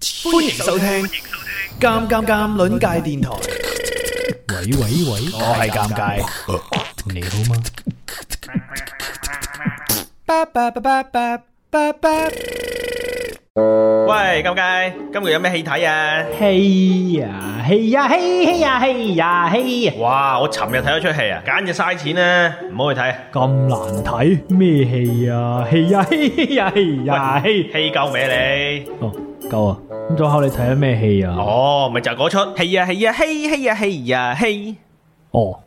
歡迎收聽《尷尷尷》鄰界電台。喂喂喂，我係尷尬，你好嗎？巴巴巴巴巴巴巴。喂，咁解，今日有咩戲睇啊？à? 嘿呀嘿呀嘿嘿呀嘿呀嘿呀，哇，我尋日睇咗出 à? 戲啊，簡直嘥錢啦，唔好去睇。咁難睇咩戲啊？嘿呀嘿嘿呀嘿呀嘿，戲夠未你？哦夠啊！咁早考你睇咗咩戲啊？哦，咪就係嗰出戲啊，戲啊，戲戲啊，戲啊，戲。哦，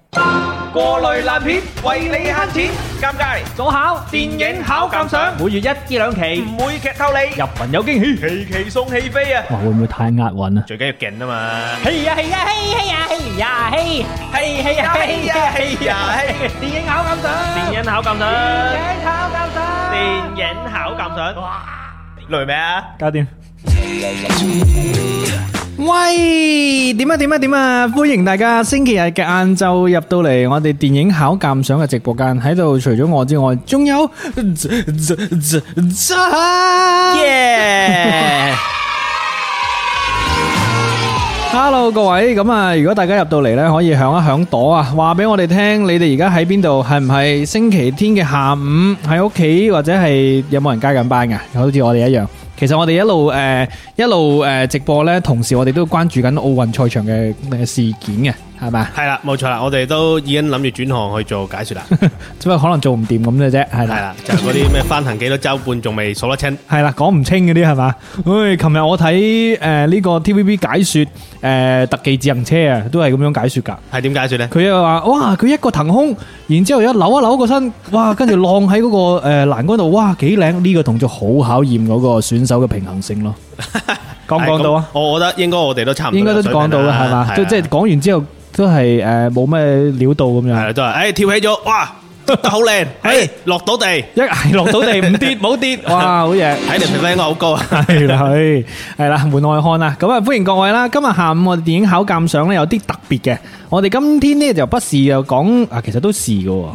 過濾爛片，為你慳錢，尷尬。早考電影考鑑賞，每月一至兩期，唔會劇透你，入群有驚喜。期期送戲飛啊！à. 哇，會唔會太押韻啊？最緊要勁啊嘛！嘿呀嘿呀嘿嘿呀嘿呀嘿，戲戲啊，戲啊，戲啊，戲。電影考鑑賞，電影考鑑賞，影考鑑賞電影考鑑賞。累未啊？搞掂。喂，點啊點啊點啊！歡迎大家星期日嘅晏晝入到嚟我哋電影考鑑賞嘅直播間，喺度除咗我之外，仲有耶！ Hello 各位，咁啊，如果大家入到嚟呢，可以響一響朵啊，話俾我哋聽，你哋而家喺邊度？係唔係星期天嘅下午喺屋企，或者係有冇人加緊班㗎？好似我哋一樣。其實我哋一路誒、呃一路誒、呃直播呢，同時我哋都關注緊奧運賽場嘅呃事件嘅，係嘛？系啦，冇錯啦，我哋都已經諗住轉行去做解 说啦，只不過可能做唔掂咁嘅啫，係係啦。啦，就係嗰啲咩翻行幾多周半仲未數得清，系啦，講唔清嗰啲係嘛？唉，琴日我睇诶呢個 TVB 解说诶、呃特技自行車啊，都係咁樣解说㗎。係點解说咧？佢又話：哇！佢一個騰空，然之後一扭一扭個身，哇！跟住浪喺嗰個誒欄杆度，哇！幾靚！呢、個動作好考驗嗰個選手嘅平衡性 咯。講唔講到啊？係咁我覺得應該我哋都差唔多，應該都講到啦，係嘛？即即係講完之後都係誒冇咩料到咁系樣，啦，都係诶跳起 咗，哇，捉得好靚，诶落到地，睇一係落 到地唔跌冇跌，哇！好嘢！嚟評分應該好高啊！系啦，係係啦，門外漢啦，咁啊，歡迎各位啦！今日下午我哋電影考鑑賞咧有啲特別嘅，我哋今天呢就不是又講啊，其實都是嘅喎，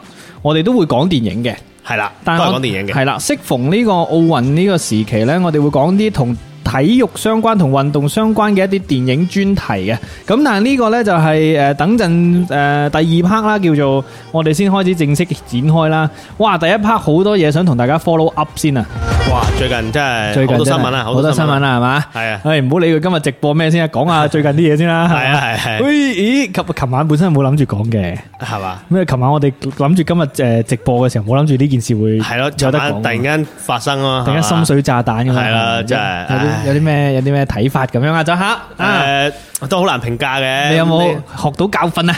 我哋都會講電影嘅。係啦，都但係講電影嘅，系啦，適逢呢個奧運呢個時期呢，我哋會講啲同體育相關、同運動相關嘅一啲電影專題嘅。咁但係呢個呢，就係、呃等陣誒、呃第二 part 啦，叫做我哋先開始正式展開啦。哇！第一 part 好多嘢想同大家 follow up 先啊，哇，最近真最係近 好多新真係聞啦，好多新聞啦，啦，係嘛？係啊唉，唔好理佢今日直播咩先啊，講下最近啲嘢先啦。係啊 係係喂，咦，琴琴晚本身冇諗住講嘅。係嘛？咩？琴晚我哋諗住今日诶直播嘅時候，冇諗住呢件事會係咯，有尋得晚講突然間發生咯，突然間係嘛深水炸彈咁樣，係啦真係有啲唉有啲咩有啲咩睇法咁樣啊？就吓啊，誒都好難評價嘅，你有 冇學到教訓啊？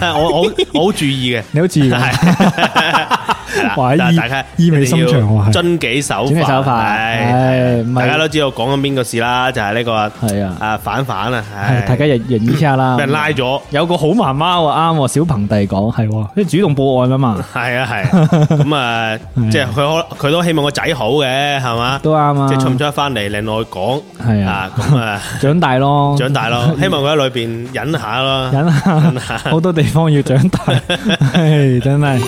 诶，我我好我好注意嘅。你好似系， 係啦 哇但意係大家意味深長喎係遵紀守整嘅手法，係唉，唔大家係都知道講緊邊個事啦，就係呢個係啊啊反反啊，唉係大家忍忍一下啦俾。人拉咗， 有個好媽媽喎，啱喎，小鵬弟講係喎，即係主動報案啊嘛，係啊係，咁啊，即係佢可佢都希望個仔好嘅，係嘛，都啱啊。即係出唔出得翻嚟，另外講係啊啊，咁啊長大咯，長大咯，希望佢喺裏邊忍下咯，忍忍下下，好多地方要長大，唉真係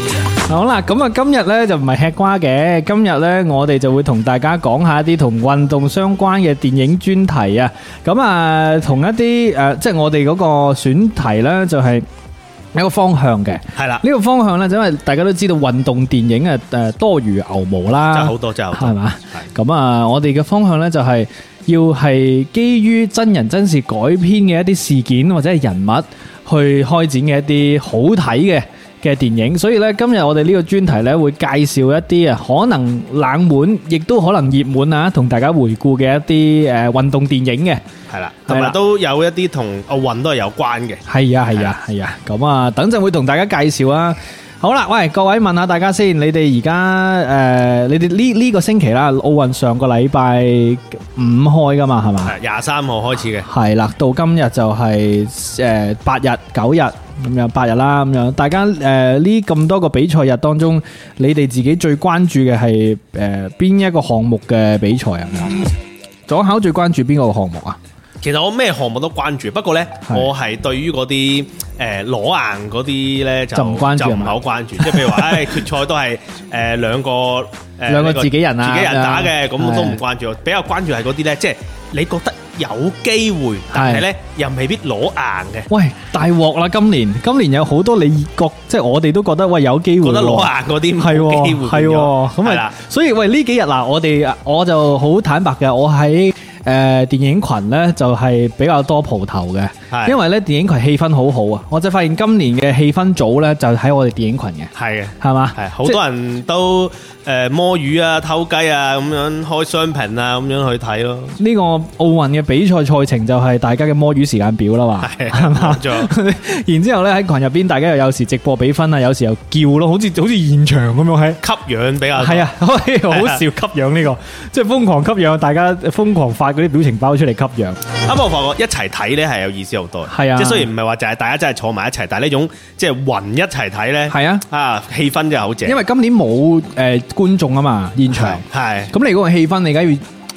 好啦，咁啊，今日呢就唔係吃瓜嘅，今日呢，我哋就會同大家講下一啲同運動相關嘅電影專題啊。咁啊，同一啲誒、呃即係我哋嗰個選題呢，就係、一個方向嘅。 係啦，呢個方向呢，就因為大家都知道運動電影啊，誒多如牛毛啦，真係好多真係好係多，嘛？咁啊，我哋嘅方向呢，就係要係基於真人真事改編嘅一啲事件或者係人物去開展嘅一啲好睇嘅嘅電影。所以呢，今日我哋呢個專題呢，會介紹一啲啊可能冷門，亦都可能熱門啊，同大家回顧嘅一啲誒運動電影嘅。係啦，同係啦埋都有一啲同奧運都係有關嘅，係啊，係啊，係啊。咁啊，等陣會同大家介紹啊。好啦，喂，各位問下大家先，你哋而家誒，呃你哋呢呢個星期啦，奧運上個禮拜五開噶嘛，係嘛？係廿三號開始嘅。係啦，到今日就係誒八日、九日咁樣，八日啦咁樣。大家誒呢咁多個比賽日當中，你哋自己最關注嘅係誒邊一個項目嘅比賽啊？左考最關注邊個項目啊？其實我咩項目都關注，不過呢，係我係對於嗰啲誒攞硬嗰啲呢，就就唔關注就唔係好關注。即係譬如話，誒決賽都係誒兩個誒兩個自己人啊自己人打嘅，咁咁樣都唔關注。我比較關注係嗰啲呢，即係你覺得有機會，但係咧又未必攞硬嘅，喂，大鑊啦！今年今年有好多你覺，即係我哋都覺得喂有機會覺喎，得攞硬嗰啲係冇喎，機會係喎，咁係咪啦，所以喂呢幾日嗱，我哋我就好坦白嘅，我喺誒電影群咧就係比較多蒲頭嘅，係因為咧電影群氣氛好好啊，我就發現今年嘅氣氛組咧就喺我哋電影群嘅，係嘅。係嘛？係好多人都誒摸魚啊、偷雞啊咁樣開雙屏啊咁樣去睇咯，呢個奧運嘅比賽賽程就係大家嘅摸魚時間表啦嘛，係係嘛冇？錯 然之後咧喺群入邊，大家又有時直播比分啊，有時又叫咯，好似好似現場咁樣喺。吸氧比 較多係啊，好少吸氧呢個，即係瘋狂吸氧，大家瘋狂發嗰啲表情包出嚟吸氧。啱啱啊我發覺一齊睇咧係有意思好多，係啊即係雖然唔係話就係大家真係坐埋一齊，但係呢種即係雲一齊睇咧，係啊啊氣氛真係好正，因為今年冇誒觀眾啊嘛，現場係。係咁你嗰個氣氛，你梗係要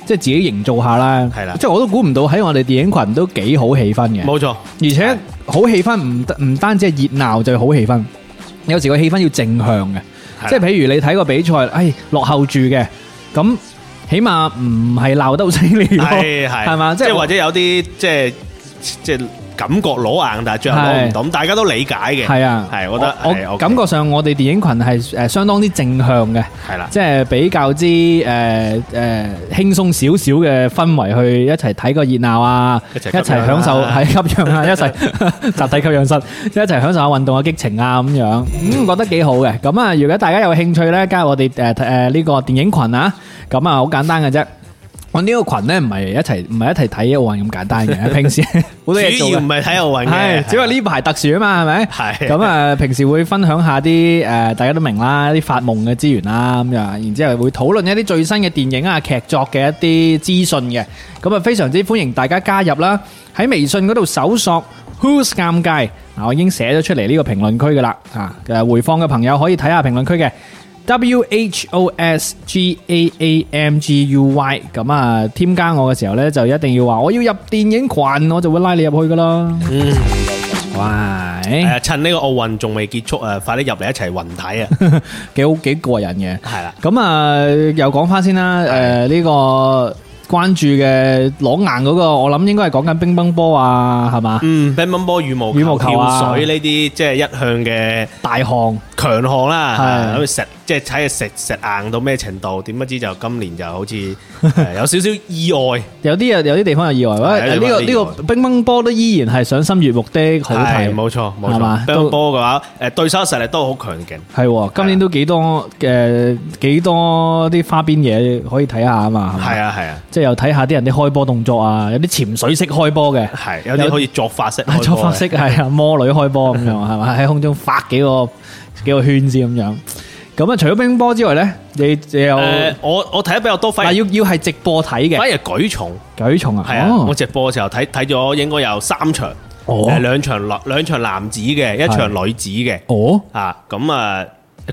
即係自己營造下啦。係啦即係我都估唔到喺我哋電影群都幾好氣氛嘅。冇錯，而且好氣氛唔得唔單止係熱鬧就係好氣氛，有時個氣氛要正向嘅，係即係譬如你睇個比賽，唉落後住嘅，咁起碼唔係鬧得好犀利咯，係係係嘛？即即係係或者有啲即係即係感覺攞硬，但係最後攞唔到，咁大家都理解嘅，係啊，係我覺得係我 OK 感覺上我哋電影群係誒相當之正向嘅，係啦，即係比較之誒誒輕鬆少少嘅氛圍去一齊睇個熱鬧啊，一一齊吸氧啊齊享受 係吸氧啊，一齊 集體吸氧室，一齊享受下運動嘅激情啊咁樣，嗯，覺得幾好嘅。咁啊，如果大家有興趣咧，加入我哋誒誒呢個電影群啊，咁啊好簡單嘅啫。我呢個群咧唔係一齊唔係一齊睇奧運咁簡單嘅，平時好多嘢做 嘅主要唔係睇奧運係，嘅，只係呢排特殊啊嘛，係咪？係咁啊，平時會分享下啲誒，大家都明啦，啲發夢嘅資源啦，咁樣，然之後會討論一啲最新嘅電影啊、劇作嘅一啲資訊嘅，咁啊非常之歡迎大家加入啦！喺微信嗰度搜索 Who's 尷尬，嗱我已經寫咗出嚟呢個評論區噶啦，啊誒回放嘅朋友可以睇下評論區嘅。W H O S G A A M G U Y 咁啊，添加我嘅時候呢，就一定要話我要入電影群，我就會拉你入去噶啦。嗯喂，係啊，趁呢個奧運仲未結束啊，快啲入嚟一齊雲 睇啊，幾好幾過癮嘅。係啦。咁啊，又講翻先啦。誒，呢個關注嘅攞硬嗰個，我諗應該係講緊乒乓波啊，係嘛？嗯，乒乓波、羽毛球、羽毛球啊跳水呢啲，即係一向嘅大項強項啦。係咁食即係睇下食食硬到咩程度，點不知就今年就好 似誒有少少意外，有啲有有啲地方有意外。係喂，呃呢個有啲呢地方有意外個乒乓波都依然係賞心悅目的好係睇，冇錯冇係嘛錯。乒都乓波嘅話，誒對手實力都好強勁，係喎，今啊年都幾多誒幾多啲花邊嘢可以睇下啊嘛，係嘛係啊係啊即係又睇下啲人啲開波動作啊，有啲潛水式開波嘅，係，有啲可以作法式開波嘅，作法式係啊，魔女開波咁樣係咪？喺空中發幾個幾個圈先咁樣。咁啊，除咗乒乓波之外咧，你你有誒嗱，我我睇得比較多，反而哦要要係直播睇反嘅而舉重舉重啊，係啊，哦我直播嘅時候睇睇咗應該有三場，哦誒兩場男兩場男子嘅，一場女子嘅。哦，啊，咁啊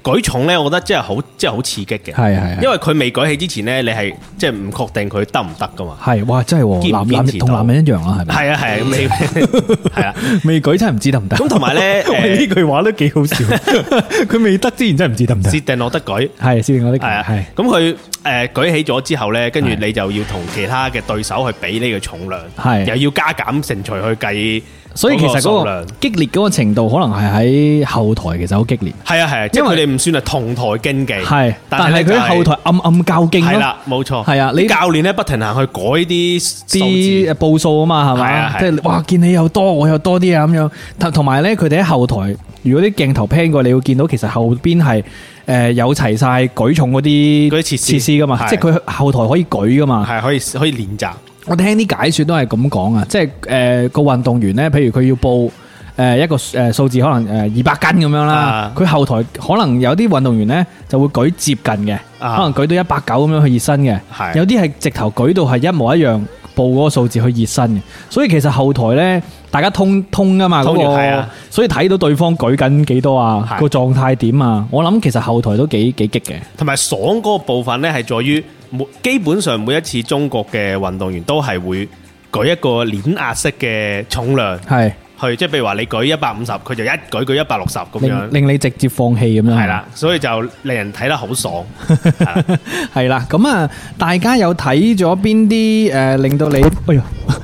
舉重咧，我覺得真係好，真係好刺激嘅。係係係因為佢未舉起之前咧，你係即係唔確定佢得唔得噶嘛。係哇，真係堅喎唔男堅男持到同男人一樣啦，係咪？係 啊係啊，咁你係啊。未舉真係唔知得唔得。咁 同埋咧，喂誒句話都幾好 笑，佢未得之前真係唔知得唔設定落得舉。係先我啲係啊，係咁佢誒舉起咗之後咧，跟住係你就要同其他嘅對手去比呢個重量，係又要加減乘除去計，所以其實嗰數個量激烈嗰個程度，可能係喺後台其實好激烈，係啊係啊，即係因佢為哋唔算係同台競技，係，但係咧佢喺後就係台暗暗較勁係咯。啦，冇錯，係啊你啲教練咧不停行去改啲數字啲誒報數啊嘛，係係啊嘛？係即係哇，見你又多，我又多啲啊咁樣。同同埋咧，佢哋喺後台，如果啲鏡頭 pan 過，你會見到其實後邊係誒有齊晒舉重嗰啲嗰啲設施設施噶嘛，係即係佢後台可以舉噶嘛。係可以可以練習，我聽啲解説都係咁講啊，即係誒個運動員咧，譬如佢要報。誒一個誒數字可能誒二百斤咁樣啦啊，佢、後台可能有啲運動員咧就會舉接近嘅，啊可能舉到一百九咁樣去熱身嘅，係有啲係直頭舉到係一模一樣報嗰個數字去熱身嘅，所以其實後台呢，大家通通噶嘛嗰、通嘅係個啊，所以睇到對方舉緊幾多啊，係個狀態點啊，我諗其實後台都幾幾激嘅，同埋爽嗰個部分咧係在於每基本上每一次中國嘅運動員都係會舉一個碾壓式嘅重量，係去，即係譬如話你舉一百五十，佢就一舉舉一百六十咁令樣，令你直接放棄咁樣。係啦，所以就令人睇得好 爽。係啦係啦，咁啊，大家有睇咗邊啲诶令到你，哎呀，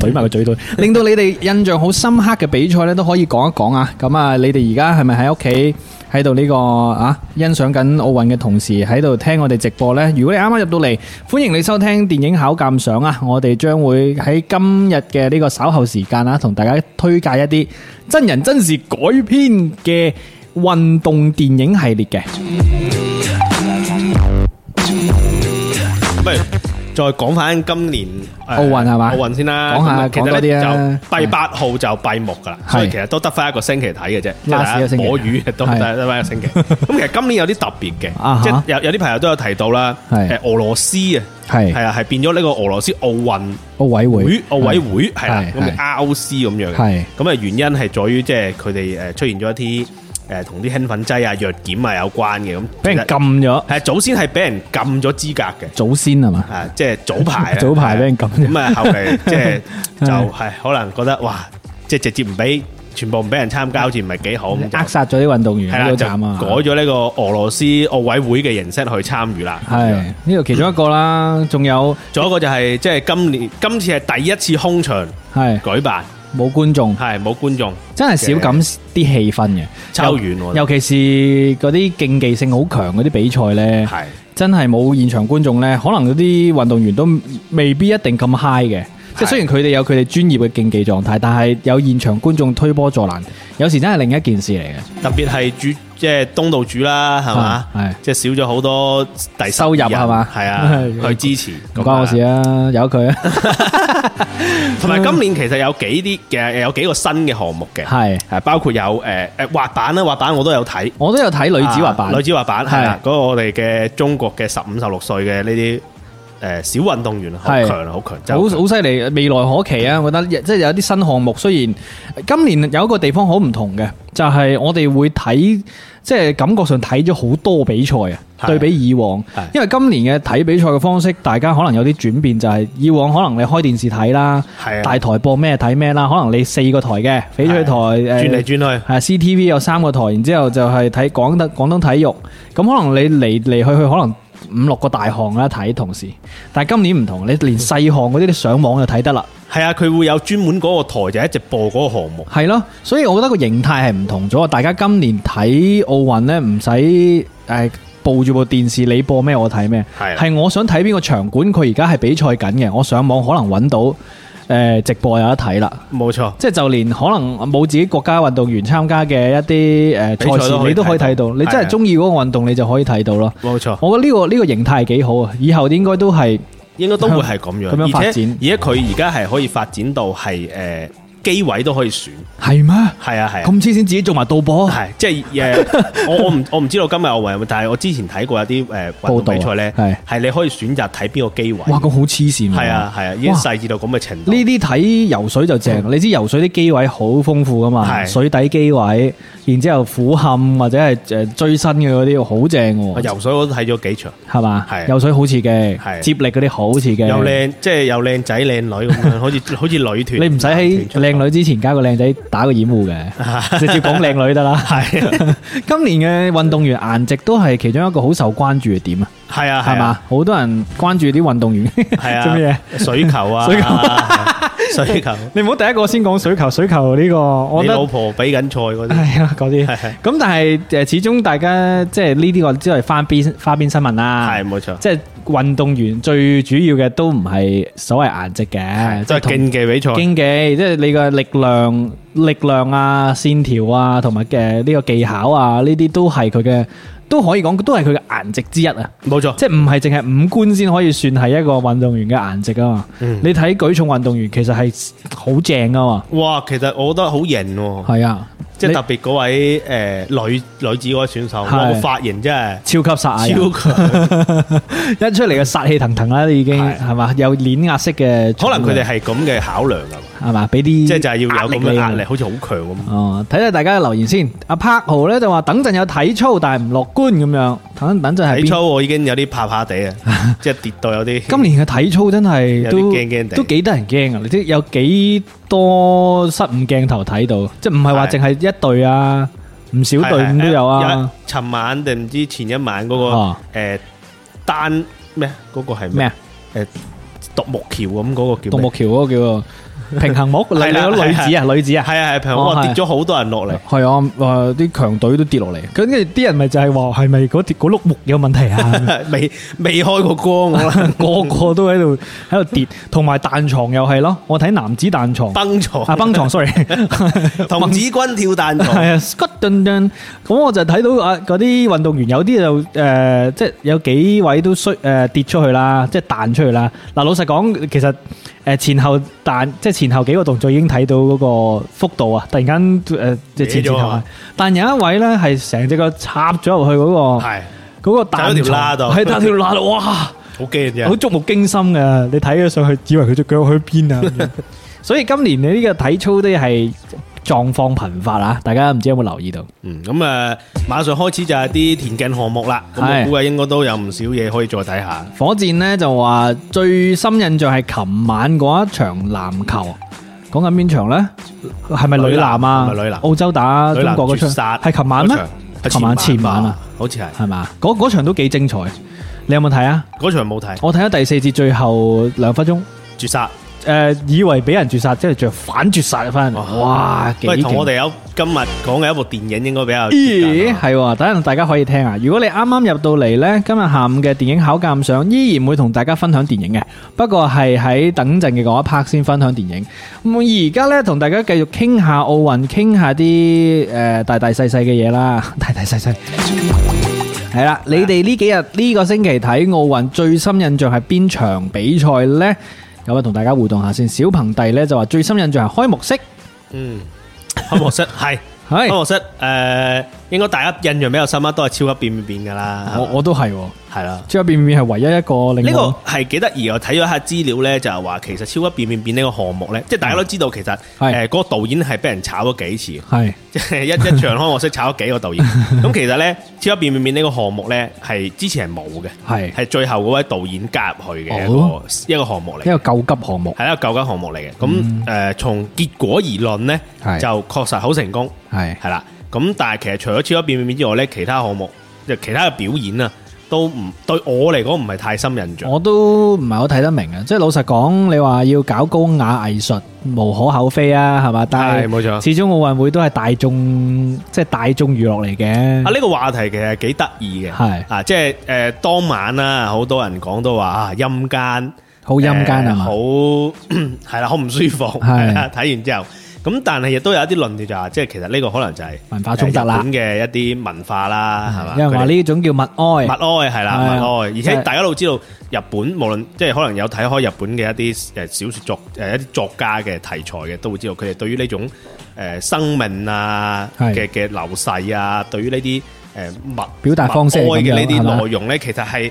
懟埋個嘴度，令到你哋印象好深刻嘅比賽咧，都可以講一講啊。咁啊，你哋而家係咪喺屋企喺度呢個啊欣賞緊奧運嘅同時，喺度聽我哋直播呢？如果你啱啱入到嚟，歡迎你收聽電影考鑑賞啊！我哋將會喺今日嘅呢個稍後時間啊，同大家推介一啲真人真事改編嘅運動電影系列嘅。不如再講翻今年誒奧運係嘛奧運先啦，講下咁其實講多啲咧啊就第八號就閉幕㗎啦，係所以其實都得翻一個星期睇嘅啫，即 Last 一個係星期摸魚都係得得翻一個星期。咁其實今年有啲特別啊嘅，哈即係有有啲朋友都有提到啦，係誒俄羅斯啊，係係啊，係變咗呢個俄羅斯奧運奧委會會，奧委會係啦係，係咁 ROC 咁樣嘅係咁啊原因係在於即係佢哋誒出現咗一啲誒同啲興奮劑啊、藥檢啊有關嘅咁，俾人其實撳咗。係早先係俾人禁咗資格嘅。祖先係嘛？啊，即係早排啊 早排俾人撳咗咁啊後嚟即係 就係可能覺得哇，即係直接唔俾，全部唔俾人參加，好似唔係幾好咁就扼殺咗啲運動員，係呢啦，個就慘啊！改咗呢個俄羅斯奧委會嘅形式去參與啦。係呢度其中一個啦，仲有仲有一個就係即係今年今次係第一次空場係舉辦，冇觀眾，係冇觀眾，真係少咁啲氣氛嘅。抽遠喎尤其是嗰啲競技性好強嗰啲比賽呢，係真係冇現場觀眾呢，可能嗰啲運動員都未必一定咁 high 嘅。即係係雖然佢哋有佢哋專業嘅競技狀態，但係有現場觀眾推波助瀾，有時真係另一件事嚟嘅。特別係主即係東道主啦，係嘛啊係？即係少咗好多第收入係嘛 係啊，去係支持唔關我事啊，由佢啊，同埋今年其實有幾啲嘅有幾個新嘅項目 嘅，係係包括有誒誒滑板啦，滑板我都有睇。我都有睇女子滑板啊，女子滑板係係啦，嗰個我哋嘅中國嘅十五十六歲嘅呢啲誒小運動員，好係強啊，好強，真好係好強好犀利，未來可期啊！我覺得即係有啲新項目，雖然今年有一個地方好唔同嘅，就係、我哋會睇，即係感覺上睇咗好多比賽啊，係對比以往係。因為今年嘅睇比賽嘅方式，大家可能有啲轉變，就係、以往可能你開電視睇啦，係啊大台播咩睇咩啦，可能你四個台嘅翡翠台誒轉嚟轉去。係 CTV 有三個台，然之後就係睇廣德廣東體育，咁可能你嚟嚟去去可能五六個大項啦睇同時，但係今年唔同，你連細項嗰啲你上網就睇得啦，係啊，佢會有專門嗰個台就一直播嗰個項目，係咯，所以我覺得個形態係唔同咗，大家今年睇奧運呢，唔使誒。報住部電視，你播咩我睇咩，係係我想睇邊個場館，佢而家係比賽緊嘅，我上網可能揾到誒、呃直播有得睇啦。冇錯。即係就連可能冇自己國家運動員參加嘅一比賽啲誒賽都可事，以你都可以睇睇到。到你真係係啊哦中意嗰個運動，你就可以睇到咯。冇錯，我覺得呢個呢個形態係幾好啊！以後應該都係應該都會係咁樣，咁樣發而且展而且佢而家係可以發展到係誒機位都可以選，係咩？係啊係啊咁。黐線，自己做埋導播，係，即 係誒，我我唔我唔知道今日奧運有冇，但係我之前睇過有啲誒運報道動啊比賽咧，係係你可以選擇睇邊個機位，哇！咁好黐線喎係啊係啊，已經哇細緻到咁嘅程度。呢啲睇游水就正，你知游水啲機位好豐富噶嘛，係水底機位，然之後俯瞰或者係誒追身嘅嗰啲好正我喎，游水我都睇咗幾場，啊係嘛？係游水好刺激，接力嗰啲好刺激，又靚，即係又靚仔靚女咁樣， 好似好似女團。你唔使喺男靚女之前加個靚仔打個掩護 嘅，直接講靚女得啦。係，今年嘅運動員顏值都係其中一個好受關注嘅點啊，團出，係啊係係嘛啊，？好多人關注啲運動員係啊，做乜嘢？水球啊，水球球， 水球，你唔好第一個先講水球，水球呢個我你覺得老婆比緊賽 嗰啲。係啊嗰啲。係係咁但係誒，始終大家即係呢啲我只係花邊花邊新聞啦。係冇錯即係運動員最主要嘅都唔係所謂顏值嘅，哎都係同競技比賽，競技，即係你嘅力量、力量啊、線條啊，同埋嘅呢個技巧啊，呢啲都係佢嘅，都可以講都係佢嘅顏值之一啊！冇錯，即係唔係淨係五官先可以算係一個運動員嘅顏值啊嘛？嗯你睇舉重運動員其實係好正啊嘛，哇！其實我覺得好型喎，係啊，哦即係特別嗰位誒女女子嗰位選手，哇！係哎個髮型真係你超級殺藝人 超強，一出嚟嘅殺氣騰騰啦，已經係係嘛？有碾壓式嘅，可能佢哋係咁嘅考量㗎，係嘛？俾啲即係就係要有咁嘅壓你力，啊。好似好強咁。哦，睇睇大家嘅留言先。阿柏豪咧就話等陣有體操，但係唔樂觀咁樣。等等陣係體邊操我已經有啲怕怕地啊， 即係跌到有啲。今年嘅體操真係有啲都驚驚地都幾得人驚啊！你知有幾多失誤鏡頭睇到，即係唔係話係淨係一隊啊，唔少隊伍都有啊。有一尋晚定唔知前一晚嗰哦個誒單咩？嗰個係咩咩啊？？誒獨木橋咁嗰個叫獨木咩？橋嗰個 叫做平衡木，你係你啦嗰女子啊，女子啊，係啊係，平哦我係跌咗好多人落嚟。 係啊，誒啲強隊都跌落嚟，跟住啲人咪就係話係咪嗰條嗰碌木有問題啊？未未開過光 我啦，個個都喺度喺度跌，同埋彈床又係咯，我睇男子彈床崩床啊，崩床，sorry， 童子軍跳彈系床，啊，Scott 頓頓，咁我就睇到啊嗰啲運動員有啲就誒、呃即係有幾位都衰誒、呃跌出去啦，即係彈出去啦。嗱，老實講，其實誒、呃前後彈，即係前後幾個動作已經睇到嗰個幅度啊，突然間誒、呃即係前前歪咗後後啊。但有一位咧係成隻腳插咗入去嗰、係個嗰個彈就喺條罅度係彈條罅度，哇！好驚好啫。觸目驚心嘅，你睇咗上去，以為佢只腳去邊啊咁 樣！所以今年你呢個體操都係狀況頻發啊！大家唔知有冇留意到？嗯，咁啊，馬上開始就係啲田徑項目啦。咁係我估計應該都有唔少嘢可以再睇下。火箭呢就話最深印象係琴晚嗰一場籃球，講緊邊場呢？係咪女籃啊？女籃係咪女籃澳洲打中國嗰女籃絕場殺係琴晚咩嗰？場？係琴晚前晚吧啊，好似係係嘛？嗰嗰場都幾精彩，你有冇睇啊？嗰場冇睇，我睇咗第四節最後兩分鐘，誒、絕殺。以為俾人絕殺，即係着反絕殺翻，哇！幾喂，同勁我哋有今日講嘅一部電影應該比較接近咦，啊。係喎，等陣大家可以聽啊！如果你啱啱入到嚟呢，今日下午嘅電影考鑑賞依然會同大家分享電影嘅，不過係喺等陣嘅嗰一 part 先分享電影。咁而家呢，同大家繼續傾下奧運，傾下啲誒、呃大大細細嘅嘢啦，大大細細。係啦，你哋呢幾日呢、個星期睇奧運最深印象係邊場比賽呢？咁啊，同大家互動下先。小朋弟呢就話最深印象係開幕式，嗯，黑幕室係黑係幕室誒，應該大家印象比較深刻都係超級變變變㗎啦。我我都係喎，係啦。最後變變係唯一一個令呢我個係幾得意，我睇咗一下資料咧，就係話其實超級變變變呢個項目咧，即係大家都知道，其實係誒嗰個導演係俾人炒咗幾次，係。即 係一一場開幕式炒咗幾個 導演。咁其實咧，超級變變變呢個項目咧係之前係冇嘅，係係最後嗰位導演加入去嘅一哦個一個項目嚟一。個救急項目，係一個救急項目嚟嘅。咁誒，從結果而論呢，嗯係就確實好成功，係係啦。咁但係其實除咗超級變變變之外呢，其他項目即係其他嘅表演啊，都唔對我嚟講唔係太深印象。我都唔係好睇得明啊！即係老實講，你話要搞高雅藝術，無可厚非啊，係嘛？但係冇錯始終奧運會都係大眾，即係大眾娛樂嚟啊！嘅。呢個話題其實幾得意嘅，係啊，即係誒、呃、當晚啦，好多人講到話啊陰間，好陰間呃啊係嘛好 係啦，好唔舒服，係係啦，睇完之後，咁但係亦都有一啲論調就話，即係其實呢個可能就係文化衝突啦呃日本嘅一啲文化啦，係嘛？有人話佢哋呢種叫默哀 默，哀係啦，係啊默哀，而即且係大家都知道日本無論即係可能有睇開日本嘅一啲誒小説作誒一啲作家嘅題材嘅，都會知道佢哋對於呢種誒生命啊係嘅嘅流逝啊，對於呢啲誒默表達方式係默哀咁樣嘅呢係嘛啲內容咧，其實係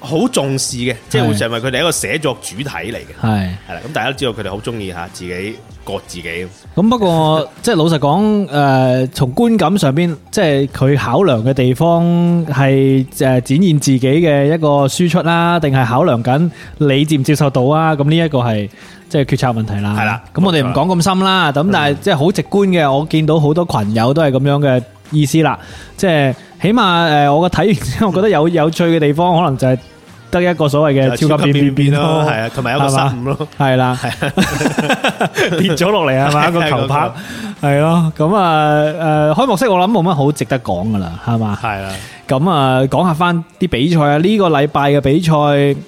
好重視嘅，即係會係成為佢哋一個寫作主體嚟嘅。係係啦，咁大家都知道佢哋好中意嚇自己割自己，咁。不過即係老實講，誒，從觀感上邊，即係佢考量嘅地方係誒展現自己嘅一個輸出啦，定係考量緊你接唔接受到啊？咁呢一個係。即係決策問題啦，係啦咁我哋唔冇錯啦講咁深啦，咁但係即係好直觀嘅，我見到好多群友都係咁樣嘅意思啦，即係起碼誒我個睇完之 後，我覺得有有趣嘅地方，可能就係得一個所謂嘅就超級變變變咯，係啊，同埋有一個失誤咯，係啦， 跌咗落嚟係嘛 係個球拍，係咯，咁啊誒開幕式我諗冇乜好值得講噶啦，係嘛，係啦，咁啊講下翻啲比賽啊，呢個禮拜嘅比賽。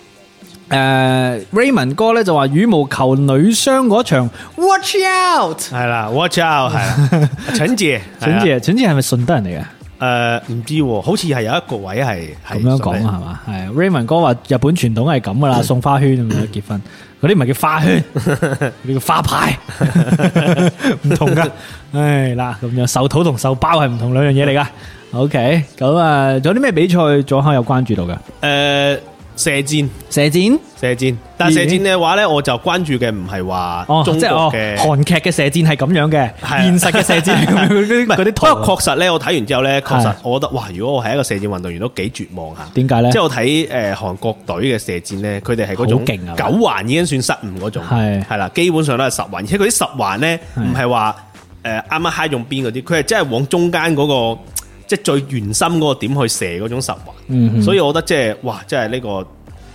誒、Raymond 哥咧就話羽毛球女雙嗰場，Watch out！係啦，watch out，係啦， 陳姐，係陳啦姐，陳姐係咪順德人嚟嘅？誒呃唔知喎，好似係有一個位係係哎咁樣講啊順利係嘛？係 Raymond 哥話日本傳統係咁噶嗯啦，送花圈咁樣結 婚，嗰啲唔係叫花圈，你叫花牌，唔同噶。唉嗱，咁樣手土同手包係唔同兩樣嘢嚟噶。OK，咁啊，仲有啲咩比賽左口有關注到嘅？誒呃射箭，射箭，射箭。但咦射箭嘅話咧，我就關注嘅唔係話哦，中即係哦國，嘅。韓劇嘅射箭係咁樣嘅，係啊現實嘅射 箭係咁樣嗰啲唔係嗰啲不過圖。啊確實咧，我睇完之後咧，確實係我覺得哇！如果我係一個射箭運動員，都幾絕望啊下。點解咧即係我睇誒韓國隊嘅射箭咧，佢哋係嗰種好勁啊九環已經算失誤嗰種，係係啦，基本上都係十環，而且佢啲十環咧係唔係話誒啱啱揩中邊嗰啲，佢係真係往中間嗰、個即係最圓心嗰個點去射嗰種十環。嗯哼所以我覺得即係哇，即係呢個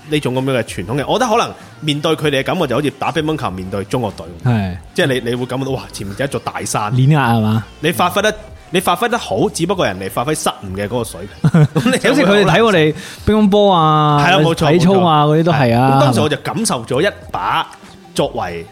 呢種咁樣嘅傳統嘅，我覺得可能面對佢哋嘅感覺就好似打乒乓球面對中國隊，係即係你你會感覺到哇，前面有一座大山。碾壓係啊嘛？你發揮得你發揮得好，只不過人哋發揮失誤嘅嗰個水 平。咁你好似佢哋睇我哋乒乓波啊，係啦，冇錯，體操啊冇錯嗰啲都係咁啊。當時係我嘛就感受咗一把作為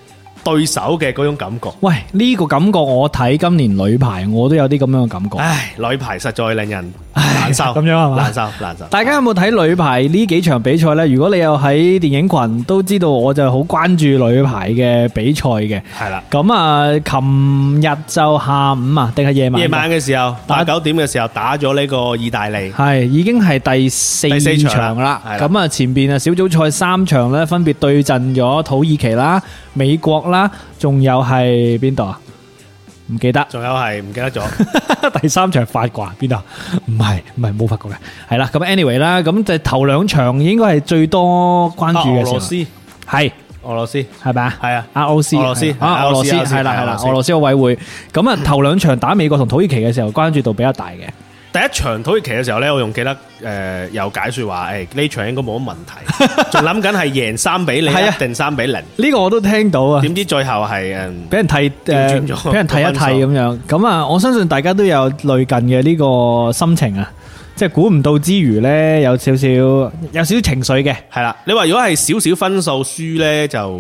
對手嘅嗰種感覺。喂呢個感覺，我睇今年女排我都有啲咁樣嘅感覺。唉，女排實在令人難受，咁樣係嘛難受難受。大家有冇睇女排呢幾場比賽呢？如果你有喺電影群，都知道我就好關注女排嘅比賽嘅。係啦，咁啊，琴日就下午啊，定係夜晚？夜晚嘅時候八打九點嘅時候打咗呢個意大利，係已經係第四第四場場啦啦。係啦咁啊，前邊啊小組賽三場呢，分別對陣咗土耳其啦、美國啦，仲有係邊度啊？唔記得。仲有係唔記得咗。 第三場法國啊邊度啊？唔係唔係冇法國嘅，係啦。咁 anyway 啦，咁就頭兩場應該係最多關啊注俄嘅羅時斯，候，係俄羅斯係咪啊？係啊。阿奧斯，俄羅斯係啊，俄俄羅羅斯斯俄羅斯係啦係係俄羅啦，斯俄羅斯奧委會咁啊，頭兩場打美國同土耳其嘅時候，關注度比較大嘅，第一場土耳其嘅時候咧，我仲記得誒、呃有解説話，誒、呢場應該冇 乜問題，仲諗緊係贏三比零，係一啊定三比零。呢個我都聽到啊，點知最後係誒俾人替轉咗誒，俾人替一替咁樣，咁啊，我相信大家都有類近嘅呢個心情啊，即係估唔到之餘呢，有少少有少少情緒嘅，係啦，你話如果係少少分數輸咧就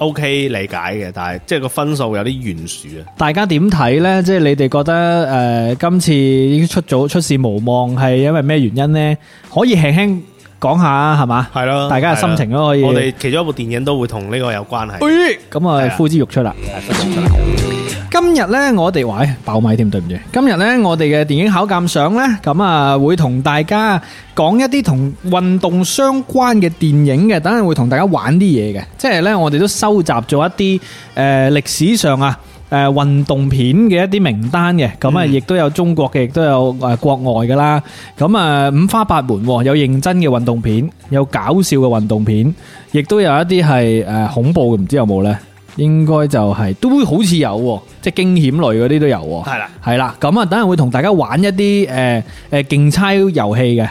O、k 理解嘅，但係即係個分數有啲懸殊啊。大家點睇呢？即係你哋覺得誒、呃今次出早出事無望係因為咩原因呢？可以輕輕講下係嘛？係咯大家嘅心情都可以。我哋其中一部電影都會同呢個有關係。哎咁係啊啊，呼之欲出啦。今日呢，我哋喂爆米添，對唔住。今日呢，我哋嘅電影考鑑賞呢，咁啊會同大家講一啲同運動相關嘅電影嘅，等陣會同大家玩啲嘢嘅。即係呢，我哋都收集咗一啲誒歷史上啊。誒運動片嘅一啲名單嘅，咁啊嗯亦都有中國嘅，亦都有誒國外嘅啦。咁啊五花八門喎，有認真嘅運動片，有搞笑嘅運動片，亦都有一啲係誒恐怖嘅，唔知有冇呢？應該就係、都好似有喎，即係驚險類嗰啲都有喎。係啦，係啦，咁啊，等陣會同大家玩一啲誒誒競猜遊戲嘅，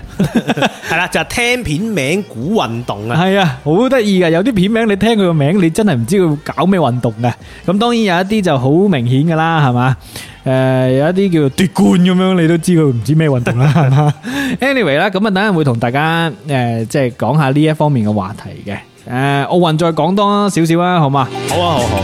係啦，就係聽片名估運動啊。係啊，好得意嘅。有啲片名你聽佢個名，你真係唔知佢搞咩運動嘅。咁當然有一啲就好明顯㗎啦，係 嘛？誒、有一啲叫做奪冠咁樣，你都知佢唔知咩運動啦，係嘛？anyway 啦，咁啊，等陣會同大家誒、即係講下呢一方面嘅話題嘅。 誒、奧運再講多少少 啊，好嘛？好啊，好好。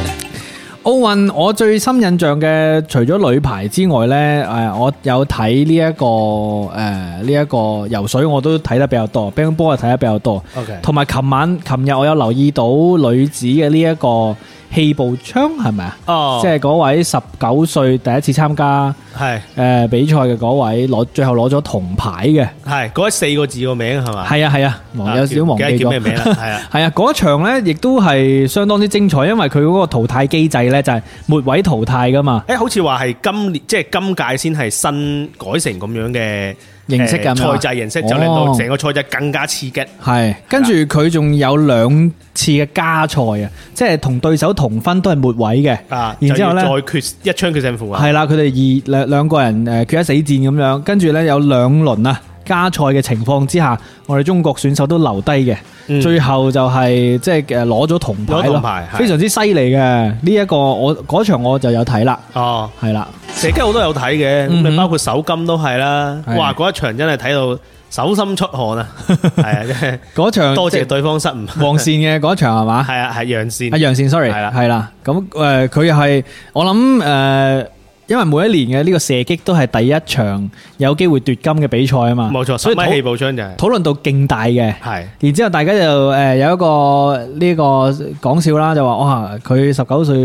奧運我最深印象嘅，除咗女排之外呢，誒、我有睇呢一個誒呢一個游水，我都睇得比較多，乒乓波啊睇得比較多， OK，同埋琴晚、琴日我有留意到女子嘅呢一個氣步槍係咪啊？哦，即係嗰位十九歲第一次參加誒、係呃比賽嘅嗰位攞最後攞咗銅牌嘅，係嗰四個字個名係嘛？係啊係啊，忘有少少忘記唔記得叫咗咩名啦。係啊， 系啊，嗰一場咧，亦都係相當之精彩，因為佢嗰個淘汰機制咧就係末位淘汰噶嘛，誒好似話係今年即係今屆先係新改成咁樣嘅形式誒㗎嘛賽制形式，就令到哦成個賽制更加刺激。系，跟住佢仲有兩次嘅加賽啊，即係同對手同分都係末位嘅，啊，然之後咧就要再決一槍決勝負啊！係啦，佢哋二兩兩個人誒決一死戰咁樣，跟住咧有兩輪啊加賽嘅情況之下，我哋中國選手都留低嘅，嗯最後就係即係誒攞咗銅牌攞咯銅牌，係非常之犀利嘅呢一個我嗰場我就有睇啦，哦，係啦，射擊我都有睇嘅，咁嗯你哼包括手金都係啦。係哇！嗰一場真係睇到手心出汗啊！係啊，真係嗰場多即謝係對方失誤。黃善嘅嗰場係嘛？係啊，係讓阿線。楊善，sorry，係啦係啦，咁誒佢又係我諗誒、呃因為每一年嘅呢個射擊都係第一場有機會奪金嘅比賽啊嘛，冇所錯，所以以米氣討步槍就係討論到勁大嘅。係然之後大家就誒、呃有一個呢、個講笑啦，就話哇佢十九歲，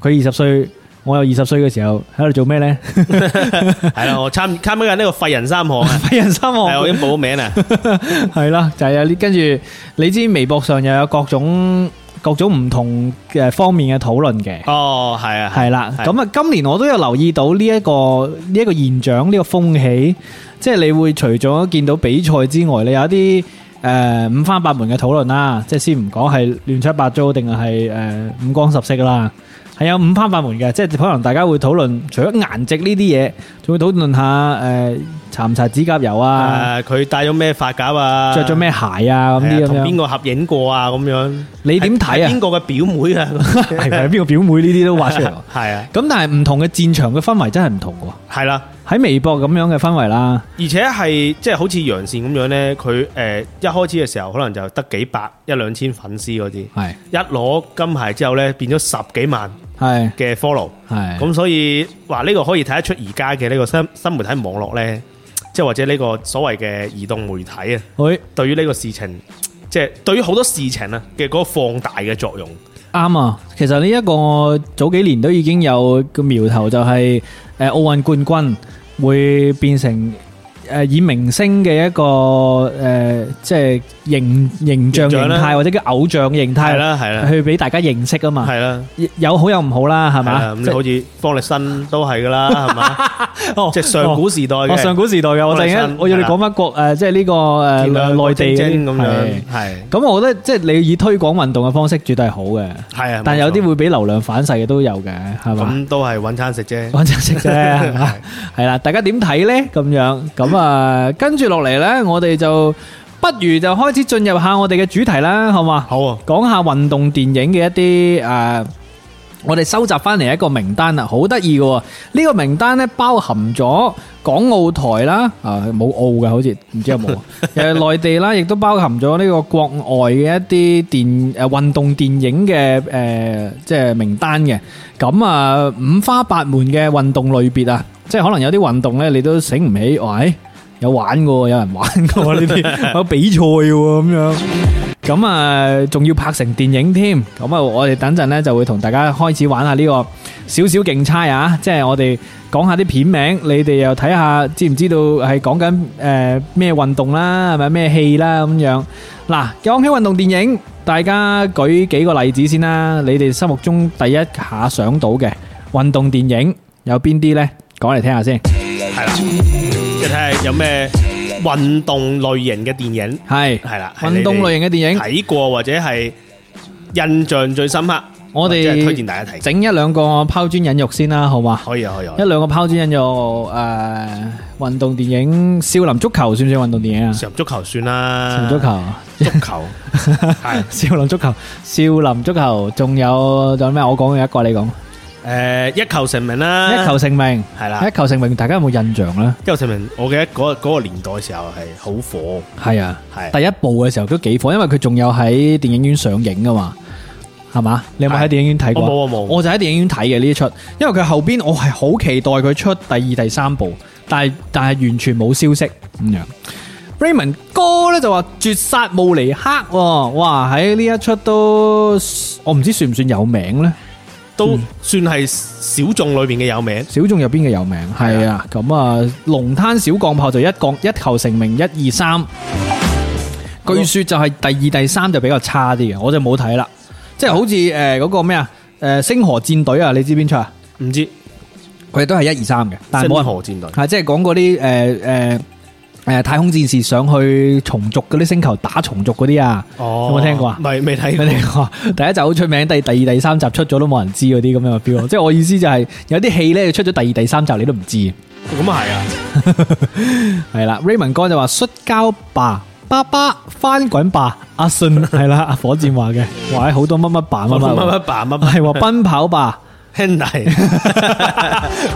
佢二十歲，我有二十歲嘅時候喺度做 咩咧？係啦，我參參加緊呢個廢人三項啊，廢人三 係我項已經報咗名啦，係啦，就係有啲跟住你知微博上又有各種各種唔同嘅方面嘅討論嘅。哦，係啊，係啦，係咁啊，今年我都有留意到呢、一個呢一、個現象，呢、個風氣，即係你會除咗見到比賽之外，你有一啲誒、呃五花八門嘅討論啦，即係先唔講係亂七八糟定係誒五光十色啦，係有五花八門嘅，即係可能大家會討論除咗顏值呢啲嘢，仲會討論下誒、呃、搽唔搽指甲油啊，誒佢戴咗咩髮夾啊，着咗咩鞋啊咁係啲啊，咁同邊樣，個合影過啊咁樣，你點睇係邊啊？個嘅表妹啊？ 係咪邊個表妹呢啲都畫出嚟喎？係啊，咁但係唔同嘅戰場嘅氛圍真係唔同喎。係啦。喺微博咁樣嘅氛圍啦，而且係即係好似楊善咁樣呢，佢誒、呃一開始嘅時候可能就得幾百一兩千粉絲嗰啲，係一攞金牌之後呢，變咗十幾萬係嘅 follow，係咁所以話呢個可以睇得出而家嘅呢個新新媒體網絡呢，即係或者呢個所謂嘅移動媒體啊，喂對於呢個事情，即係對於好多事情啊嘅嗰個放大嘅作用，啱啊！其實呢一個早幾年都已經有個苗頭，就係誒奧運冠軍會變成誒以明星嘅一個誒即係形形象形形象啦態或者叫偶像形係態啦係啦去俾大家認識啊嘛，係啦。有好有唔好啦，係係啦，嘛？咁你好似方力申都係噶啦，係嘛？ 哦即係上古時代我嘅上古時代嘅，我突然方力間申我要你係啦講乜國誒，即係呢個誒見到有個內地嗰精啲精咁係樣，係咁我覺得即係你以推廣運動嘅方式絕對係好嘅，係啊。但冇有錯啲會俾流量反噬嘅都有嘅，係嘛？咁都係揾餐食啫。講真食啫，係嘛係啦，大家點睇呢？咁樣咁啊，跟住落嚟呢，我哋就不如就開始進入下我哋嘅主題啦，好嘛？好 啊，講下運動電影嘅一啲誒、呃我哋收集翻嚟一個名單啊，好得意嘅喎。呢、個名單呢，包含咗港澳台啦，啊冇澳嘅好似，唔知有冇啊？誒內地啦，亦都包含咗呢個國外嘅一啲電誒、呃、運動電影嘅誒、呃即係名單嘅。咁啊五花八門嘅運動類別啊，即係可能有啲運動呢，你都醒唔起，喂、有玩嘅喎，有人玩嘅喎呢啲，有比賽嘅喎咁樣。咁啊，仲要拍成電影添。咁啊，我哋等陣呢就會同大家開始玩下呢個少少競猜啊，即係我哋講下啲片名，你哋又睇下知唔知道係講緊誒咩運動啦，係咪咩戲啦咁樣。嗱，講起運動電影，大家舉幾個例子先啦。你哋心目中第一下想到嘅運動電影有邊啲呢？講嚟聽下先。係啦，即係睇下有咩運動類型嘅電影係係啦，係你哋運動類型嘅電影，睇過或者係印象最深刻，我即係推哋薦大家睇。整一兩個拋磚引玉先啦，好嘛？可以啊，可以啊一。兩個拋磚引玉，誒、呃運動電影《少林足球》算唔算運動電影啊？上足球算啦，少林足球、足球係少林足球、少林足球，仲有仲有咩？我講嘅一個，你講誒一球成名啦，一球成名，係啊啦一球成名，大家有冇印象咧？一球成名。我記得嗰嗰個年代嘅時候係好火，係啊，係第一部嘅時候都幾火，因為佢仲有喺電影院上映噶嘛，係嘛？你有冇喺係電影院睇過？我冇我冇我就喺電影院睇嘅呢一出，因為佢後邊我係好期待佢出第二、第三部，但係但係完全冇消息咁樣。Raymond 哥咧就話《絕殺慕尼克》喎，哇喺呢一出都我唔知算唔算有名呢？都算係小眾裏邊嘅有名。小眾入邊嘅有名係啊，咁啊龍灘小鋼炮就一降一球成名一二三，據說就係第二第三就比較差啲嘅，我就冇睇啦，即係好似誒嗰個咩啊誒星河戰隊啊，你知邊出啊？唔知佢哋都係一二三嘅，但係冇星人河戰隊係即係講嗰啲誒誒誒太空戰士上去蟲族嗰啲星球打蟲族嗰啲啊，哦有冇聽過啊未未睇你過。哋話第一集好出名，第第二、第三集出咗都冇人知嗰啲咁樣嘅 feel 咯。即係我意思就係、有啲戲咧出咗第二、第三集你都唔知。咁啊係啊，係啦，Raymond 哥就話摔跤吧，爸爸翻滾吧，阿信 係啦，阿火箭話嘅，哇，好多乜乜爸乜乜乜乜乜，爸乜係話奔跑吧，兄弟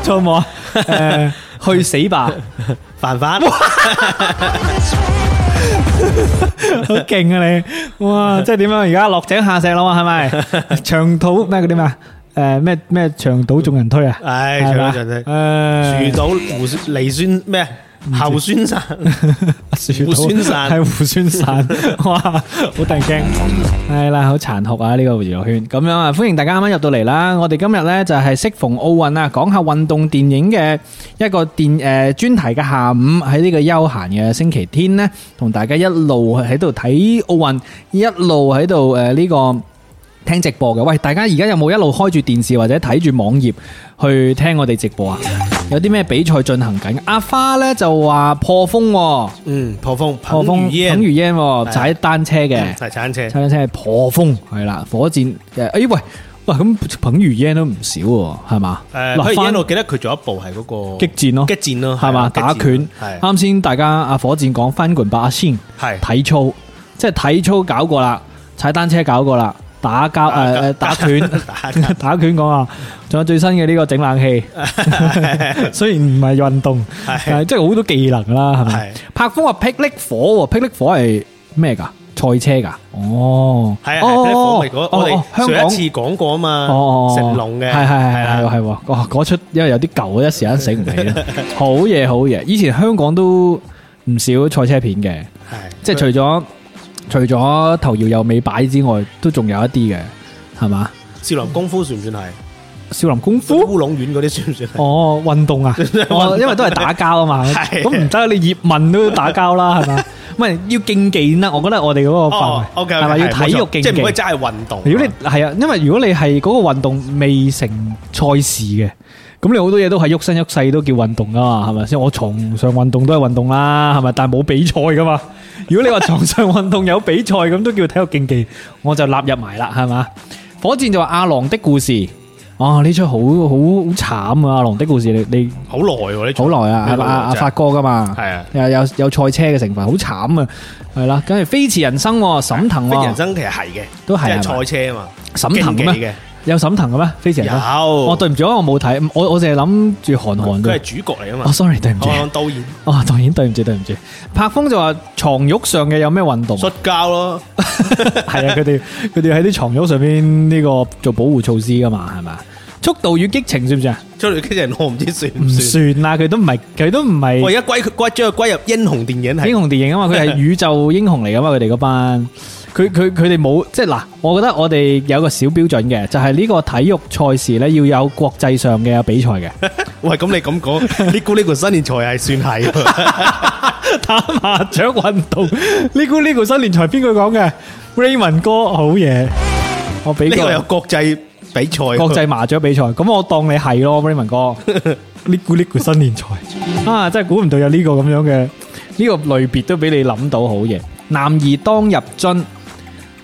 錯 冇啊？誒，去死吧，犯法。好勁啊你，哇，即係點樣？啊而家落井下石啦嘛，係 咪？長島咩嗰啲咩啊？誒咩咩長島眾人推啊？唉，係嘛長島眾人推誒樹島胡梨酸咩？後孫散樹胡島宣散係胡宣散，哇，好突然驚，係啦，好殘酷啊！呢、個娛樂圈咁樣啊，歡迎大家啱啱入到嚟啦。我哋今日呢，就係適逢奧運啊，講下運動電影嘅一個電誒專題嘅下午，喺呢個休閒嘅星期天呢，同大家一路喺度睇奧運，一路喺度誒呢個。聽直播嘅，喂，大家而家有冇一路開住電視或者睇住網頁去聽我哋直播啊？有啲咩比賽進行緊？阿花呢就話破風、喎。嗯，破風，破風彭于晏彭于晏喎係踩單車嘅，係踩單車，踩單車係破風係啦，火箭嘅。哎喂，喂咁彭于晏都唔少喎，係嘛？誒，嗱佢返而家我記得佢仲有一部係嗰個激戰咯激戰咯，係嘛？打拳係啊啱先，大家阿火箭講翻滾吧阿仙係體操，即係體操搞過啦，踩單車搞過啦，打交打誒誒打拳。 打拳 打拳講啊，仲有最新嘅呢個整冷氣， 雖然唔係運動，係但係即係好多技能啦，係咪係？柏風話霹靂火喎，霹靂火係咩㗎？賽車㗎？哦，係啊，哦係哦我咪講，我哦哋香上一港次講過啊嘛，哦，成龍嘅係係係係啦係喎係喎，哇嗰出因為有啲舊，一時間醒唔起 啦。好嘢好嘢，以前香港都唔少賽車片嘅，係即係除咗除咗頭搖又尾擺之外，都仲有一啲嘅，係嘛？少林功夫算唔算係？少林功夫。烏龍院嗰啲算唔算係？哦，運動啊，哦，因為都係打交啊嘛，係咁唔得，你葉問都打交啦，係嘛？唔係要競技啦，我覺得我哋嗰個範哦圍，OK，係咪要體育競技？即係唔可以真係運動。如果你係啊，因為如果你係嗰個運動未成賽事嘅，咁你好多嘢都係喐身喐勢都叫運動噶嘛，係咪先？我床上運動都係運動啦，係咪？但係冇比賽噶嘛。如果你話床上運動有比賽咁都叫體育競技，我就納入埋啦，係嘛？火箭就話《阿郎的故事》，哦，呢出好好好慘啊！《阿郎的故事》你你好耐喎，呢好種耐啊，係嘛？阿阿發哥噶嘛，係啊。有有有賽車嘅成分，好慘啊，係啦。梗係飛馳人生喎，沈騰飛人喎，生其實係嘅，Vâng. 都係啊即係賽車啊嘛，沈騰競咩技？嘅有沈騰嘅咩？飛馳人生。有。我對唔住啊，我冇睇，我我淨係諗住韓寒哦佢嘅。係主角嚟啊哦嘛， ，sorry，對唔住我，講導演哦，導演對唔住，對唔住。柏峰就話床褥上嘅有咩運動？摔跤咯，係啊，佢 哋佢哋喺啲床褥上邊呢個做保護措施噶嘛，係咪啊？速度與激情算唔算啊？出嚟激人我唔知算唔唔算。算啦，佢都唔係，佢都唔我係而家歸佢歸將佢歸入英雄電影英係雄電影啊嘛，佢係宇宙英雄嚟噶嘛，佢哋嗰班，佢佢佢哋冇即係嗱，我覺得我哋有個小標準嘅，就係呢個體育賽事咧要有國際上嘅比賽嘅。喂，咁 你咁講，呢估呢個新年財係算係喎，打麻雀運動，呢估呢個新年財邊個講嘅？Raymond 哥好嘢，我俾呢個有個國際比賽，國際麻雀比賽，咁我當你係咯，Raymond 哥。 呢估呢個新年財啊，真係估唔到有呢個咁樣嘅呢個類別都俾你諗到好嘢。男兒當入樽，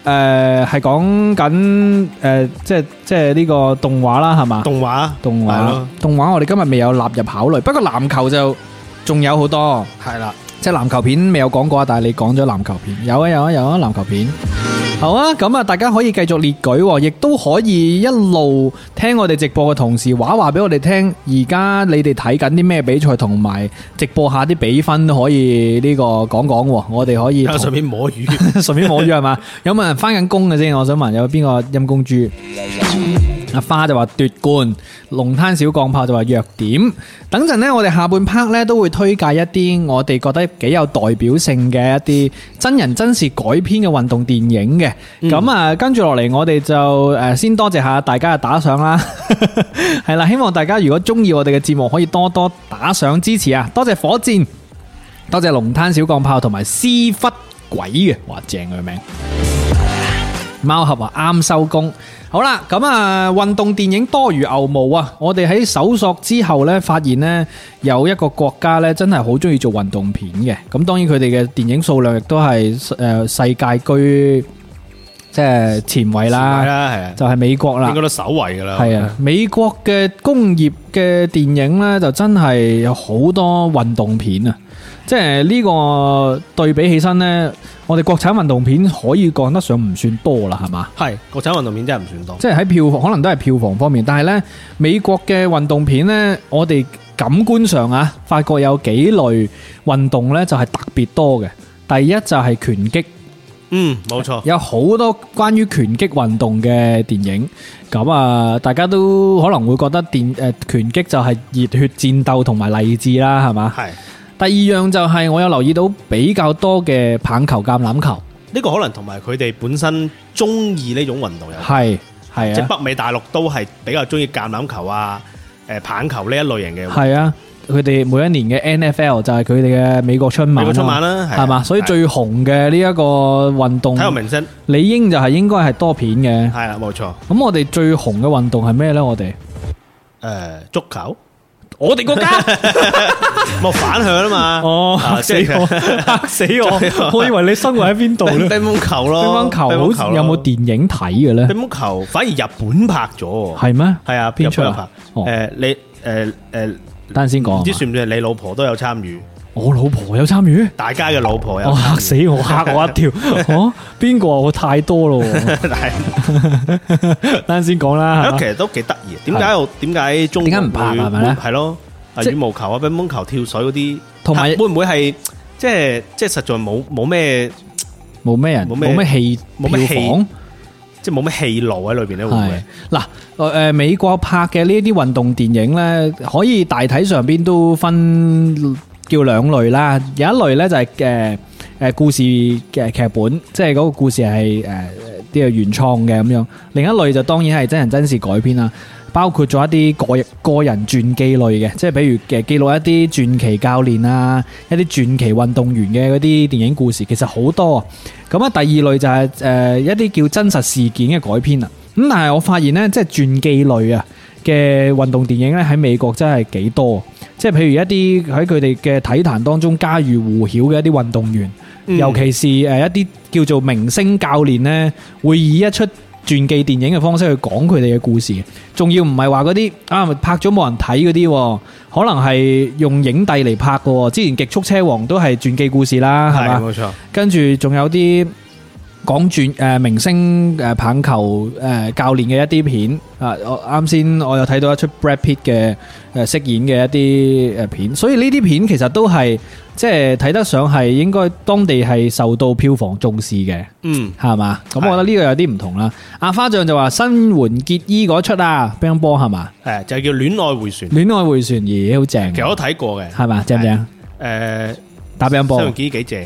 誒係講緊誒即係即係呢個動畫啦，係嘛？動畫，動係畫咯動畫我哋今日未有納入考慮，不過籃球就仲有好多。係啦，即係籃球片未有講過啊，但係你講咗籃球片，有啊有啊有啊籃球片。好啊，咁啊，大家可以繼續列舉喎，亦都可以一路聽我哋直播嘅同時，話話俾我哋聽，而家你哋睇緊啲咩比賽，同埋直播下啲比分都可以呢個講講喎，我哋可以同上面摸魚， 順便摸魚係嘛？有冇人翻緊工嘅先？我想問有邊個陰公豬？阿花就話奪冠，龍灘小鋼炮就話弱點。等陣呢，我哋下半 part 呢都會推介一啲我哋覺得幾有代表性嘅一啲真人真事改編嘅運動電影嘅。咁啊、跟住落嚟我哋就誒、呃先多謝下大家嘅打賞啦。 係啦，希望大家如果中意我哋嘅節目，可以多多打賞支持啊！多謝火箭。多謝龍灘小鋼炮同埋屎忽鬼嘅，哇正佢名。貓俠話啱收工，好啦，咁啊，運動電影多如牛毛啊！我哋喺搜索之後呢，發現呢有一個國家呢，真係好中意做運動片嘅。咁當然佢哋嘅電影數量亦都係誒世界居即係前位係啦，啦，係啊，就係美國啦應。該都首位噶啦，系啊，美國嘅工業嘅電影呢，就真係有好多運動片啊！即係呢個對比起身呢，我哋國產運動片可以講得上唔算多啦，係嘛？係國產運動片真係唔算多，即係喺票房可能都係票房方面，但係呢，美國嘅運動片呢，我哋感官上啊，發覺有幾類運動呢，就係特別多嘅。第一就係拳擊。嗯，冇錯，有好多關於拳擊運動嘅電影，咁啊，大家都可能會覺得電誒、呃拳擊就係熱血戰鬥同埋勵志啦，係嘛？係第二樣就係我有留意到比較多嘅棒球、橄欖球，呢個可能同埋佢哋本身中意呢種運動有關，係係即係啊，北美大陸都係比較中意橄欖球啊、誒棒球呢一類型嘅運動。係啊，佢哋每一年嘅 NFL 就係佢哋嘅美國春晚，美國春晚啦係啊係嘛，所以係最紅嘅呢一個運動體，育明星理應就係應該係多片嘅。係啦，冇錯。咁我哋最紅嘅運動係咩呢？我哋誒足 球，我哋國家冇反響啊嘛。 哦，啊嚇死我，嚇死 嚇 我，我以為你生活喺邊度 乒呢？乒乓球乒乓咯，球好似有冇電？電影睇嘅呢？乒乓球反而日本拍咗喎。係咩？係啊，邊出日本啊拍？哦誒你誒誒，等陣先唔講知啊嘛。算唔算係你老婆都有參與？我老婆有參與。大家嘅老婆有我哦嚇參與。 死我，嚇我一跳。哦，邊個啊？我太多咯喎。係 等陣先講係啦咯，其。實都幾得意。點解我點解中國點解唔拍會係咪咧係咯，啊即羽毛球啊、乒乓球、跳水嗰啲，同埋會唔會係即係即係實在冇冇咩冇咩人，冇咩冇咩戲，冇咩戲票房。即係冇咩戲路喺裏邊咧？會唔係會？嗱，誒、呃美國拍嘅呢一啲運動電影呢，可以大體上邊都分叫兩類啦。有一類呢，就係誒誒故事嘅劇本，即係嗰個故事呃係誒啲係原創嘅咁樣。另一類就當然係真人真事改編啦。包括咗一啲個人個人傳記類嘅，即係比如嘅記錄一啲傳奇教練啊，一啲傳奇運動員嘅嗰啲電影故事，其實好多啊。咁啊，第二類就係、誒、一啲叫真實事件嘅改編啦。咁但係我發現呢，即係傳記類啊嘅運動電影呢，喺美國真係幾多。即係譬如一啲喺佢哋嘅體壇當中家喻戶曉嘅一啲運動員，嗯尤其是誒呃一啲叫做明星教練呢，會以一出傳記電影嘅方式去講佢哋嘅故事，仲要唔係話嗰啲啊拍咗冇人睇嗰啲喎，可能係用影帝嚟拍嘅喎。之前《極速車王》都係傳記故事啦，係嘛係？冇錯。跟住仲有啲講轉誒明星誒棒球誒教練嘅一啲片啊，我啱先我有睇到一出 Brad Pitt 嘅誒飾演嘅一啲誒片，所以呢啲片其實都係即係睇得上係應該當地係受到票房重視嘅。嗯，係嘛？咁係我覺得呢個有啲唔同啦。阿花醬就話新垣結衣嗰出啊，乒乓波係嘛？誒就係叫戀愛回旋。戀愛回旋咦，好正其，實我都睇過嘅。係嘛？正唔正？誒，打乒乓波西，洋劍幾正。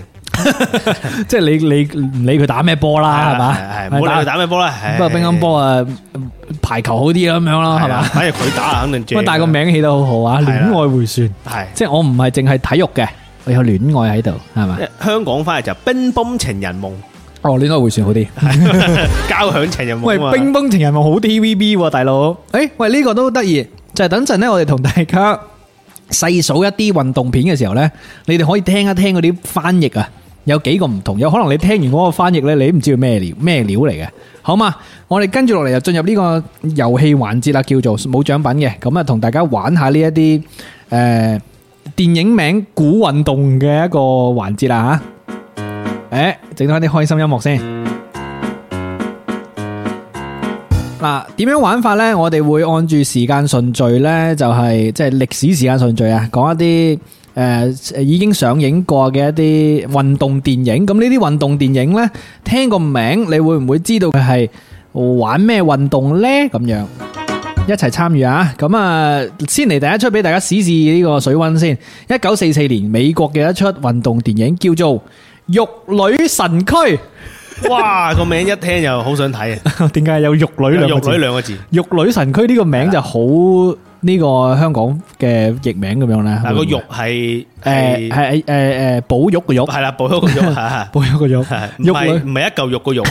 即係你你唔理佢打咩波啦，係嘛？係冇理佢打咩波啦。不過乒乓波啊，排球好啲啦咁樣咯，係嘛係嘛？？反正佢打肯定正。咁啊但係個名起得好好啊，係啦戀愛回旋，係。即係我唔係淨係體育嘅，我有戀愛喺度，係嘛？香港翻嚟就乒乓情 人夢， 哦，戀愛回旋好啲。交響情人夢喂，啊嘛乒乓情人夢好 TVB 喎，大佬。誒，喂，呢個都得意，就係等陣咧，我哋同大家細數一啲運動片嘅時候咧，你哋可以聽一聽嗰啲翻譯啊，有幾個唔同，有可能你聽完嗰個翻譯咧，你都唔知佢咩料咩料嚟嘅，好嘛？我哋跟住落嚟就進入呢個遊戲環節啦，叫做冇獎品嘅，咁啊同大家玩下呢一啲誒電影名估運動嘅一個環節啦吓。誒，整翻啲開心音樂先。 嗱，點樣玩法呢？我哋會按住時間順序呢，就係即係歷史時間順序啊，講一啲誒、已經上映過嘅一啲運動電影。咁呢啲運動電影呢，聽個名你會唔會知道佢係玩咩運動呢？咁樣一齊參與啊！咁啊，先嚟第一出俾大家試試呢個水温先。一九四四年美國嘅一出運動電影叫做《玉女神區》，哇個名一聽就好想睇啊！點解有玉女玉女兩個字，玉女神區呢個名就好呢個香港嘅譯名咁樣咧，啊但個玉誒係係係誒誒寶玉個玉，！係啦，補咗個玉啊 寶玉個玉係，唔玉係女。唔係一嚿肉個肉，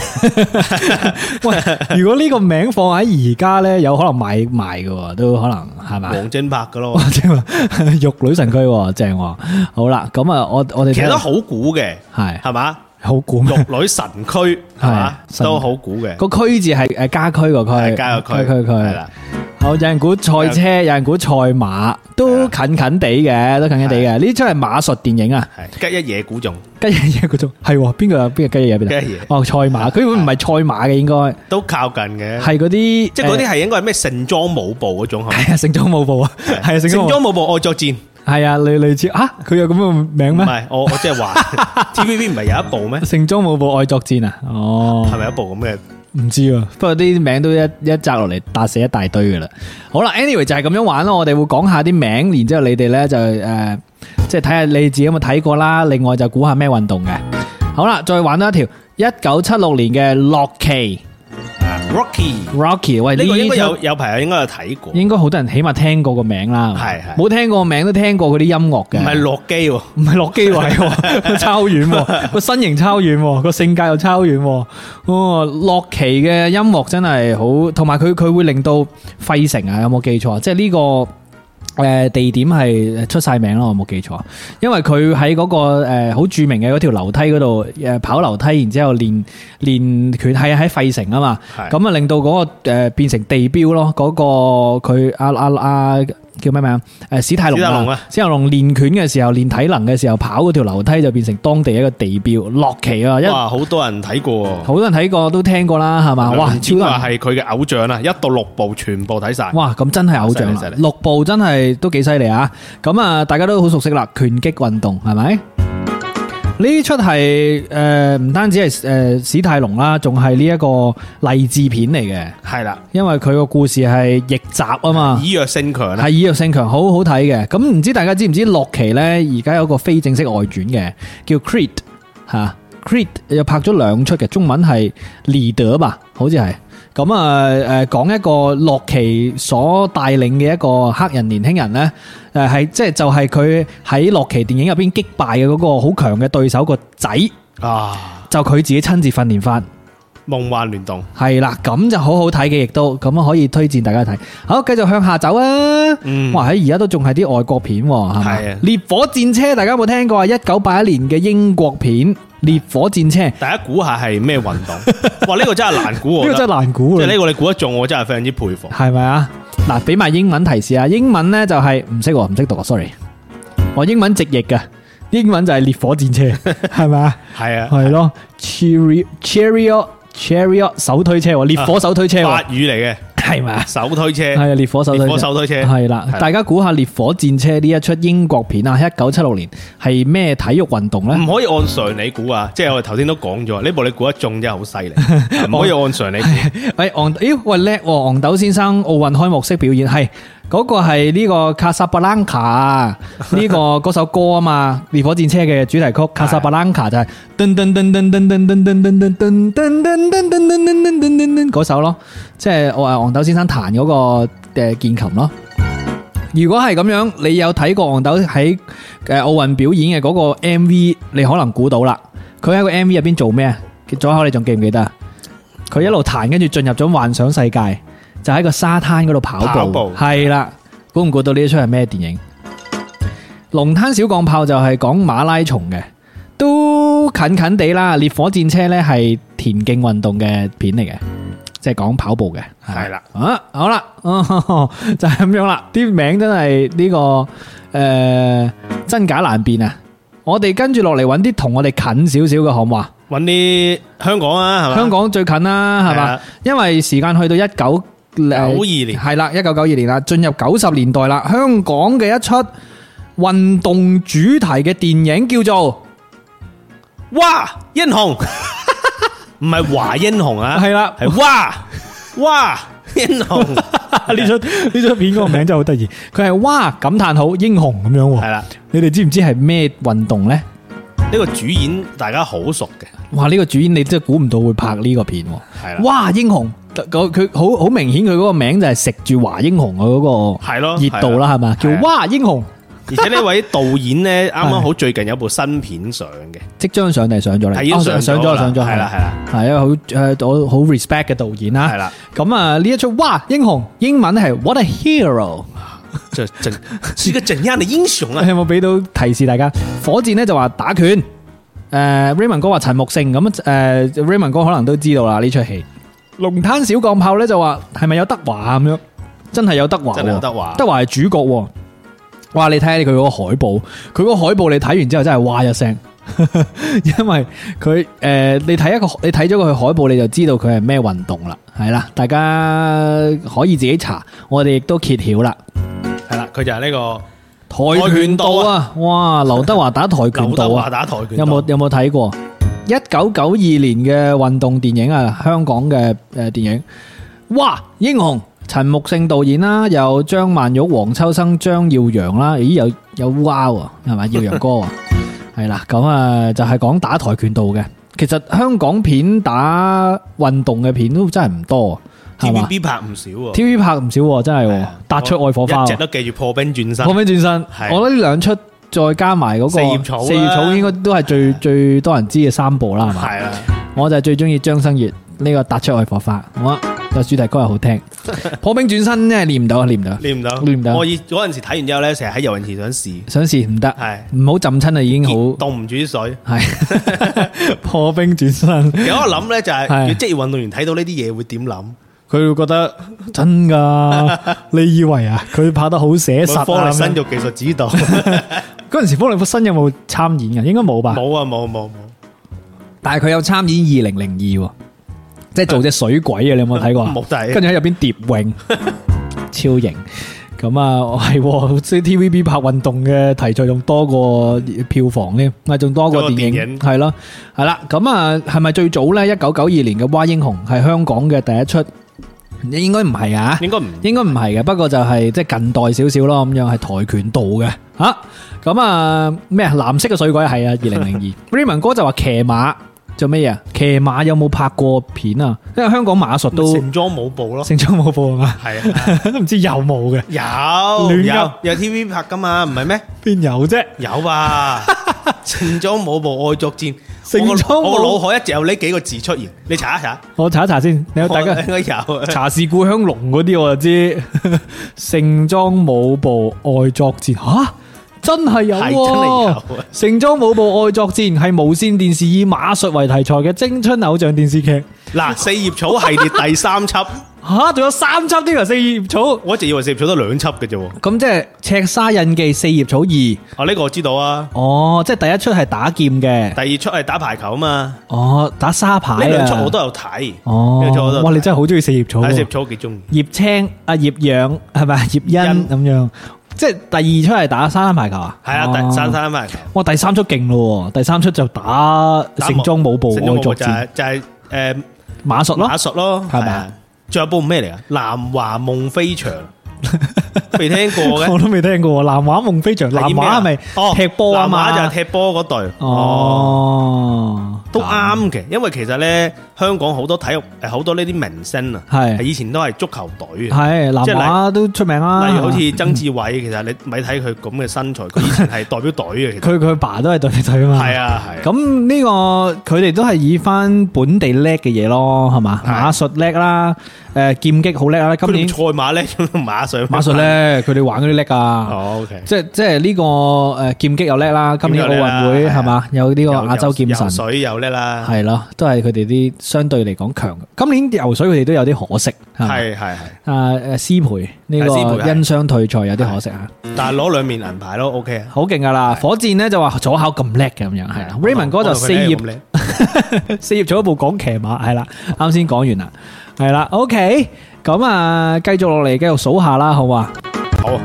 喂，如果呢個名放喺而家咧，有可能買賣嘅喎，都可能係咪？王晶拍嘅咯哇，。正啊！ 玉女神區喎，正喎。好啦，咁啊，我我哋其實都睇好估嘅， 係係嘛？好估咩玉女神區係嘛係，神都好估 嘅，個區字係誒家區個區，係加個區區區係啦。好，有人估賽車，有人估賽馬，都係近近地嘅，都近近地嘅。呢出係馬術電影啊。係吉一嘢估中，雞翼嘢嗰種係喎，邊個有邊個雞翼嘢邊度？雞翼啊哦，賽馬，佢會唔係賽馬嘅應該都靠近嘅，係嗰啲，即係嗰啲係應該係咩盛裝舞步嗰種係呃嘛係啊，盛裝舞步啊，係啊，盛裝盛舞裝舞步愛作戰。係啊，類類似啊，佢有咁嘅名唔咩？係，我我 即係話 TVB 唔係有一部咩？盛裝舞步愛作戰啊，哦 係，咪一部咁嘅？唔知啊，不過啲名都一一摘落嚟，搭死一大堆噶啦。好啦，anyway 就係咁樣玩咯，我哋會講下啲名，然之後你哋咧就誒即係睇下你自己有冇睇過啦。另外就估下咩運動嘅。好啦，再玩多一條，一九七六年嘅洛奇 Rocky Rocky，喂呢個應該出有有朋友應該有睇過，唔應該好多人起碼聽過個名啦，係係冇聽過個名都聽過嗰啲音樂嘅，係落機喎。 唔係落機位喎， 超遠喎，個身形超遠喎，個性格又超遠喎。哦，洛奇嘅音樂真係好，同埋佢佢會令到費城啊，有冇記錯啊？即係呢個。誒、地點係出晒名咯，我冇記錯，因為佢喺嗰個誒好、著名嘅嗰條樓梯嗰度誒跑樓梯，然之後練練拳係喺費城啊嘛，係咁啊令到嗰、個誒、變成地標咯，嗰、個佢阿阿阿叫咩名啊？誒史泰龍史泰龍啊啊，史泰龍練拳嘅時候練體能嘅時候跑嗰條樓梯就變成當地一個地標，洛奇啊，一好哇，好多人睇過喎。多人睇過都聽過啦，係嘛？啊 哇，超多超人話係佢嘅偶像啊啦，一到六部全部睇晒。哇，咁真係偶像啦啊犀利犀！利六部真係都幾犀利啊！咁啊，大家都好熟悉啦，拳擊運動係咪？呢出係誒唔單止係誒、呃史泰龍啦，仲係呢一個勵志片嚟嘅，係啦，因為佢個故事係逆襲啊嘛，以弱勝強啊啦係。以弱勝強，好好睇嘅。咁唔知大家知唔知洛奇呢？而家有個非正式外傳嘅，叫 Creed 吓、c r e e d 又拍咗兩出嘅，中文係利德吧，好似係。咁啊，誒、講一個洛奇所帶領嘅一個黑人年輕人呢，誒係即係就係佢喺洛奇電影入邊擊敗嘅嗰個好強嘅對手個仔，啊，就佢自己親自訓練翻。夢幻聯動。系啦，咁就好好睇嘅，亦都咁啊可以推薦大家睇。好，繼續向下走啊！嗯哇，喺而家都仲係啲外國片喎，係咪係啊烈火戰車大家有冇聽過啊？一九八一年嘅英國片《烈火戰車》，呢大家估下係咩運 動？哇，呢個真係難估我覺個真係得。難估即係啊呢！個你估得中，我真係非常之佩服。係咪啊？嗱，俾埋英文提示啊！英文呢就係唔識喎，唔識讀啊，sorry。我英文直譯嘅，英文就係烈火戰 車，係咪啊？係 啊，係咯，Cheerio Cheerio Cheerio 手推車喎，烈火手推車法喎，語嚟嘅，係咪啊？手推車。啊系啊，烈火手推烈火手推車系啦係，啦大家估下烈火戰車呢一出英國片啊，一九七六年係咩體育運動 呢？唔可以按常理估啊！即係我哋頭先都講咗，呢部你估得中真係好犀利， 唔可以按常理估。喂，哎昂，咦，喂叻喎！昂豆先生奧運開幕式表演係嗰個係呢個卡薩布蘭卡 啊，呢個嗰首歌啊嘛，烈火戰車嘅主題曲《卡薩布蘭卡》就係噔噔噔噔噔噔噔噔噔噔噔噔噔噔噔噔噔噔噔噔嗰首咯，即係我昂豆先生彈嗰個誒鍵琴咯。如果係咁樣，你有睇過昂豆喺誒奧運表演嘅嗰個 MV，你可能估到啦。佢喺個 MV 入邊做咩啊？左口你仲記唔記得啊？佢一路彈，跟住進入咗幻想世界，就喺個沙灘嗰度跑跑步步。係啦，估唔估到呢一出係咩電影？《龍灘小鋼炮》就係講馬拉松嘅，都近近地啦。烈火戰車呢係田徑運動嘅片嚟嘅，即係講跑步嘅。係啦，啊，好啦，哦、 就係咁樣啦，啲名真係呢、個诶、呃真假難辨啊！我哋跟住落嚟揾啲同我哋近少少嘅，好唔好啊？揾啲香港啊，係嘛？香港最近啦，係係嘛啊？因為時間去到一九九92年系啦，一九九二年啦，進入九十年代啦。香港嘅一出運動主題嘅電影叫做哇英雄， 唔係華英雄啊， 係啦係哇哇英雄， 呢出呢出片嗰個名真係好得意， 佢係哇感嘆號英雄咁樣係喎。啦，你哋知唔知係咩運動呢？呢個主演大家好熟嘅，哇！呢、個主演你真係估唔到會拍呢個片喎。係啦，哇！英雄，佢佢好好明顯，佢嗰個名就係食住華英雄嘅嗰係咯個熱度啦，係嘛？叫係啊哇英雄，而且呢位導演 咧，啱啱好最近有部新片上嘅，即將上定係上咗啦，係已經哦上上咗啦上咗係啦，係啦，係一個好誒，我好 respect 嘅導演係啦。啦，咁啊，呢一出哇英雄英文係 What a Hero，就整是一個怎樣的英 雄啊有？冇俾到提示大家？火箭呢就話打拳，誒 Raymond 哥話陳木勝咁誒 Raymond 哥可能都知道啦呢出戲。龍灘小鋼炮咧就話係咪有德華咁樣？真係有德華喎，真係有德華德華係主角喎。哇！你睇下佢嗰個海報，佢嗰個海報你睇完之後真係哇一聲， 因為佢诶、呃你睇一個你睇咗佢海報，你就知道佢係咩運動啦，係啦，大家可以自己查，我哋亦都揭曉啦。係啦，佢就係呢跆拳道啊！哇，劉德華打跆個拳劉道德啊華！打跆拳道，有冇有冇睇過？一九九二年嘅運動電影啊，香港嘅誒電影，哇！英雄陳木勝導演啦，有張曼玉、黃秋生、張耀揚啦，咦有有烏鴉喎，係咪？耀陽 哥啊，係啦，咁啊就係講打跆拳道嘅。其實香港片打運動嘅片都真係唔多，係嘛 TVB 拍唔少喎。 ？TV 拍唔少喎，真係係喎啊，踏出愛火花喎。一直都記住破冰轉身。破冰轉身，係我覺得呢兩出再加埋嗰個四葉草啦啊四葉草應該都係最最多人知嘅三部啦，係嘛？係啦。我就係最中意張生月呢個踏出愛火花，好啊，個主題歌又好 聽。破冰轉身真係練唔到，啊練唔到，練唔到。練唔到。我以-嗰陣時睇完之後呢，成日喺游泳池想試，想試唔得，係唔好浸親啊，已經好凍唔住啲水。係 破冰轉身， 其實我諗呢，就係，係。如果職業運動員睇到呢啲嘢會點諗？佢會覺得真 㗎，你以為啊？佢拍得好寫實啊咁樣方力申做技術指導。嗰陣時，方力申有冇參演㗎？應該冇吧。 冇啊，冇，冇，冇。但係佢有參演二零零二喎，即係做隻水鬼啊！你有冇睇過啊？冇睇跟住喺入邊蝶泳，超型。咁啊，係即係 TVB 拍運動嘅題材仲多過票房添，咪仲多過多過電電影影係咯，係啦。咁啊，係咪最早呢？一九九二年嘅《蛙英雄》係香港嘅第一出，應該唔係啊。應該唔-應該唔係嘅，不過就係即係近代少少咯，咁樣係跆拳道嘅吓。咁啊咩啊？藍色嘅水鬼係啊，二零零二。Raymond 哥就話騎馬做咩嘢啊？騎馬有冇拍過片啊？因為香港馬術都盛裝舞步 咯。盛裝舞步啊 係啊。嘛，都唔知有冇嘅，有，亂噏。有，有 TVB 拍㗎嘛，唔係咩？有吧。啊邊有啫？ 盛裝舞步愛作戰。盛裝舞-我個-我個腦海一直有呢幾個字出現，你查一查。我查一查先，你有 大家。我應該有。 茶是故鄉濃嗰啲我就知， 盛裝舞步愛作戰吓、真係有、係真係有喎啊！盛裝舞步愛作戰係無線電視以馬術為題材嘅青春偶像電視劇嗱，四葉草系列第三輯，吓，仲、有三輯呢個四葉草，我一直以為四葉草得兩輯嘅啫喎。咁即係《赤沙印記》四葉草二，啊，呢個我知道啊。哦，即係第一出係打劍嘅，第二出係打排球啊嘛，哦，打沙排啊，呢兩出我都有睇。哦呢兩出我都有睇，哇，你真係好中意四葉草睇四葉喎。草幾中意。葉青、啊阿葉養係咪？葉欣欣咁樣，即係第二出係打沙灘排球啊？係啊，哦第三。三排球。哇，第三出勁咯喎，第三出就打打盛裝舞步盛裝愛舞步作就戰係就係誒馬術咯馬，術咯，係咪係啊？仲有部咩嚟啊？南華夢飛翔，未聽過 嘅。我都未聽過喎。南華夢飛翔，南係啲華咩係啊咪哦踢波啊嘛？南華就係踢波嗰隊。Ờ. Ờ. 哦，都啱嘅，因為其實咧，香港好多體育誒好多呢啲明星啊，係係以前都係足球隊嘅。係南即係華都出名啊啦。例如好似曾志偉，其實你咪睇佢咁嘅身材，佢以前係代表隊嘅， 其實佢佢爸都係隊隊啊嘛。係啊係啊。咁呢個佢哋都係以翻本地叻嘅嘢咯，係嘛？係馬術叻啦，誒劍擊好叻啦。今佢年哋賽馬 咧，馬上馬術，咧，佢哋玩嗰啲叻啊！哦 Ờ, OK，即即係呢個誒劍擊又叻啦，今年劍擊奧又叻啦運會係啊係嘛，有呢個有亞洲劍神游水又叻啦，係咯，都係佢哋啲相對嚟講強嘅。今年游水佢哋都有啲可惜，係咪係係係，啊誒師培呢個係師培係因傷退賽有啲可惜啊，但係攞兩面銀牌咯，OK 啊。好勁噶啦！火箭呢就話左考咁叻嘅咁樣，係啊，Raymond 哥就四葉可能佢呢四葉草一部講騎馬，係啦，啱先講完啦，係啦，OK，咁啊，繼續落嚟繼續數下啦，好嘛？好啊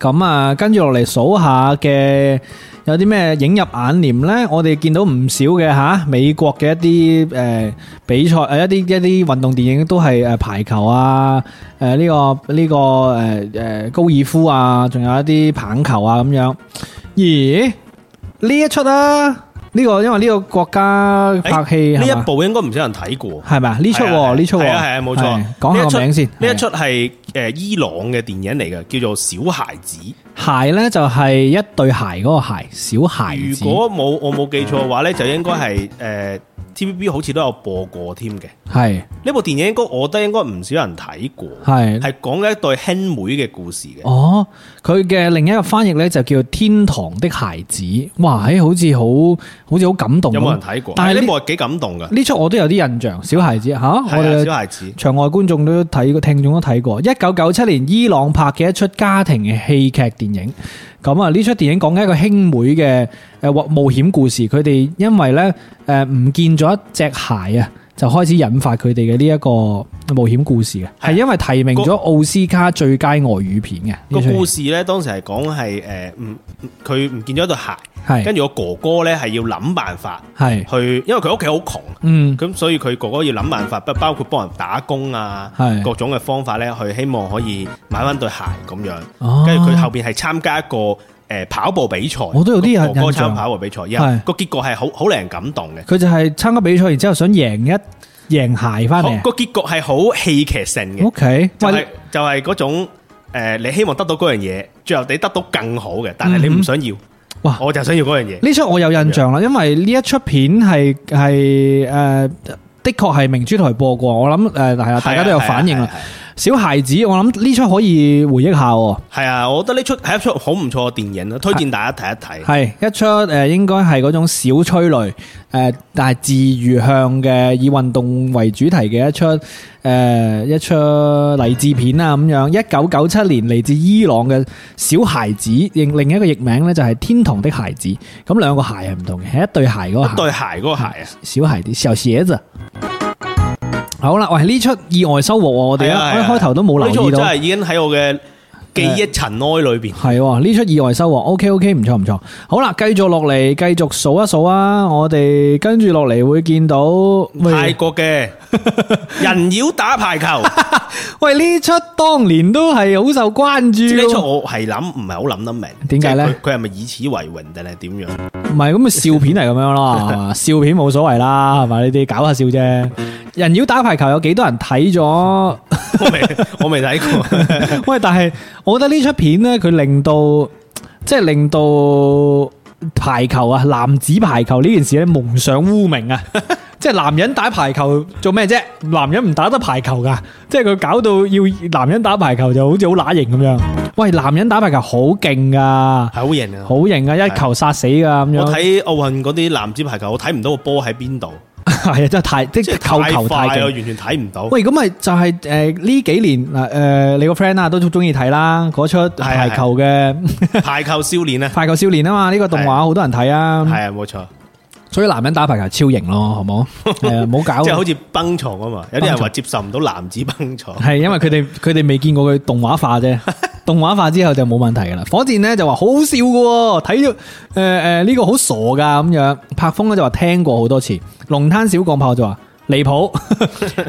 咁啊，跟住落嚟數下嘅有啲咩映入眼簾呢？我哋見到唔少嘅吓、美國嘅一啲誒、呃比賽誒、呃一啲一啲運動電影都係誒排球啊，誒、呢、個呢、個誒誒、呃高爾夫啊，仲有一啲棒球啊咁樣。咦？呢一出啊，呢、個因為呢個國家拍戲咁係叻呢嘛一部應該唔少人睇過。係咪啊？呢出係啊喎，呢出喎，係啊係啊，冇錯係。講下個名先。呢一係出係誒伊朗嘅電影嚟嘅，叫做《小孩子》。鞋呢，就係一對鞋嗰個鞋，小鞋子如。果冇我冇記錯嘅話咧，就應該係誒 TVB 好似都有播過添嘅。係呢部電影應該我覺得應該唔少人睇過，係係講緊一對兄妹嘅故事嘅。哦，佢嘅另一個翻譯呢，就叫《天堂的孩子》。哇，誒好似好好似好感動咁。有冇人睇過？啊但但係係呢呢部係幾感動㗎，呢出我都有啲印象，小孩子吓，我係啊，哋小孩子場外觀眾都睇過，聽眾都睇過。一九九七年伊朗拍嘅一出家庭戲劇電影，咁啊呢出電影講緊一個兄妹嘅誒或冒險故事，佢哋因為呢誒唔見咗一隻鞋啊，就開始引發佢哋嘅呢一個冒險故事嘅，啊係因為提名咗奧斯卡最佳外語片嘅個呢出故戲事咧，當時係講係誒唔佢唔見咗對鞋，跟係住個哥哥咧係要諗辦法係去，因為佢屋企好窮，嗯咁所以佢哥哥要諗辦法，不包括幫人打工啊係，各種嘅方法咧，去希望可以買翻對鞋咁樣。哦跟住佢後邊係參加一個誒、誒跑步比賽，我都有啲個印哥哥印參象跑步比賽，然係後個結果係好好令人感動嘅。佢就係參加比賽，然之後想贏一贏鞋翻好嚟。個結局係好戲劇性嘅 O，K，就喂係，就係嗰種誒你希望得到嗰樣嘢，最後你得到更好嘅，但係你唔想要，哇我就想要嗰樣嘢。呢出我有印象啦，因為呢一出片係係誒。的確係明珠台播過，我諗誒係啊啦，大家都有反應啦係啊。係啊係啊係啊小孩子，我諗呢出可以回憶下喎，係啊，我覺得呢出係一出好唔錯嘅電影啦，推薦大家睇一睇。係一出誒應該係嗰種小催淚誒，但係治愈向嘅，以運動為主題嘅一出誒一出勵志片啊咁樣。一九九七年嚟自伊朗嘅小孩子，另另一個譯名呢就係《天堂的孩子》。咁兩個鞋係唔同嘅，係一對鞋嗰個鞋一。對鞋嗰個鞋啊，小孩啲小鞋子。好啦，喂，呢出意外收穫喎，我哋係啊一係啊開頭都冇呢出留我意真到係，已經喺我嘅記憶塵埃裏邊。係喎，呢出意外收穫，OK OK，唔錯唔錯。好啦，繼續落嚟，繼續數一數啊！我哋跟住落嚟會見到，泰喂國 嘅人妖打排球，呢喂，呢出當年都係好受關注喎，出我係諗唔係好諗得明，點解呢即係佢佢係咪以此為榮定係點樣？ 唔係咁啊，笑片係咁樣啦，係 嘛笑片冇所謂啦，係嘛？呢啲搞下笑啫。人妖打排球有幾多人睇咗？我未我未睇過， 喂，但係我覺得呢出片呢，佢令到即係令到排球啊，男子排球呢件事咧蒙上污名 啊！即係男人打排球做咩啫？男人唔打得排球噶， 即係佢搞到要男人打排球就好似好乸型咁樣。喂，男人打排球好勁噶，係好型啊！好型啊，一球殺死噶咁我樣。睇奧運嗰啲男子排球，我睇唔到個波喺邊度， 係啊，真係太即即係係扣太球快太啊，勁。完全睇唔到。喂，咁咪就係誒呢幾年嗱誒、呃你個 friend 啊都中意睇啦，嗰出係排球嘅。嗯排球少年啊，快球少年啊嘛，呢、個動畫好多人睇啊，係啊，冇錯，所以男人打排球超型咯，好 冇？係啊，唔好即係好搞，似崩床啊嘛，有啲人崩話床接受唔到男子 崩床，係因為佢哋佢哋未見過佢動畫化 啫，動畫化之後就冇問題噶啦。火箭呢就話好好笑噶，睇咗誒誒呢個好傻噶咁樣，柏峰咧就話聽過好多次，龍灘小鋼炮就話。離 譜！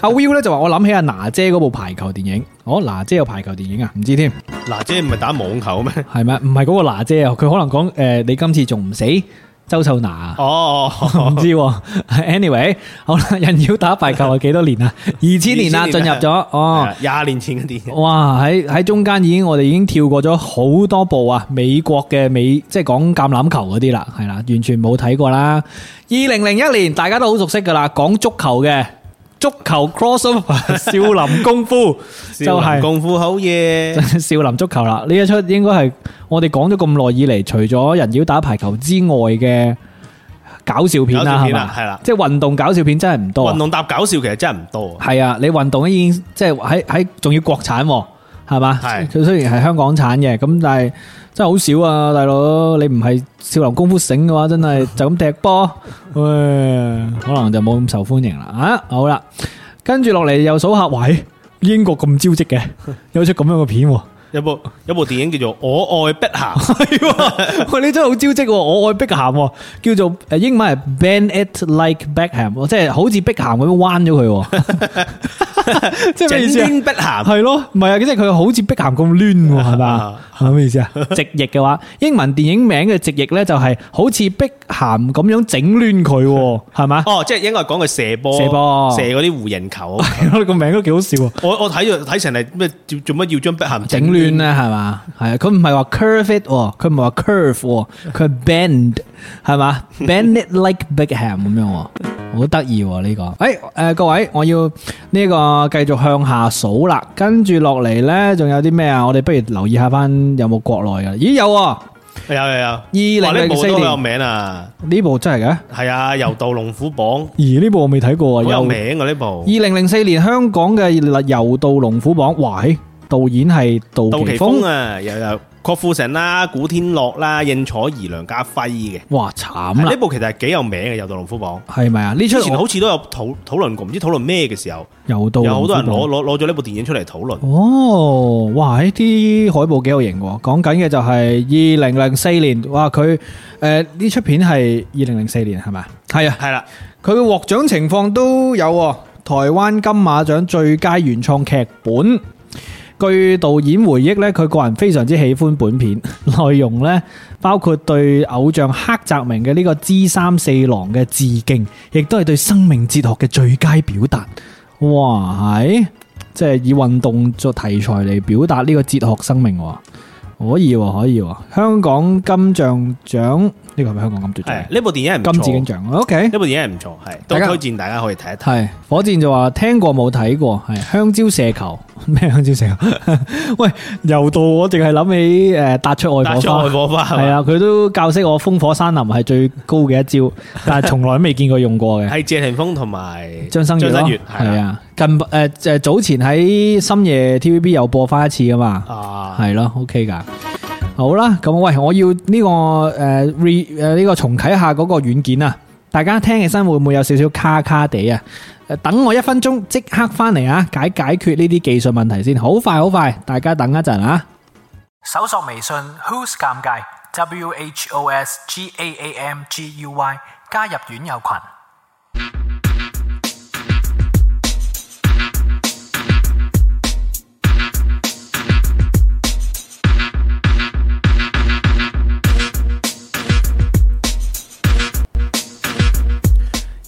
阿 Will 咧就話：我諗起阿娜姐嗰部排球電影，哦，娜姐有排球電影啊，唔知添。嗱，即係唔係打網球咩？係咪？唔係嗰個娜姐啊，佢可能講誒、呃你今次仲唔死，周秀娜啊哦，唔知喎，anyway，好啦， 人妖打排球係幾多年 啊？二千年啦， 2000年啊進入咗哦。係啊廿年前嘅電影，哇！喺喺中間已經我哋已經跳過咗好多部啊，美國嘅美即係講橄欖球嗰啲啦，係啦，完全冇睇過啦。二零零一年大家都好熟悉噶啦，講足球嘅足球 crossover 少林功夫就少係林功夫好嘢， 少林足球啦，呢一出應該係我哋講咗咁耐以嚟，除咗人妖打排球之外嘅搞笑片搞啦，笑係片啦啊嘛？係啦即係運動搞笑片真係唔多啊運。動搭搞笑其實真係唔多啊，係啊，你運動已經即係喺喺仲要國產喎，係嘛？係佢雖然係香港產嘅，咁但係真係好少啊，大佬！你唔係少林功夫醒嘅話，真係就咁踢波，喂，可能就冇咁受歡迎啦。啊，好啦，跟住落嚟又數下，喂，英國咁招積嘅，有出咁樣嘅片喎。有部有部電影叫做《我愛碧咸》， 係 喎，喂，你真係好招積喎！我愛碧咸喎，叫做誒英文係 Bend It Like Beckham，喎即哦係好似碧咸咁樣彎咗佢喎， 即係咩意整思啊？經碧咸。系咯，唔系啊，即系佢好似碧咸咁挛喎，係嘛啊？係咪咩意思啊？ 直譯嘅話，英文電影名嘅直譯咧就係好似碧咸咁樣整挛佢喎，係嘛？ 哦，即係應該係講佢射波，射波射嗰啲弧形球。你 個名都幾好笑喎，我我睇咗睇成係咩？做做乜要將碧咸整挛咧係嘛？係啊，佢唔係話 curve it，喎佢唔係話 curve，喎佢係 bend 係 嘛？bend it like Beckham 咁樣喎，好得意喎呢個。誒誒各位，我要呢個繼續向下數啦，跟住落嚟咧仲有啲咩啊？我哋不如留意下翻有冇國內嘅？咦有喎！有有有，2004二呢部都好年有名啊！呢部真係嘅，係啊，《柔道龍虎榜》而呢部我未睇過啊。好有又名㗎呢部。哦二零零四年香港嘅《柔道龍虎榜》，哇！嘿導演係杜杜琪琪峰峰，啊，又有郭富城啦、古天樂啦、應采兒、梁家輝嘅。哇慘啦呢，部其實係幾有名嘅《柔道龍虎榜》。係咪啊？呢出之前我好似都有討討論過，唔知討論咩嘅時候，柔道有好多人龍虎攞榜攞攞咗呢部電影出嚟討論。哦，哇！呢啲海報幾有型喎。講緊嘅就係二零零四年，哇！佢誒呢出片係二零零四年係咪？係啊，係啦，佢嘅獲獎情況都有喎，台灣金馬獎最佳原創劇本。據導演回憶呢佢個人非常之喜歡本片， 內容呢，包括對偶像黑澤明嘅呢個《知三四郎》嘅致敬，亦都係對生命哲學嘅最佳表達。哇，係即係以運動作題材嚟表達呢個哲學生命喎，可以喎、可以喎、香港金像獎呢、個係咪香港金像獎？係呢部電影係唔錯金紫荊獎，OK。呢部電影係唔錯，係都大家推薦大家可以睇一睇。系火箭就話聽過冇睇過，係香蕉射球 咩香蕉射球？喂，又到我淨係諗起诶，搭出愛打出火愛花。火花係係嘛，啊，佢都教識我烽火山林係最高嘅一招，但係從來都未見過用過嘅。係謝霆鋒同埋張生月張咯，月係係啊，啊，近诶诶早前喺深夜 TVB 又播翻一次噶嘛，啊係咯，OK 噶。好啦，咁喂，我要呢、個诶 re 诶呢個重啟下嗰個軟件啊，大家聽起身會唔會有少少卡卡地啊？誒等我一分鐘，即刻翻嚟啊！解解決呢啲技術問題先，好快好快，大家等一陣啊！搜索微信 Who's 尷尬 W H O S G A A M G U Y 加入院友群。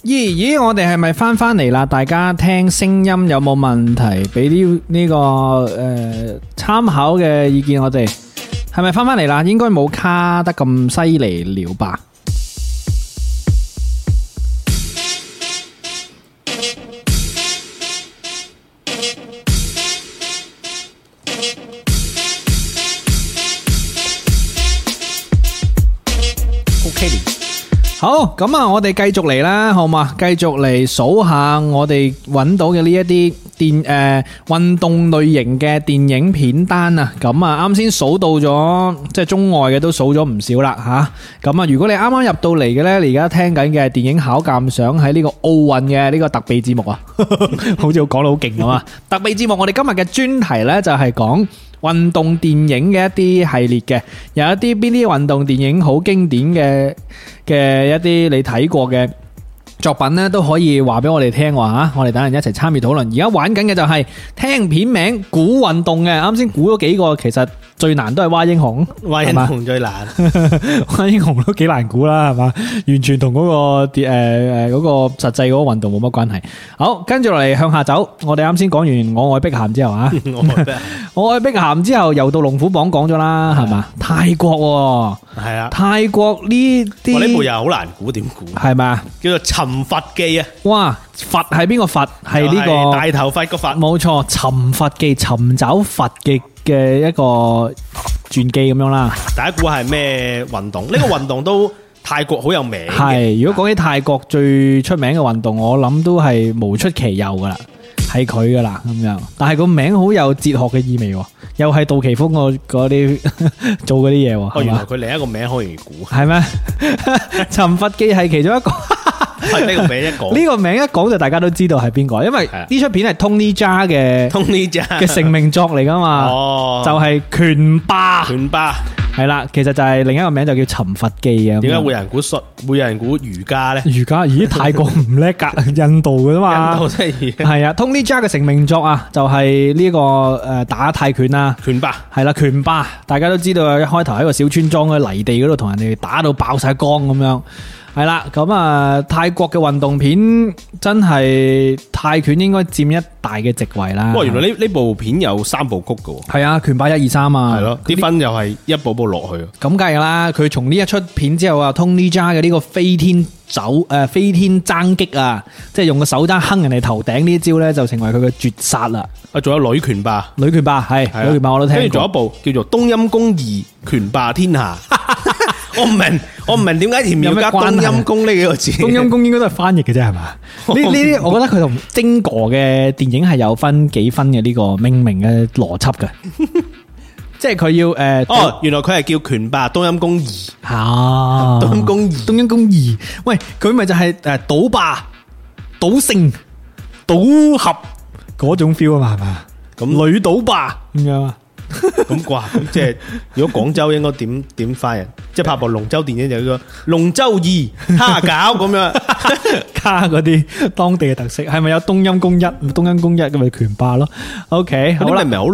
咦咦，我哋係咪翻翻嚟啦？大家聽聲音有冇問題？俾啲呢個诶參考嘅意見我哋係咪翻翻嚟啦？應該冇卡得咁犀利了吧？ ，OK 好，咁啊，我 哋繼續嚟啦，好嘛？繼續嚟數下我哋揾到嘅呢一啲電诶运动类型嘅電影片單啊。咁啊，啱先數到咗，即係中外嘅都數咗唔少啦吓。咁啊，如果你啱啱入到嚟嘅呢，你而家聽緊嘅電影考鑑賞喺呢個奧運嘅呢個特備節目啊，好似我講到好勁咁啊！特備節目，我哋今日嘅專題呢，就係講。運動電影嘅一啲系列嘅，有一啲邊啲運動電影好經典嘅嘅一啲你睇過嘅作品呢，都可以話俾我哋聽話吓，我哋等人一齊參與討論。而家玩緊嘅就係聽片名估運動嘅，啱先估咗幾個，其實最難都係蛙英雄，華人同最難，蛙英雄都幾難估啦，係嘛？完全同嗰、個誒誒嗰個實際嗰個運動冇乜關係。好，跟住落嚟向下走，我哋啱先講完我愛碧咸之後啊。我覺得我愛碧咸之後，又到龍虎榜講咗啦，係嘛？泰國係啊喎，。泰國呢我呢部又啲好難估點估，係咪啊？叫做尋佛記啊，哇！佛係邊個佛？係呢就係個大頭佛個佛，冇錯，尋佛記，尋找佛嘅嘅一個傳記咁樣啦。大家估係咩運動？呢個運動都泰國好有名嘅，係，如果講起泰國最出名嘅運動，我諗都係無出其右噶啦，係佢噶啦咁樣。但係個名好有哲學嘅意味，喎，又係杜琪峰嗰嗰啲 做嗰啲嘢喎，哦，係原來嘛？佢另一個名好容易估，係 咩？尋佛記係其中一個。係呢個名一講呢個名一講就大家都知道係邊個，因為係啊呢出片係 Tony Jaa 嘅 Tony 咋嘅成名作嚟噶嘛，哦，就係拳霸拳霸，係啦，其實就係另一個名就叫尋佛記嘅。點解會有人估術，會有人估瑜伽咧？而家咦泰國唔叻噶， 印度噶印嘛 度，真係係啊，Tony Jaa 嘅成名作啊，就係呢個誒打泰拳啦。拳霸，係啦，拳霸大家都知道，一開頭喺個小村莊嘅泥地嗰度同人哋打到爆晒光咁樣。係啦，咁啊，泰國嘅運動片真係泰拳應該佔一大嘅席位啦。哇！原來呢呢部片有三部曲嘅喎，係啊，拳霸一二三啊，係咯，啲分又係一步步落去。咁梗係啦，佢從呢一出片之後啊，Tony Jaa 嘅呢個飛天走誒、呃飛天爭擊啊，即係用個手踭坑人哋頭頂呢一招咧，就成為佢嘅絕殺啦。啊，仲有女拳霸。女拳霸係係啊女拳霸我都聽跟住仲有一過，部叫做《冬陰功二拳霸 天下》，我唔明，我唔明點解前面要加有咩關冬係陰功呢幾個字？冬陰功應該都係翻譯嘅啫，係嘛？呢呢啲我覺得佢同精哥嘅電影係有分幾分嘅呢個命名嘅邏輯 嘅，即係佢要誒、呃、 哦，原來佢係叫拳霸冬陰功二，啊冬陰功二東英公二，喂，佢咪就係诶賭霸、賭聖、賭俠嗰種 feel 啊嘛，係嘛？咁女賭霸咁樣啊？咁啩？咁即係如果廣州應該點點翻人？即係拍部龍舟電影就叫《龍舟二》蝦 餃咁樣。卡嗰啲當地嘅特色，係咪有東陰公一？東陰公一咁咪拳霸咯。OK，好好啦，啦唔。係好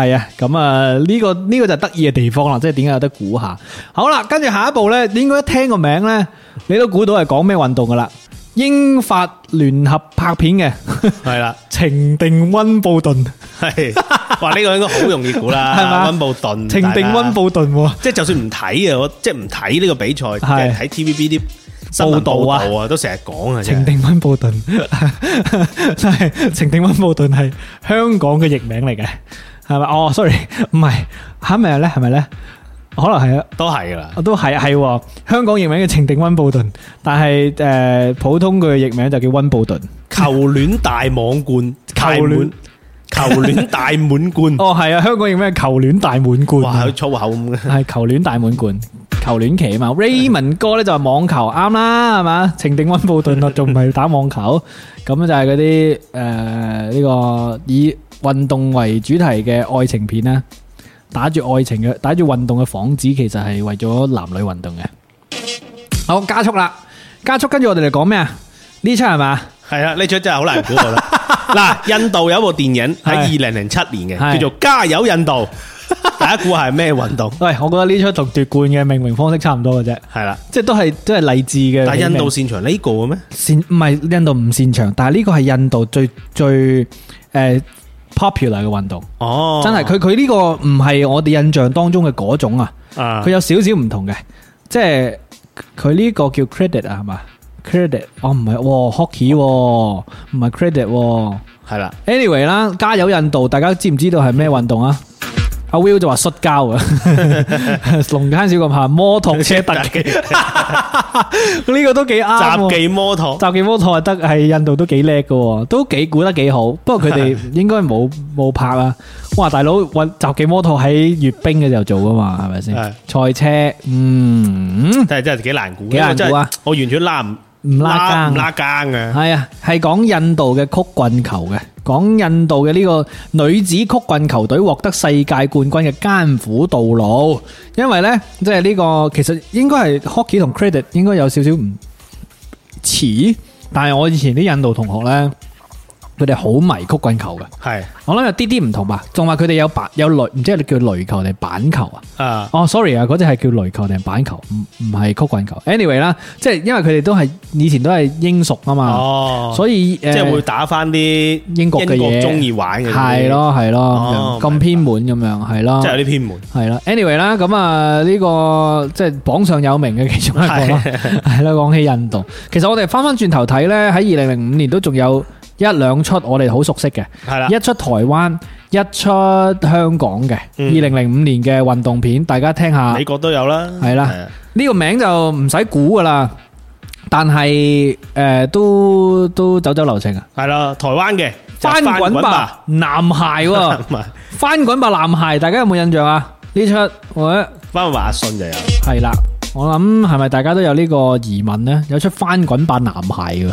亂。系啊，咁啊呢個呢、個就係得意嘅地方啦，即係點解有得估下？好啦，跟住下一步呢，你應該一聽個名呢，你都估到係講咩運動噶啦？英法聯合拍片嘅 《係啦，情定温布頓》，係話呢個應該好容易估啦，係嘛温布頓，情定温布，布頓喎，即係就算唔睇啊，我即係唔睇呢個比賽，係睇 TVB 啲新聞報報道啊道啊，都成日 講啊，真情係定温布頓，真係情定温布頓係香港嘅譯名嚟嘅，係咪？哦，sorry，唔係，係咪呢？係咪呢？可能係啊。都係噶啦。都係係喎，香港譯名叫情定温布頓，但係誒、呃普通佢嘅譯名就叫温布頓。球戀大網 冠，球戀球戀大滿貫，哦，係啊，香港譯名係球戀大滿哇！佢貫，粗口咁 嘅，係球戀大滿貫，球戀期啊嘛。Raymond 哥咧就係網球啱啦，係嘛？情定温布頓咯，仲唔係打網球？咁就係嗰啲誒呢個以運動為主題嘅愛情片啦。打住愛情嘅，打住運動嘅幌子，其實係為咗男女運動嘅。好，加速啦，加速，跟住我哋嚟講咩啊？呢出係嘛？係啊！呢出真係好難估我 啦。嗱，印度有一部電影喺係二零零七係年嘅，叫做《加油 印度》，大家估係咩運動？喂，我覺得呢出同奪冠嘅命名方式差唔多嘅啫，係啦，即係都係都係勵志嘅。但係印度擅長呢個嘅咩？擅唔係印度唔擅長，但係呢個係印度最最誒、呃 popular 嘅運動，哦，真係佢佢呢個唔係我哋印象當中嘅嗰種啊，啊佢有少少唔同嘅，即係佢呢個叫 credit 啊，係嘛？credit 哦唔係喎 hockey 喎，唔係 credit 喎。係啦。 anyway 啦，加油印度，大家知唔知道係咩運動啊？阿 Will 就話摔跤 啊，龍間小咁下摩托車特 技，呢個都幾啱雜喎。技摩托，雜技摩托得係印度都幾叻嘅喎，都幾估得幾好。不過佢哋應該冇冇拍啊。哇，大佬運雜技摩托喺閱兵嘅時候做噶嘛，係咪先？賽車，嗯，但係真係幾難估，幾難估啊因為真係我完全拉唔唔拉更唔拉更嘅。係啊，係講印度嘅曲棍球嘅，講印度嘅呢個女子曲棍球隊獲得世界冠軍嘅艱苦道路。因為呢，即係呢個其實應該係 hockey 同 credit 應該有少少唔似，但係我以前啲印度同學呢，佢哋好迷曲棍球嘅。係我諗有啲啲唔同吧，仲話佢哋有板有雷，唔知係叫雷球定板球啊？啊，哦，sorry 啊，嗰只係叫雷球定板球，唔唔係曲棍球。anyway 啦，即係因為佢哋都係以前都係英屬啊嘛。哦，所以即係誒會打翻啲英國嘅嘢中意玩嘅，係，咯係咯哦咁樣咁明白偏門咁樣係咯即，係有啲偏門。係啦。anyway 啦，咁啊呢個即係榜上有名嘅其中一個啦，係啦。講起印度，其實我哋翻翻轉頭睇呢，喺二零零五年都仲有一兩出我哋好熟悉嘅，係啦一出台灣，一出香港嘅。二嗯零零五年嘅運動片，大家聽下美。國都有啦，係啦係啊，呢個名就唔使估噶啦，但係誒都都走走流程啊！係啦，台灣嘅就翻係滾吧男孩 喎，唔係翻滾吧男孩，大家有冇印象啊？呢出我翻滾吧阿信就有，係啦，我諗係咪大家都有呢個疑問呢？有出翻滾吧男孩嘅，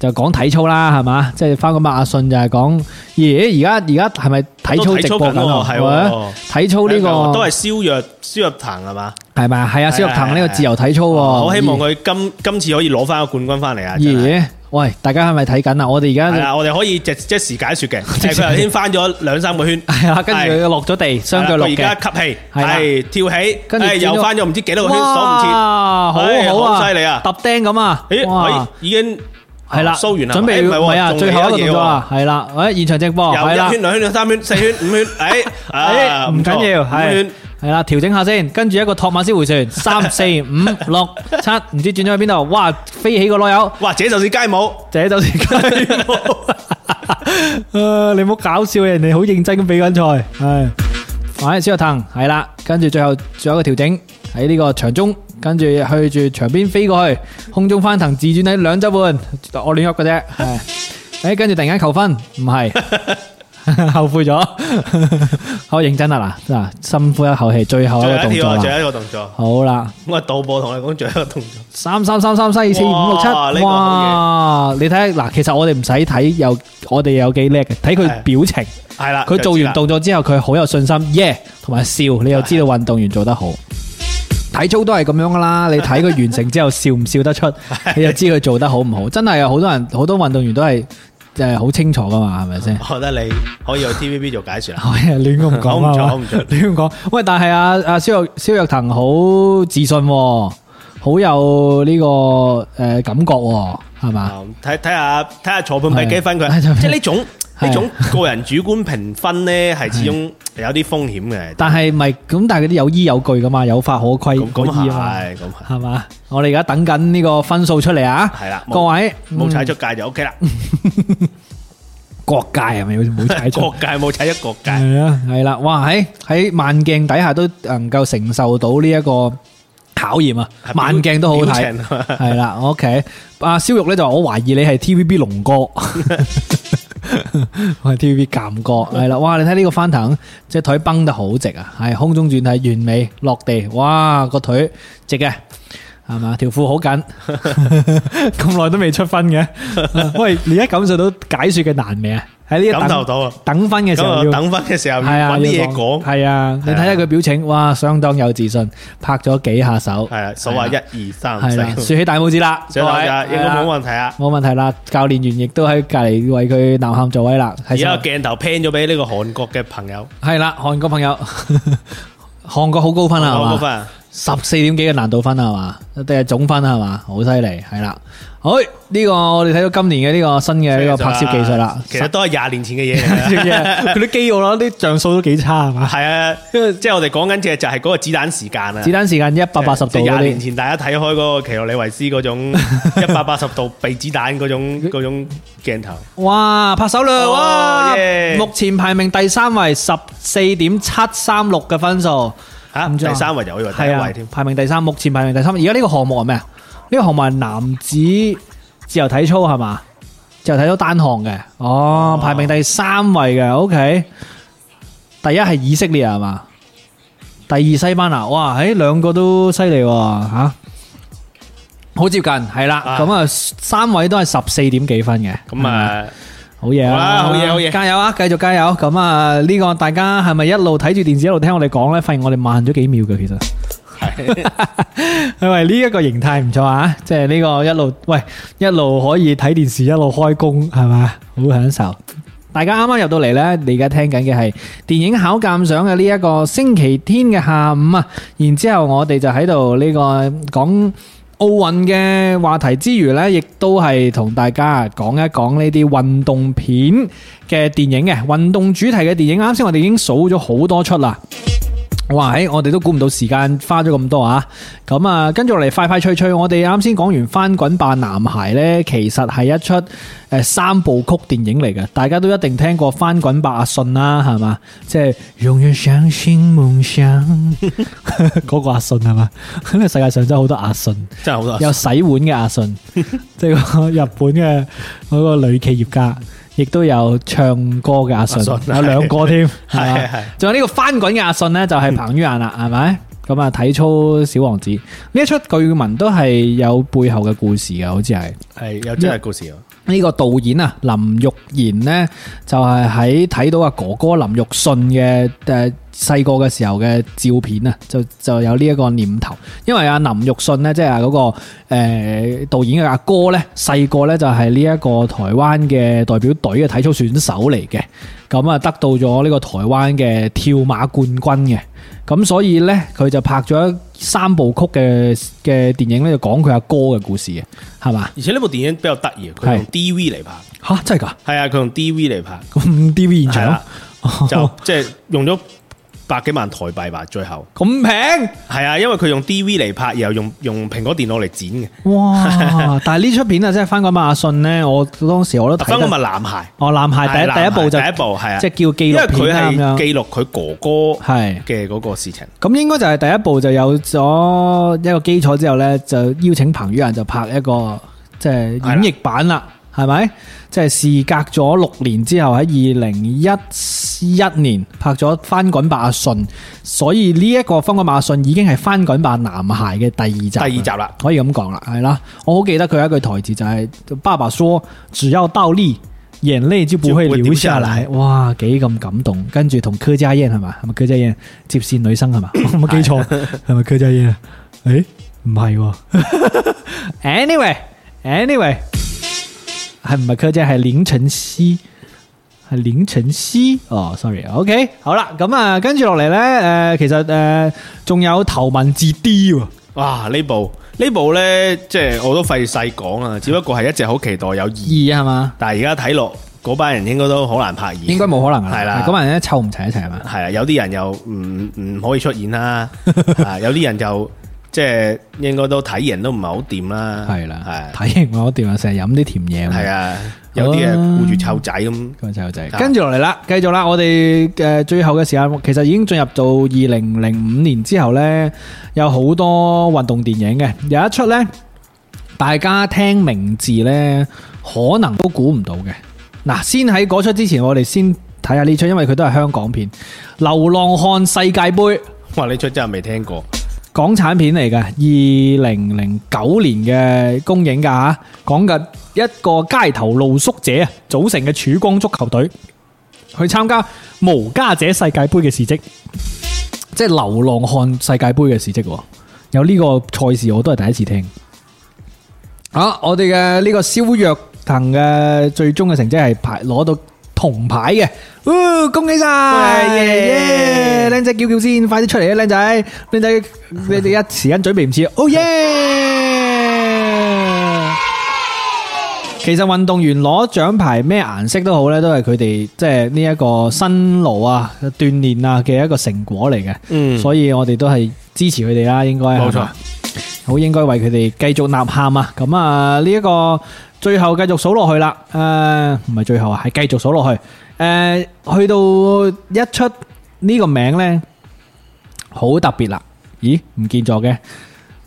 就講體操啦，係嘛？即係翻滾吧阿信就係講，咦？而家而家係咪體操直播緊都啊？體操緊喎係咪喎體操呢個都係蕭若蕭若騰係嘛？係咪啊？係啊，蕭若騰呢個自由體操喎，哦我希望佢今今次可以攞翻個冠軍翻嚟啊！真係咦？喂，大家係咪睇緊啊？我哋而係家啦，我哋可以即即時解説嘅，就係佢頭先翻咗兩三個圈， 係啊，跟住係佢落咗地，雙腳落係嘅啦。佢而家吸氣，係啦係跳起，跟住係轉咗又翻咗唔知幾 多個圈，數哇，唔切。好唉好啊，好犀利啊揼釘咁啊，咦，哇咦，已經係啦，收完啦，準哎備唔要唔係係啊，喎，最後一個動作啊！啊，係啦，誒現場直播又係啦一，圈、兩圈、三圈、四圈、五圈，哎，啊誒唔緊要，錯五係圈係啦，調整下先，跟住一個托馬斯回旋，三四五六七，唔知轉咗去邊度，哇，飛起個籮柚，哇！這就是街舞， 這就係雞毛，誒你唔好搞笑，人哋好認真咁比緊賽，係，反小騰係啦，跟住最後最後一個調整喺呢個場中。跟住去住場邊飛過去，空中翻騰自轉喺兩周半，我亂噏嘅啫。 係誒，跟住突然間求婚，唔係，後悔咗，好認真啦嗱，嗱，深呼一口氣，最後一最個後動一作跳，啦最後，一個動作。好啦，我係導播同你講最後一個動作，三三三三三四四五六七，哇呢個哇！你睇下嗱，其實我哋唔使睇有我哋有幾叻嘅，睇佢係表情，係啦，佢做完就知啦動作之後，佢好有信心，耶，同埋笑，你又知道運動員做得好。體操都係咁樣噶啦，你睇佢完成之後笑唔笑得 出，你就知佢做得好唔好。真係有啊好多人，好多運動員都係誒好清楚噶嘛，係咪先？我覺得你可以去 TVB 做 解 説啦。係啊，亂咁講啊講唔出講唔出亂咁講。 喂，但係啊啊蕭若蕭若騰好自信喎，好有呢個誒感覺喎，係嘛？啊睇睇下睇下坐盤俾幾分佢係，係即係呢種係呢種個人主觀評分咧，係始終有啲風險嘅。但係咪咁？但係嗰啲有依有據噶嘛，有法可規咁可咁依啊嘛，係咁係係嘛？我哋而家等緊呢個分數出嚟啊！係啦冇各位嗯冇踩出界就 OK 啦，各界係咪好似冇踩各 出？界冇踩出各界。系啊，系啦，哇！喺喺慢鏡底下都能夠承受到呢一個考驗啊，係慢鏡都好好表睇情啊，係 啦，OK。阿蕭玉咧就話我懷疑你係 TVB 龍哥，我係 TVB 鑑哥，係啦，哇！你睇呢個翻騰，隻腿崩得好直啊，係空中轉體完美落地，哇！個腿直嘅。係嘛？條褲好 緊，咁耐都未出分嘅。喂，你而家感受到解说嘅難未啊？喺呢一感等受到啊等分嘅時咁候啊，要等翻嘅時候係啊，揾啲嘢要講，係啊，你睇下佢表情，哇，相當有自信，拍咗幾下手，係啊，數下係啊一二係啦，豎三四，起大拇指啦，上樓各咋，位應係該冇啊問題啊。冇問題啦。教練員亦都喺隔離為佢吶喊助威啦，係啊而時候家個鏡頭 pan 咗俾呢個韓國嘅朋友，係啦，韓國朋友， 韓國好高分啊，係韓嘛國？分十四點幾嘅難度分係嘛？定係總分係嘛？好犀利，係啦。好，呢個我哋睇到今年嘅呢個新嘅啊呢個拍攝技術啊啦，啊其實都係廿年前嘅嘢嚟 㗎。佢啲肌肉啦，啲像素都幾差係嘛？係啊，即係我哋講緊嘅就係嗰個子彈時間啊子。彈時間一百八十度即係嗰廿啲年。前大家睇開嗰個奇洛里維斯 嗰種一百八十度避子彈嗰種嗰種鏡頭，哇！拍手啦！哦哇！耶目前排名第三位，十四點七三六嘅分數，嚇唔知啊第三位就我以為第一係啊位添，，排名第三，目前排名第三。而家呢個項目係咩啊？呢個項目係男子自由體操係嘛？自由體操單項嘅，哦，排名第三位嘅，OK。第一係以色列係嘛？第二西班牙，哇！誒兩個都犀利喎嚇，好接近係啦。啊咁啊，三位都係十四點幾分嘅，咁係咪啊好嘢好啊！啦好嘢好嘢加油啊！繼續加油！咁啊，呢個大家係咪一路睇住電視一路聽我哋講呢？發現我哋慢咗幾秒嘅，其 實係因為呢一個形態唔錯啊！即係呢個一路喂一路可以睇電視一路開工係嘛，好享受。大家啱啱入到嚟呢，你而家聽緊嘅係電影考鑑賞嘅呢一個星期天嘅下午啊，然之後我哋就喺度呢個講奧運嘅話題之餘呢，亦都係同大家講一講呢啲運動片嘅電影嘅運動主題嘅電影。啱先我哋已經數咗好多出啦。哇！喺我哋都估唔到時間花咗咁多啊！咁啊，跟住落嚟快快脆脆，我哋啱先講完《翻滾吧男孩》呢，其實係一出誒三部曲電影嚟嘅，大家都一定聽過《翻滾吧阿信》啦，係嘛？即係永遠相信夢想 嗰個阿信係嘛？ 因為世界上真係好多阿信，真係好多啊有洗碗嘅阿 信，即係個日本嘅嗰個女企業家，亦都有唱歌嘅阿信，阿信有兩個添，係 係嘛係嗯係仲有呢個翻滾嘅阿信呢，就係彭于晏啦，係咪？咁啊，體操小王子呢一出據聞都係有背後嘅故事嘅，好似係。係有真係故事啊喎，呢個導演啊，林玉賢呢，就係喺睇到阿哥哥林玉信嘅誒細個嘅時候嘅照片啊，就就有呢一個念頭，因為阿林玉信呢，即係嗰個誒、呃、導演嘅阿哥呢，細個呢就係呢一個台灣嘅代表隊嘅體操選手嚟嘅，咁啊得到咗呢個台灣嘅跳馬冠軍嘅。咁所以呢，佢就拍咗三部曲嘅嘅電影呢，就講佢阿哥嘅故事嘅，係嘛？而且呢部電影比較得意，佢用係 DV 嚟拍，吓，真係㗎？係啊，佢用 DV 嚟拍，咁 D V 現係場啦，哦就即係用咗百幾萬台幣吧，最後咁係啊，因為佢用 DV 嚟拍，然後用用蘋果電腦嚟剪嘅，平，哇！但係呢出片啊，即係翻滾吧阿信咧，我當時我都特睇登咪得。男孩，哦，男孩第係一男第孩一部就第一部係啊即係叫紀因為錄佢片啊咁係樣。記錄佢哥哥係嘅嗰個事情。咁應該就係第一部就有咗一個基礎之後咧，就邀請彭于晏就拍一個即係演繹版啦，係咪？即係事隔咗六年之後，喺二零一一年拍咗《翻滾吧阿信》，所以呢一個《翻滾吧阿信》已經係《翻滾吧男孩》嘅第二集。第第二集啦，可以咁講啦，係啦。我好記得佢有一句台詞就係、爸爸說只要倒立，眼淚就不會流下來。哇，幾咁感動！啊 跟住同柯佳嬿係嘛？係咪柯佳嬿接線女生係嘛？我冇記錯，係咪柯佳嬿啊？诶，唔係 喎。anyway，anyway，係唔係佢啫？係凌晨西，係凌晨西。哦，sorry，OK，、好啦，咁啊，跟住落嚟咧，诶、其實诶，仲、有頭文字 D 喎。哇！呢部呢部呢，即系我都費細講啊，只不過係一隻好期待有二，二係嘛？但系而家睇落嗰班人應該都好難拍二，應該冇可能㗎啊係啦嗰班人咧湊唔齊一齊係嘛？系啊，有啲人又唔唔可以出現 啦，啊有啲人就即係應該都睇人都唔係好掂啦，係啦，系睇型我掂啊，成日飲啲甜嘢。系。啊，有啲好人啊顧住湊仔咁，咁就就係啊跟住落嚟啦，繼續啦，我哋嘅最後嘅時間，其實已經進入到二零零五年之後呢，有好多運動電影嘅，有一出呢，大家聽名字呢，可能都估唔到嘅。嗱，先喺嗰出之前，我哋先睇下呢出，因為佢都係香港片，《流浪漢世界盃》哇！呢出真係未聽過，港產片嚟嘅，二零零九年嘅公映㗎吓，講緊一個街頭露宿者啊組成嘅曙光足球隊去參加無家者世界盃嘅事蹟，即係流浪漢世界盃嘅事蹟喎。有呢個賽事我都係第一次聽。好、我哋嘅呢個蕭若騰嘅最終嘅成績係排攞到銅牌嘅，哦恭喜晒！耶耶靚仔叫叫先，快啲出嚟啊，靚仔！靚仔，你哋一時間準備唔切，哦耶！其實運動員攞獎牌咩顏色都好咧，都係佢哋即係呢一個辛勞啊、鍛炼啊嘅一個成果嚟嘅。嗯所以我哋都係支持佢哋啦，應該係冇錯嘛，好應該為佢哋繼續呐喊啊！咁啊，呢、一個最後繼續數落去啦，诶、唔係最後啊，係繼續數落去，诶、去到一出呢個名呢，好特別啦，咦，唔見咗嘅。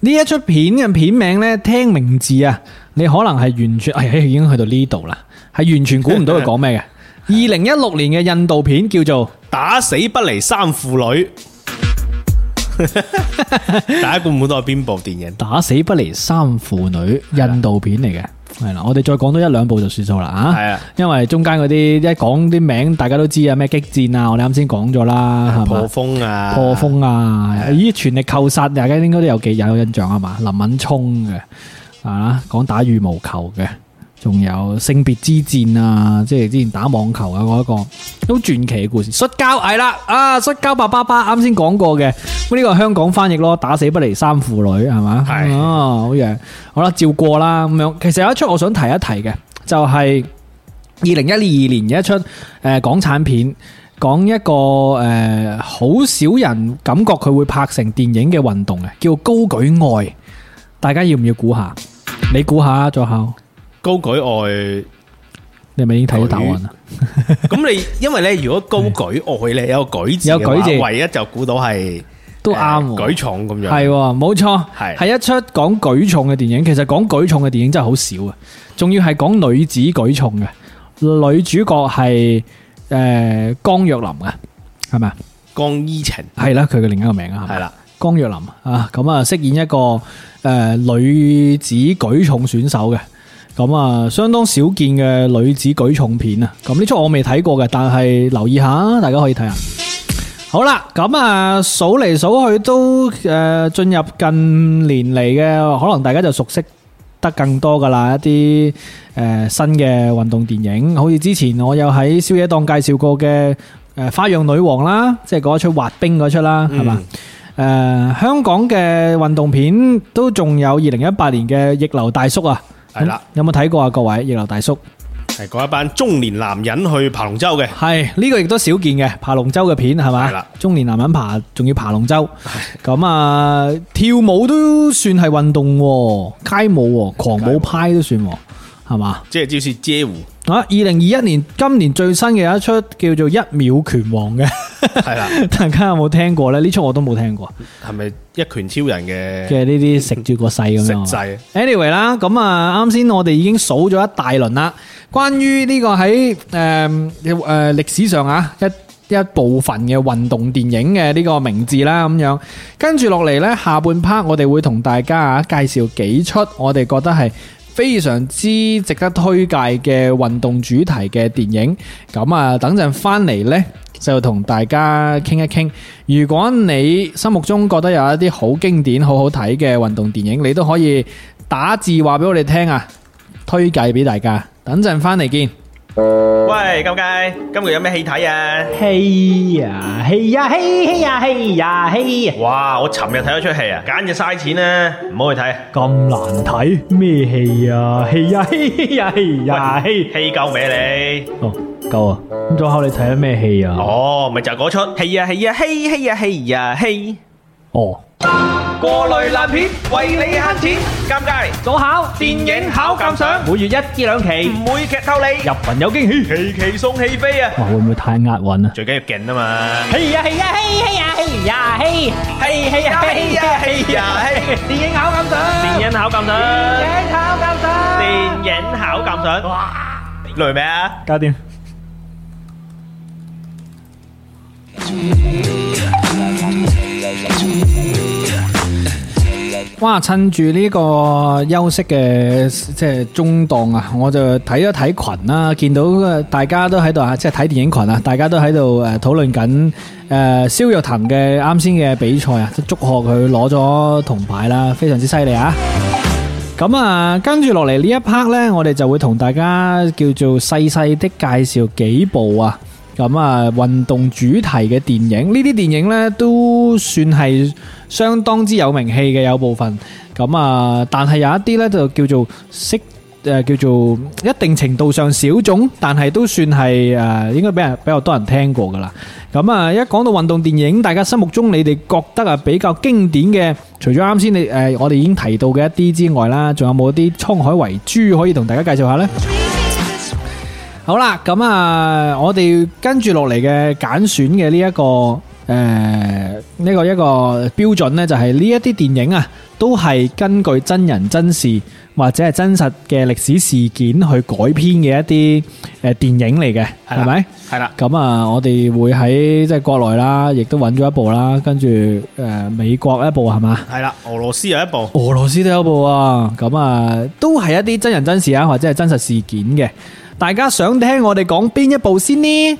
呢一出片嘅片名呢，聽名字啊，你可能係完全，哎呀，已經去到呢度啦，係完全估唔到佢講 咩嘅。啊二零一六年嘅印度片叫做。打死不離三 父女。大家估唔估到係邊部電影？打死不離三父女，啊印度片嚟嘅，係啦，我哋再講多一兩部就算數啦啊！係啊，因為中間嗰啲一講啲名，大家都知啊，咩激戰啊，我哋啱先講咗啦，係破嘛？風啊，破風啊，咦，全力扣殺，大家應該都有記有印象啊嘛？林敏聰嘅啊，講打羽毛球嘅，仲有性別之戰啊，即係之前打網球啊嗰一個都傳奇嘅故事。摔跤係啦，啊，摔跤爸爸爸啱先講過嘅，咁呢個香港翻譯咯，打死不離三父女係嘛？係哦，好嘢，好啦，照過啦咁樣。其實有一出我想提一提嘅，就係二零一二年嘅一出誒、呃港產片。講一個誒好、少人感覺佢會拍成電影嘅運動嘅，叫高舉愛。大家要唔要估下？你估下，左考，高舉愛。你係咪已經睇到答案啦？咁 你因為咧，如果高舉愛咧，有個舉字有舉字嘅話，唯一就估到係都啱誒喎，舉重咁樣。係喎，冇錯，係係一出講舉重嘅電影。其實講舉重嘅電影真係好少啊，仲要係講女子舉重嘅，女主角係誒江若琳嘅，係咪啊？江依晴係啦，佢嘅另一個名啊，係咪係啦，江若琳啊，咁啊飾演一個誒、呃女子舉重選手嘅，咁啊相當少見嘅女子舉重片啊，咁呢出我未睇過嘅，但係留意下，大家可以睇下。好啦，咁啊數嚟數去都誒、呃、進入近年嚟嘅，可能大家就熟悉得更多噶啦，一啲誒、呃新嘅運動電影，好似之前我有喺宵夜檔介紹過嘅誒、呃花樣女王》啦，即係嗰一出滑冰嗰出啦，係嘛、誒、呃香港嘅運動片都仲有二零一八年嘅《逆流大叔》啊，係啦，有冇睇過啊？各位，《逆流大叔》係嗰一班中年男人去爬龍舟嘅。 係呢、個亦都少見嘅，爬龍舟嘅片係係嘛啦？中年男人爬仲要爬龍舟，咁啊跳舞都算係運動喎、街舞喎、狂舞派都算喎、係嘛？即係就是遮胡，啊！二零二一年今年最新嘅一出叫做《一秒拳王》嘅， 係啦，大家有冇聽過呢？呢出我都冇聽過係咪一拳超人嘅嘅呢啲食住個勢咁食樣啊。制？ anyway 啦，咁啊，啱先我哋已經數咗一大輪啦，關於呢個喺誒誒歷史上啊一一部分嘅運動電影嘅呢個名字啦，咁樣跟住落嚟呢，下半 part 我哋會同大家啊介紹幾出我哋覺得係非常之值得推介嘅運動主題嘅電影。咁啊，等陣翻嚟呢，就同大家傾一傾。如果你心目中覺得有一啲好經典、好好睇嘅運動電影，你都可以打字話俾我哋聽啊，推介俾大家。等陣翻嚟見。喂，咁街，今日有咩戲睇啊？嘿呀嘿呀嘿嘿呀嘿呀嘿呀，哇！我尋日睇咗出戲啊，簡直嘥錢啦，唔好去睇。咁難睇咩戲啊？戲呀嘿呀嘿呀嘿，戲夠未你？哦夠啊！咁早口你睇咗咩戲啊？哦，咪就係嗰出戲啊戲啊戲戲啊戲啊戲。哦，過濾爛片，為你慳錢。尷尬，早考電影考鑑賞，每月一至兩期，唔會劇透你，入群有驚喜。期期送戲飛啊！哇，會唔會太押韻啊？最緊要勁啊嘛！嘿呀嘿呀嘿嘿呀嘿呀嘿，嘿嘿呀嘿呀嘿呀嘿，電影考鑑賞，電影考咁想，考鑑賞，電影考鑑賞。哇！累未啊？搞掂。哇！趁住呢個休息嘅即係中檔啊，我就睇一睇群啦，見到呃大家都喺度啊，即係睇電影群啊，大家都喺度誒討論緊誒蕭若騰嘅啱先嘅比賽啊，即係祝賀佢攞咗銅牌啦，非常之犀利啊！咁啊，跟住落嚟呢一 part 呢，我哋就會同大家叫做細細的介紹幾部啊，咁啊運動主題嘅電影，呢啲電影呢，都算係相當之有名氣嘅有部分，咁啊，但係有一啲呢，就叫做識。誒、叫做一定程度上小眾，但係都算係誒、應該俾人比較多人聽過㗎啦。咁啊，一講到運動電影，大家心目中你哋覺得啊比較經典嘅，除咗啱先你誒、我哋已經提到嘅一啲之外啦，仲有冇啲滄海遺珠可以同大家介紹下呢？好啦，咁啊，我哋跟住落嚟嘅揀選嘅呢一個诶呢、個一個標準呢，就係呢一啲電影啊，都係根據真人真事或者係真實嘅歷史事件去改編嘅一啲诶電影嚟嘅，係啦係咪？係啦，咁啊，我哋會喺即係國內啦，亦都揾咗一部啦，跟住诶美國一部係嘛？係啦，俄羅斯有一部俄羅斯都有一部啊，咁啊都係一啲真人真事啊，或者係真實事件嘅。大家想聽我哋講邊一部先呢？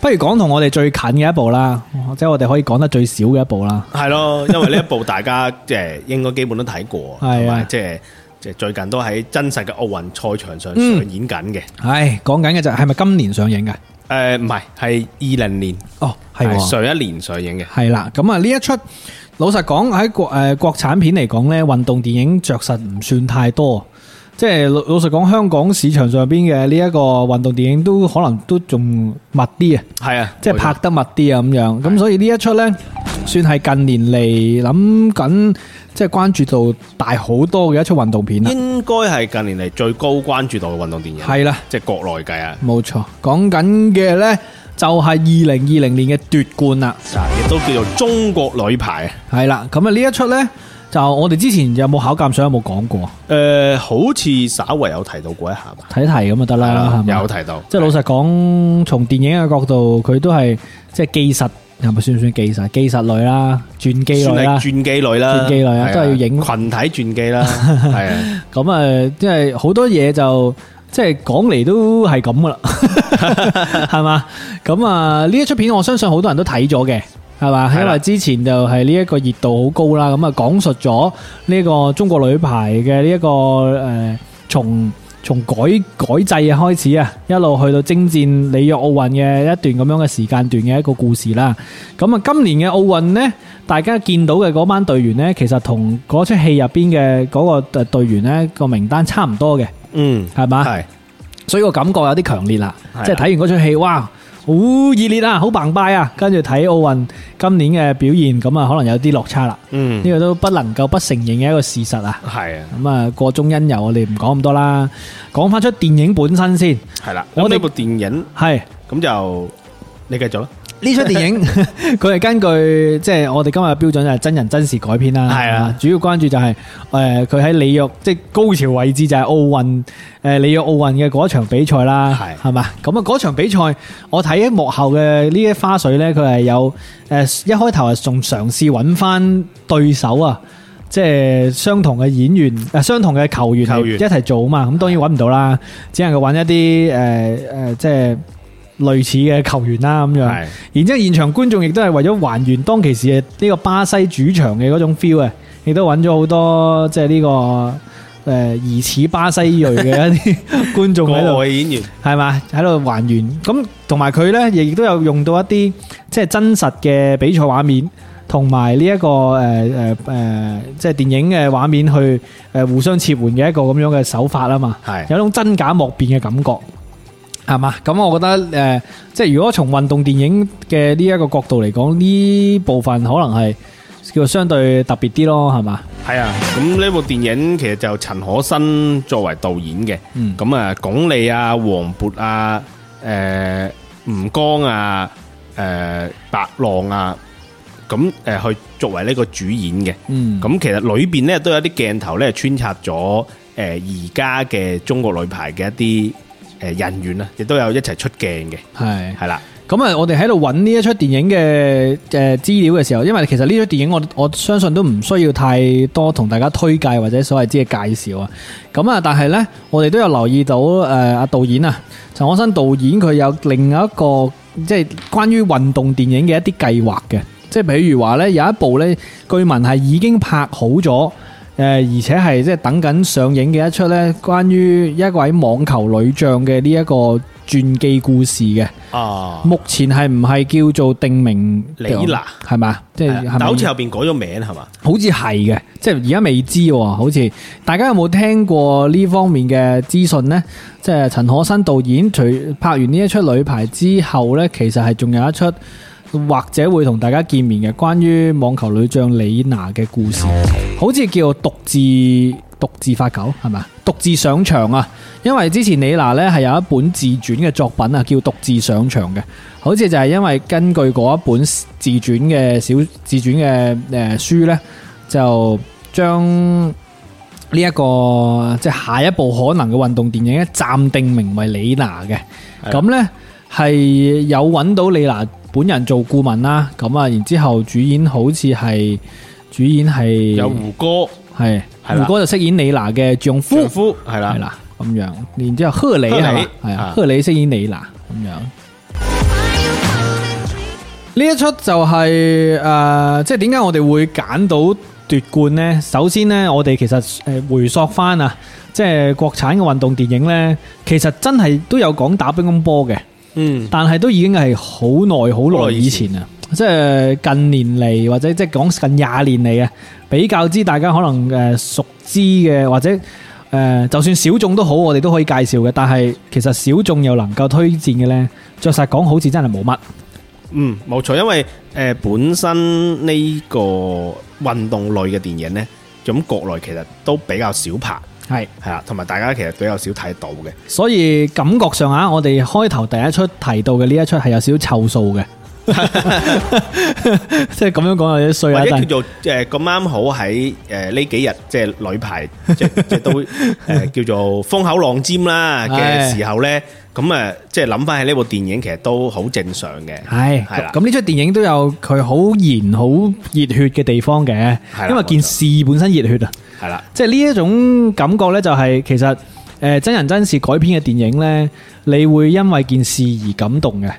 不如講同我哋最近嘅一部啦，或者我哋可以講得最少嘅一部啦。係咯，因為呢一 部大家即係應該基本都睇過，係啊同埋即係即係最近都喺真實嘅奧運賽場上上演緊嘅。唉，講緊嘅就係係咪今年上映嘅？誒唔係，係二零年哦，係係喎。上一年上映嘅。系啦，咁啊呢一出，老實講喺國诶、国產片嚟講呢運動電影着實唔算太多，即係老老实讲，香港市場上邊嘅呢一個運動電影都可能都仲密啲啊，係啊，即係拍得密啲啊咁樣。咁所以呢一出呢，算係近年嚟諗緊，即係關注度大好多嘅一出運動片啦。應該係近年嚟最高關注度嘅運動電影。係啦，即係國內計啊，冇錯，講緊嘅呢，就係二零二零年嘅奪冠啦。亦都叫做中國女排啊。系啦，咁啊呢一出呢，就我哋之前有冇考鑑賞有冇講過？誒、呃好似稍為有提到過一下吧，睇題咁就得係啦，係咪有提到，即係老實講，從電影嘅角度，佢都係即係技實，係咪算唔算技實？技實類啦，轉機算類啦係，傳記類啦，傳記類啊係都係要影群體傳 記啦，係啊，咁啊，即係好多嘢就即係講嚟都係咁噶啦， 係嘛？咁啊，呢一出片我相信好多人都睇咗嘅。係嘛？係因啦為之前就係呢一個熱度好高啦，咁啊講述咗呢個中國女排嘅呢一個誒從從改改制嘅開始啊，一路去到征戰里約奧運嘅一段咁樣嘅時間段嘅一個故事啦。咁啊，今年嘅奧運呢，大家見到嘅嗰班隊員呢，其實同嗰出戲入邊嘅嗰個誒隊員呢個名單差唔多嘅，嗯，係嘛？係所以個感覺有啲強烈啦係啊，即係睇完嗰出戲，哇，好熱烈啊，好澎湃啊！跟住睇奧運今年嘅表現，咁啊可能有啲落差啦，嗯呢、個都不能夠不承認嘅一個事實啊。係啊，咁啊，個中因由我哋唔講咁多啦，講翻出電影本身先，係啦，我咁哋呢部電影係。咁就你繼續啦，呢出電 影佢係根據即係我哋今日嘅標準就係真人真事改編啦，係啊主要關注就係誒佢喺里約即係高潮位置就係奧運誒里約奧運嘅嗰場比賽啦，係係嘛？咁啊嗰場比賽我睇幕後嘅呢啲花絮呢，佢係有誒一開頭係仲嘗試揾翻對手啊。即係相同嘅演員，誒、相同嘅球員嚟球員一齊做啊嘛。咁當然揾唔到啦，只能夠揾一啲誒誒，即係類似嘅球員啦咁樣。係然之後現場觀眾亦都係為咗還原當其時嘅呢個巴西主場嘅嗰種 feel 啊，亦都揾咗好多即係呢、個誒、疑似巴西裔嘅一啲 觀眾喺國度外。演員係嘛，喺度還原。咁同埋佢呢，亦都有用到一啲即係真實嘅比賽畫面，同埋呢一個誒誒誒，呃即係電影嘅畫面去誒、呃互相切換嘅一個咁樣嘅手法啊嘛，係有一種真假莫辨嘅感覺。係嘛？咁我覺得誒、呃即係如果從運動電影嘅呢一個角度嚟講，呢部分可能係叫做相對特別啲咯，係嘛？係啊，咁呢部電影其實就陳可辛作為導演嘅，嗯咁啊、鞏俐啊、黃渤啊、誒、吳剛啊、誒、白浪啊，咁誒、呃去作為呢個主演嘅。嗯，咁其實裏邊咧都有啲鏡頭咧穿插咗呃誒而家嘅中國女排嘅一啲誒人員啊，亦都有一齊出鏡嘅，係。係啦，咁啊，我哋喺度揾呢一出電影嘅誒資料嘅時候，因為其實呢出電影我我相信都唔需要太多同大家推介或者所謂之嘅介紹啊。咁啊，但係呢，我哋都有留意到誒阿、導演啊，陳可辛導演佢有另一個即係關於運動電影嘅一啲計劃嘅，即係譬如話呢，有一部呢，據聞係已經拍好咗。誒，而且係即係等緊上映嘅一出呢，關於一位網球女將嘅呢一個傳記故事嘅，啊，目前係唔係叫做定名李娜啊係嘛？即係係但咪嗯好似後邊改咗名係嘛？好似係嘅，即係而家未知喎。好似大家有冇聽過呢方面嘅資訊呢？即係陳可辛導演除拍完呢一出女排之後呢，其實係仲有一出或者會同大家見面嘅關於網球女將李娜嘅故事，好似叫獨自獨自發狗係咪？獨自上場啊！因為之前李娜呢係有一本自傳嘅作品啊，叫《獨自上場》嘅，好似就係因為根據嗰一本自傳嘅小自傳嘅呃誒書呢，就將呢一個即係下一部可能嘅運動電影咧，暫定名為李娜嘅。咁呢係有揾到李娜本人做顧問啦，咁啊，然之後主演好似係主演係有胡歌係係啦胡歌就飾演李娜嘅丈夫。丈夫係啦系。啦，咁樣，然之后贺磊賀係嘛磊，係啊啊，贺磊飾演李娜咁樣。呢一出就係呃即係點解我哋會揀到奪冠呢？首先呢，我哋其實诶回溯翻啊，即係國產嘅運動電影呢，其實真係都有講打乒乓波嘅。嗯，但係都已經係好耐好耐以前啊，即係近年嚟或者即係講近廿年嚟啊，比較之大家可能誒熟知嘅或者誒、呃就算小眾都好，我哋都可以介紹嘅。但係其實小眾又能夠推薦嘅呢，着實講好似真係冇乜。嗯，冇錯，因為誒、呃本身呢個運動類嘅電影呢，咁國內其實都比較少拍，係，係啦，同埋大家其實比較少睇到嘅，所以感覺上啊，我哋開頭第一出提到嘅呢一出係有少少湊數 嘅，即係咁樣講有啲衰或啊，者但叫係做誒咁啱好喺誒呢幾日即係女排即 即都誒、呃叫做風口浪尖啦嘅係時候呢，咁啊即係諗翻起呢部電影其實都好正常嘅，係係啦咁呢出電影都有佢好燃、好熱血嘅地方嘅係啦，因為件事本身熱血啊，係啦，即係呢一種感覺呢，就係其實誒、呃真人真事改編嘅電影呢，你會因為件事而感動嘅。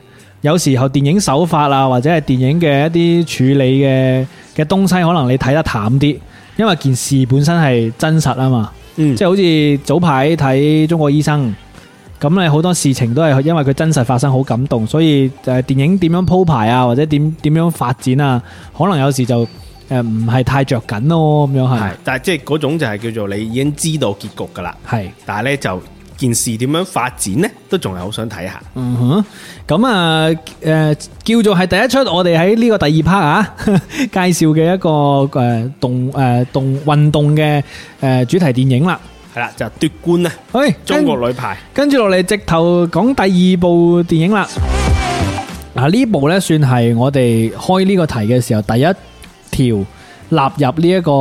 有時候電影手法啊，或者係電影嘅一啲處理嘅嘅東西，可能你睇得淡啲，因為件事本身係真實啊嘛。嗯即係好似早排睇《中國醫生》，咁你好多事情都係因為佢真實發生好感動，所以誒電影點樣鋪排啊，或者點點樣發展啊，可能有時就誒唔係太着緊咯，咁樣係係，但係即係嗰種就係叫做你已經知道結局㗎啦，係。但係呢，就件事點樣發展呢，都仲係好想睇下。嗯哼，咁啊，诶、叫做係第一出，我哋喺呢個第二 part 啊， 介紹嘅一個诶、呃、动诶、呃、动运动嘅诶、呃主題電影啦。系啦，就奪冠啊！喂、中跟國女排跟住落嚟，直頭講第二部電影啦。嗱，呢部呢，算係我哋開呢個題嘅時候第一條納入呢、一個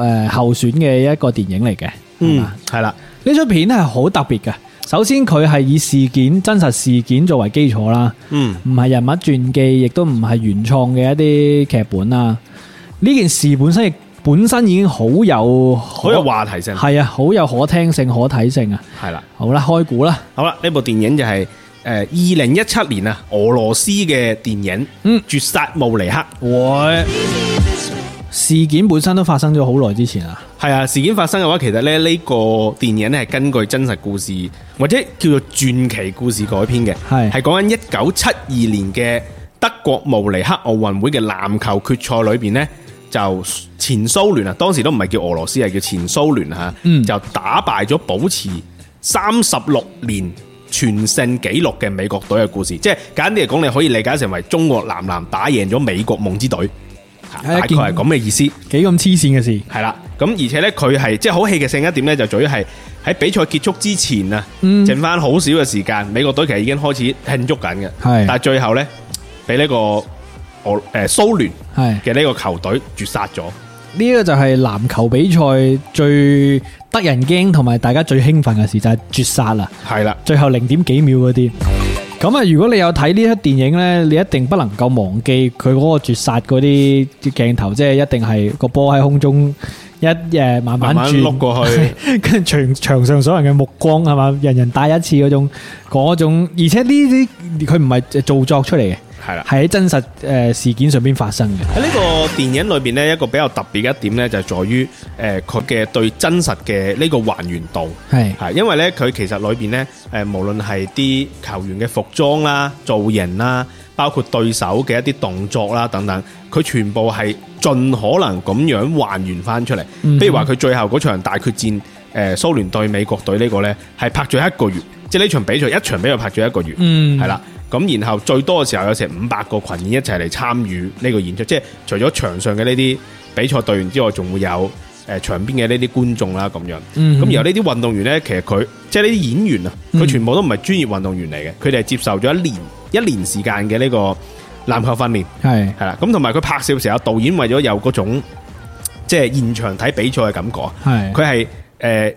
诶、呃、候選嘅一個電影嚟嘅。係嘛系嗯啦，呢出片係好特別嘅。首先佢係以事件真實事件作為基礎啦。嗯，唔係人物傳記，亦都唔係原創嘅一啲劇本啦。呢件事本身亦本身已經好有好有話題性。係啊，好有可聽性、可睇性啊。係啦，好啦，開估啦，好啦，呢部電影就係誒二零一七年啊，俄羅斯嘅電影，嗯絕殺慕尼克》。喂，事件本身都發生咗好耐之前啊，係啊，事件發生嘅話，其實咧呢個電影咧係根據真實故事或者叫做傳奇故事改編嘅，係係講緊一九七二年嘅德國慕尼克奧運會嘅籃球決賽裏邊呢，就前蘇聯啊，當時都唔係叫俄羅斯，係叫前蘇聯啊，嗯就打敗咗保持三十六年。全勝紀錄嘅美國隊嘅故事，即係簡單啲嚟講，你可以理解成為中國男籃打贏咗美國夢之隊，係嚇大一概件係咁嘅意思。幾咁黐線嘅事，系啦，咁而且咧，佢係即係好戲嘅性一點咧，就在於係喺比賽結束之前啊，剩翻好少嘅時間，美國隊其實已經開始慶祝緊嘅，係但係最後咧，俾呢個俄誒蘇聯係。嘅呢個球隊絕殺咗，呢個就係籃球比賽最得人驚同埋大家最興奮嘅事，就係、絕殺啦！係啦，最後零點幾秒嗰啲。咁啊，如果你有睇呢出電影呢，你一定不能夠忘記佢嗰個絕殺嗰啲鏡頭，即係一定係個波喺空中一誒慢慢慢慢碌轉，過去，跟住場場上所有人嘅目光係嘛，人人打一次嗰種嗰種，而且呢啲佢唔係做作出嚟嘅，係啦。係喺真實誒事件上邊發生嘅。喺呢個電影裏邊呢，一個比較特別嘅一點呢，就係在於誒佢嘅對真實嘅呢個還原度。係係，啊因為咧佢其實裏邊咧，誒、無論係啲球員嘅服裝啦、造型啦，包括對手嘅一啲動作啦等等，佢全部係盡可能咁樣還原翻出嚟。嗯哼譬如話佢最後嗰場大呃決戰，誒、蘇聯對美國隊呢個呢，係拍咗一個月，即係呢場比賽一場比賽拍咗一個月，嗯係啦、咁然後最多嘅時候有成五百個群演一齊嚟參與呢個演出，即係除咗場上嘅呢啲比賽隊員之外，仲會有誒、場邊嘅呢啲觀眾啦咁樣。嗯咁然後呢啲運動員呢，其實佢即係呢啲演員啊，佢全部都唔係專業運動員嚟嘅，佢哋係接受咗一年一年時間嘅呢個籃球訓練，係係啦。咁同埋佢拍攝嘅時候，導演為咗有嗰種即係現場睇比賽嘅感覺啊，係佢係誒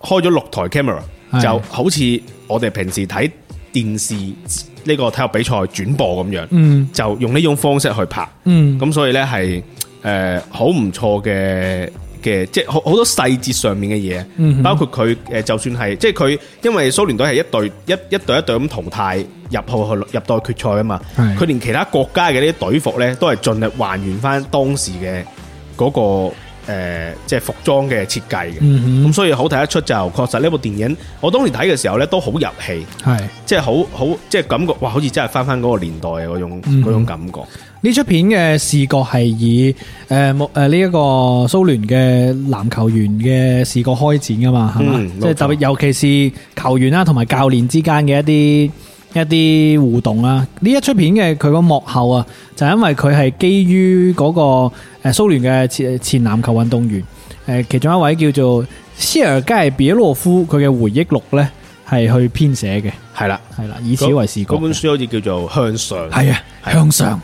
開咗六台 camera，係就好似我哋平時睇電視呢個體育比賽轉播咁樣，嗯就用呢種方式去拍。嗯咁所以呢，係誒好唔錯嘅嘅，即係好好多細節上面嘅嘢，嗯包括佢誒、呃就算係即係佢，因為蘇聯隊係一隊一一隊一隊咁淘汰入去入到決賽啊嘛，係佢連其他國家嘅呢啲隊服呢，都係盡力還原翻當時嘅嗰、個、呃、即係服裝嘅設計嘅，咁、嗯所以好睇得出就確實呢部電影，我當年睇嘅時候呢，都好入戲，係。即係好好即係感覺哇，好似真係翻翻嗰個年代啊嘅嗰種嗯嗰種感覺。呢出片嘅視覺係以誒冇誒呢一個蘇聯嘅籃球員嘅視覺開展噶嘛，係嘛？嗯即係冇錯特別尤其是球員啦同埋教練之間嘅一啲。一啲互動啦，呢一出片嘅佢個幕後啊，就因為佢係基於嗰個誒蘇聯嘅前前籃球運動員，誒呃其中一位叫做謝爾蓋別洛夫，佢嘅回憶錄呢係去編寫嘅，係啦，係啦，以此為視覺嗰。本書好似叫做向上，系啊，向上。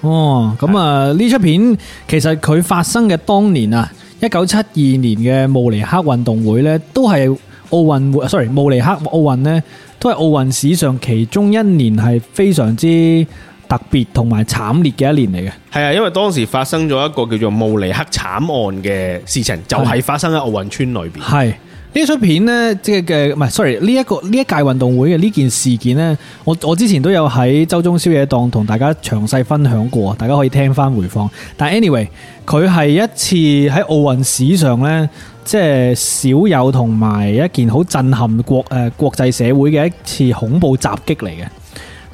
哦，咁啊，呢出片其實佢發生嘅當年啊，一九七二年嘅慕尼克運動會呢，都係奧運會，sorry，慕尼克奧運呢，都係奧運史上其中一年係非常之特別同埋慘烈嘅一年嚟嘅。係啊，因為當時發生咗一個叫做慕尼克慘案嘅事情，就係發生喺奧運村裏邊。係呢出片呢，即係嘅唔係，sorry，呢一個呢一屆運動會嘅呢件事件呢，我我之前都有喺周中宵夜檔同大家詳細分享過，大家可以聽翻回放。但 anyway，佢係一次喺奧運史上呢，即係少有同埋一件好震撼國誒、呃、國際社會嘅一次恐怖襲擊嚟嘅。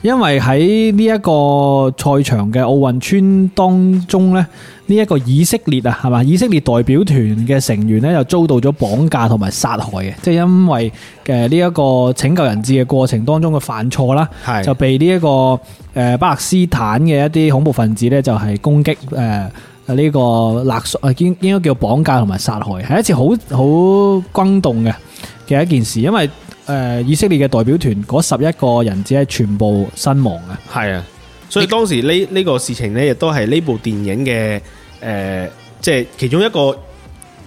因為喺呢一個賽場嘅奧運村當中呢，呢、一個以色列啊，係嘛？以色列代表團嘅成員呢，就遭到咗綁架同埋殺害嘅，即係因為誒呢一個拯救人質嘅過程當中嘅犯錯啦，係就被呢、一個誒、呃巴勒斯坦嘅一啲恐怖分子呢，就係、攻擊誒。呃呢個勒索啊，應應該叫綁架同埋殺害，係一次好好轟動嘅嘅一件事，因為誒、呃以色列嘅代表團嗰十一個人只係全部身亡嘅。係啊，所以當時呢呢個事情呢，亦都係呢部電影嘅誒、呃即係其中一個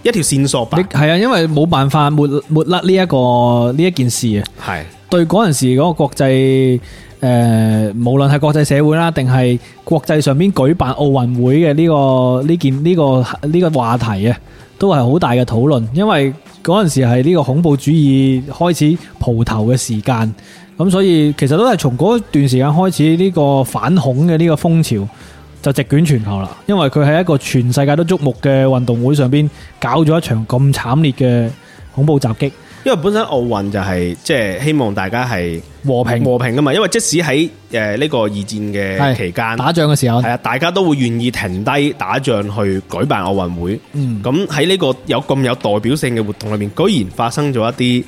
一條線索吧你。係啊，因為冇辦法抹抹甩呢一個呢一件事啊，係對嗰陣時嗰個國際誒、诶、無論係國際社會啦，定係國際上邊舉辦奧運會嘅呢、個呢件呢、個呢、個話題啊，都係好大嘅討論，因為嗰陣時係呢個恐怖主義開始蒲頭嘅時間，咁所以其實都係從嗰段時間開始呢個反恐嘅呢個風潮。就席捲全球啦，因為佢喺一個全世界都矚目嘅運動會上邊搞咗一場咁慘烈嘅恐怖襲擊，因為本身奧運就係即係希望大家係和平和平噶嘛，因為即使喺誒呢個二戰係嘅期間，打仗嘅時候係，啊，大家都會願意停低打仗去舉辦奧運會。嗯，咁喺呢個有咁有代表性嘅活動裏面，居然發生咗一啲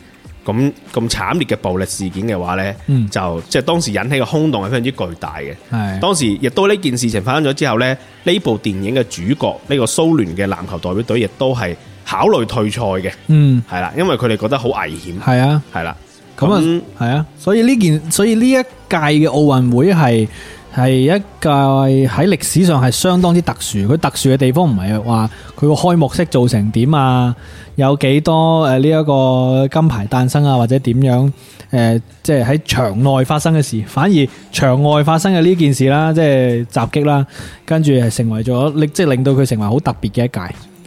咁咁慘烈嘅暴力事件嘅話呢，嗯就即係當時引起嘅轟動係非常之巨大嘅。係當時亦都呢件事情發生咗之後呢，呢部電影嘅主角呢、個蘇聯嘅籃球代表隊亦都係考慮退賽嘅，嗯，係啦，因為佢哋覺得好危險，係啊。係啦。咁啊，系啊，所以呢件，所以呢一届嘅奧運會係系一屆喺歷史上係相當之特殊。佢特殊嘅地方唔係話佢個開幕式做成點啊，有幾多诶呢一個金牌誕生啊，或者點樣诶、呃即係喺場內發生嘅事，反而場外發生嘅呢件事啦，即係襲擊啦，跟住係成為咗，令即係令到佢成為好特別嘅一屆。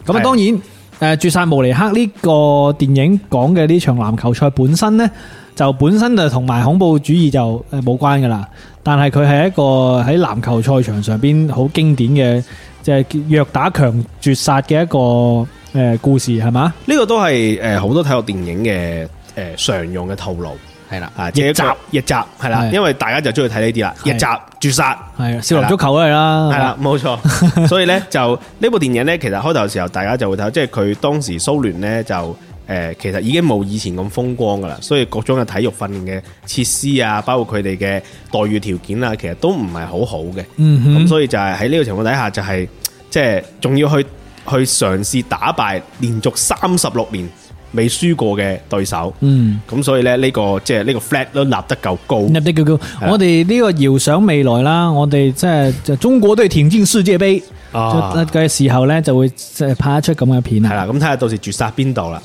咁啊，係當然。啊誒《絕殺慕尼克》呢個電影講嘅呢場籃球賽本身呢，就本身就同埋恐怖主義就誒冇關噶啦。但係佢係一個喺籃球賽場上邊好經典嘅，即係弱打強絕殺嘅一個誒、呃故事係嘛？呢個都係誒好多體育電影嘅誒、呃常用嘅套路，係啦啊，即係逆一個襲逆襲係啦係，因為大家就中意睇呢啲啦，係逆襲絕殺係啊少林足球都係啦，係啦，冇錯。所以咧就呢部電影咧，其實開頭嘅時候大家就會睇，即係佢當時蘇聯咧就誒、呃其實已經冇以前咁風光噶啦，所以各種嘅體育訓練嘅設施啊，包括佢哋嘅待遇條件啊，其實都唔係好好嘅。嗯咁、哼，所以就係喺呢個情況底下、就係即係仲要去去嘗試打敗連續三十六年未輸過嘅對手。嗯。咁所以咧，呢、個即係呢個 flat 都立得夠高，入啲叫叫，啦我哋呢個遙想未來啦，我哋即係就中國隊田徑世界盃啊就呃嘅時候呢，就會即係拍一出咁嘅片啊係啦。咁睇下到時絕殺邊度啦，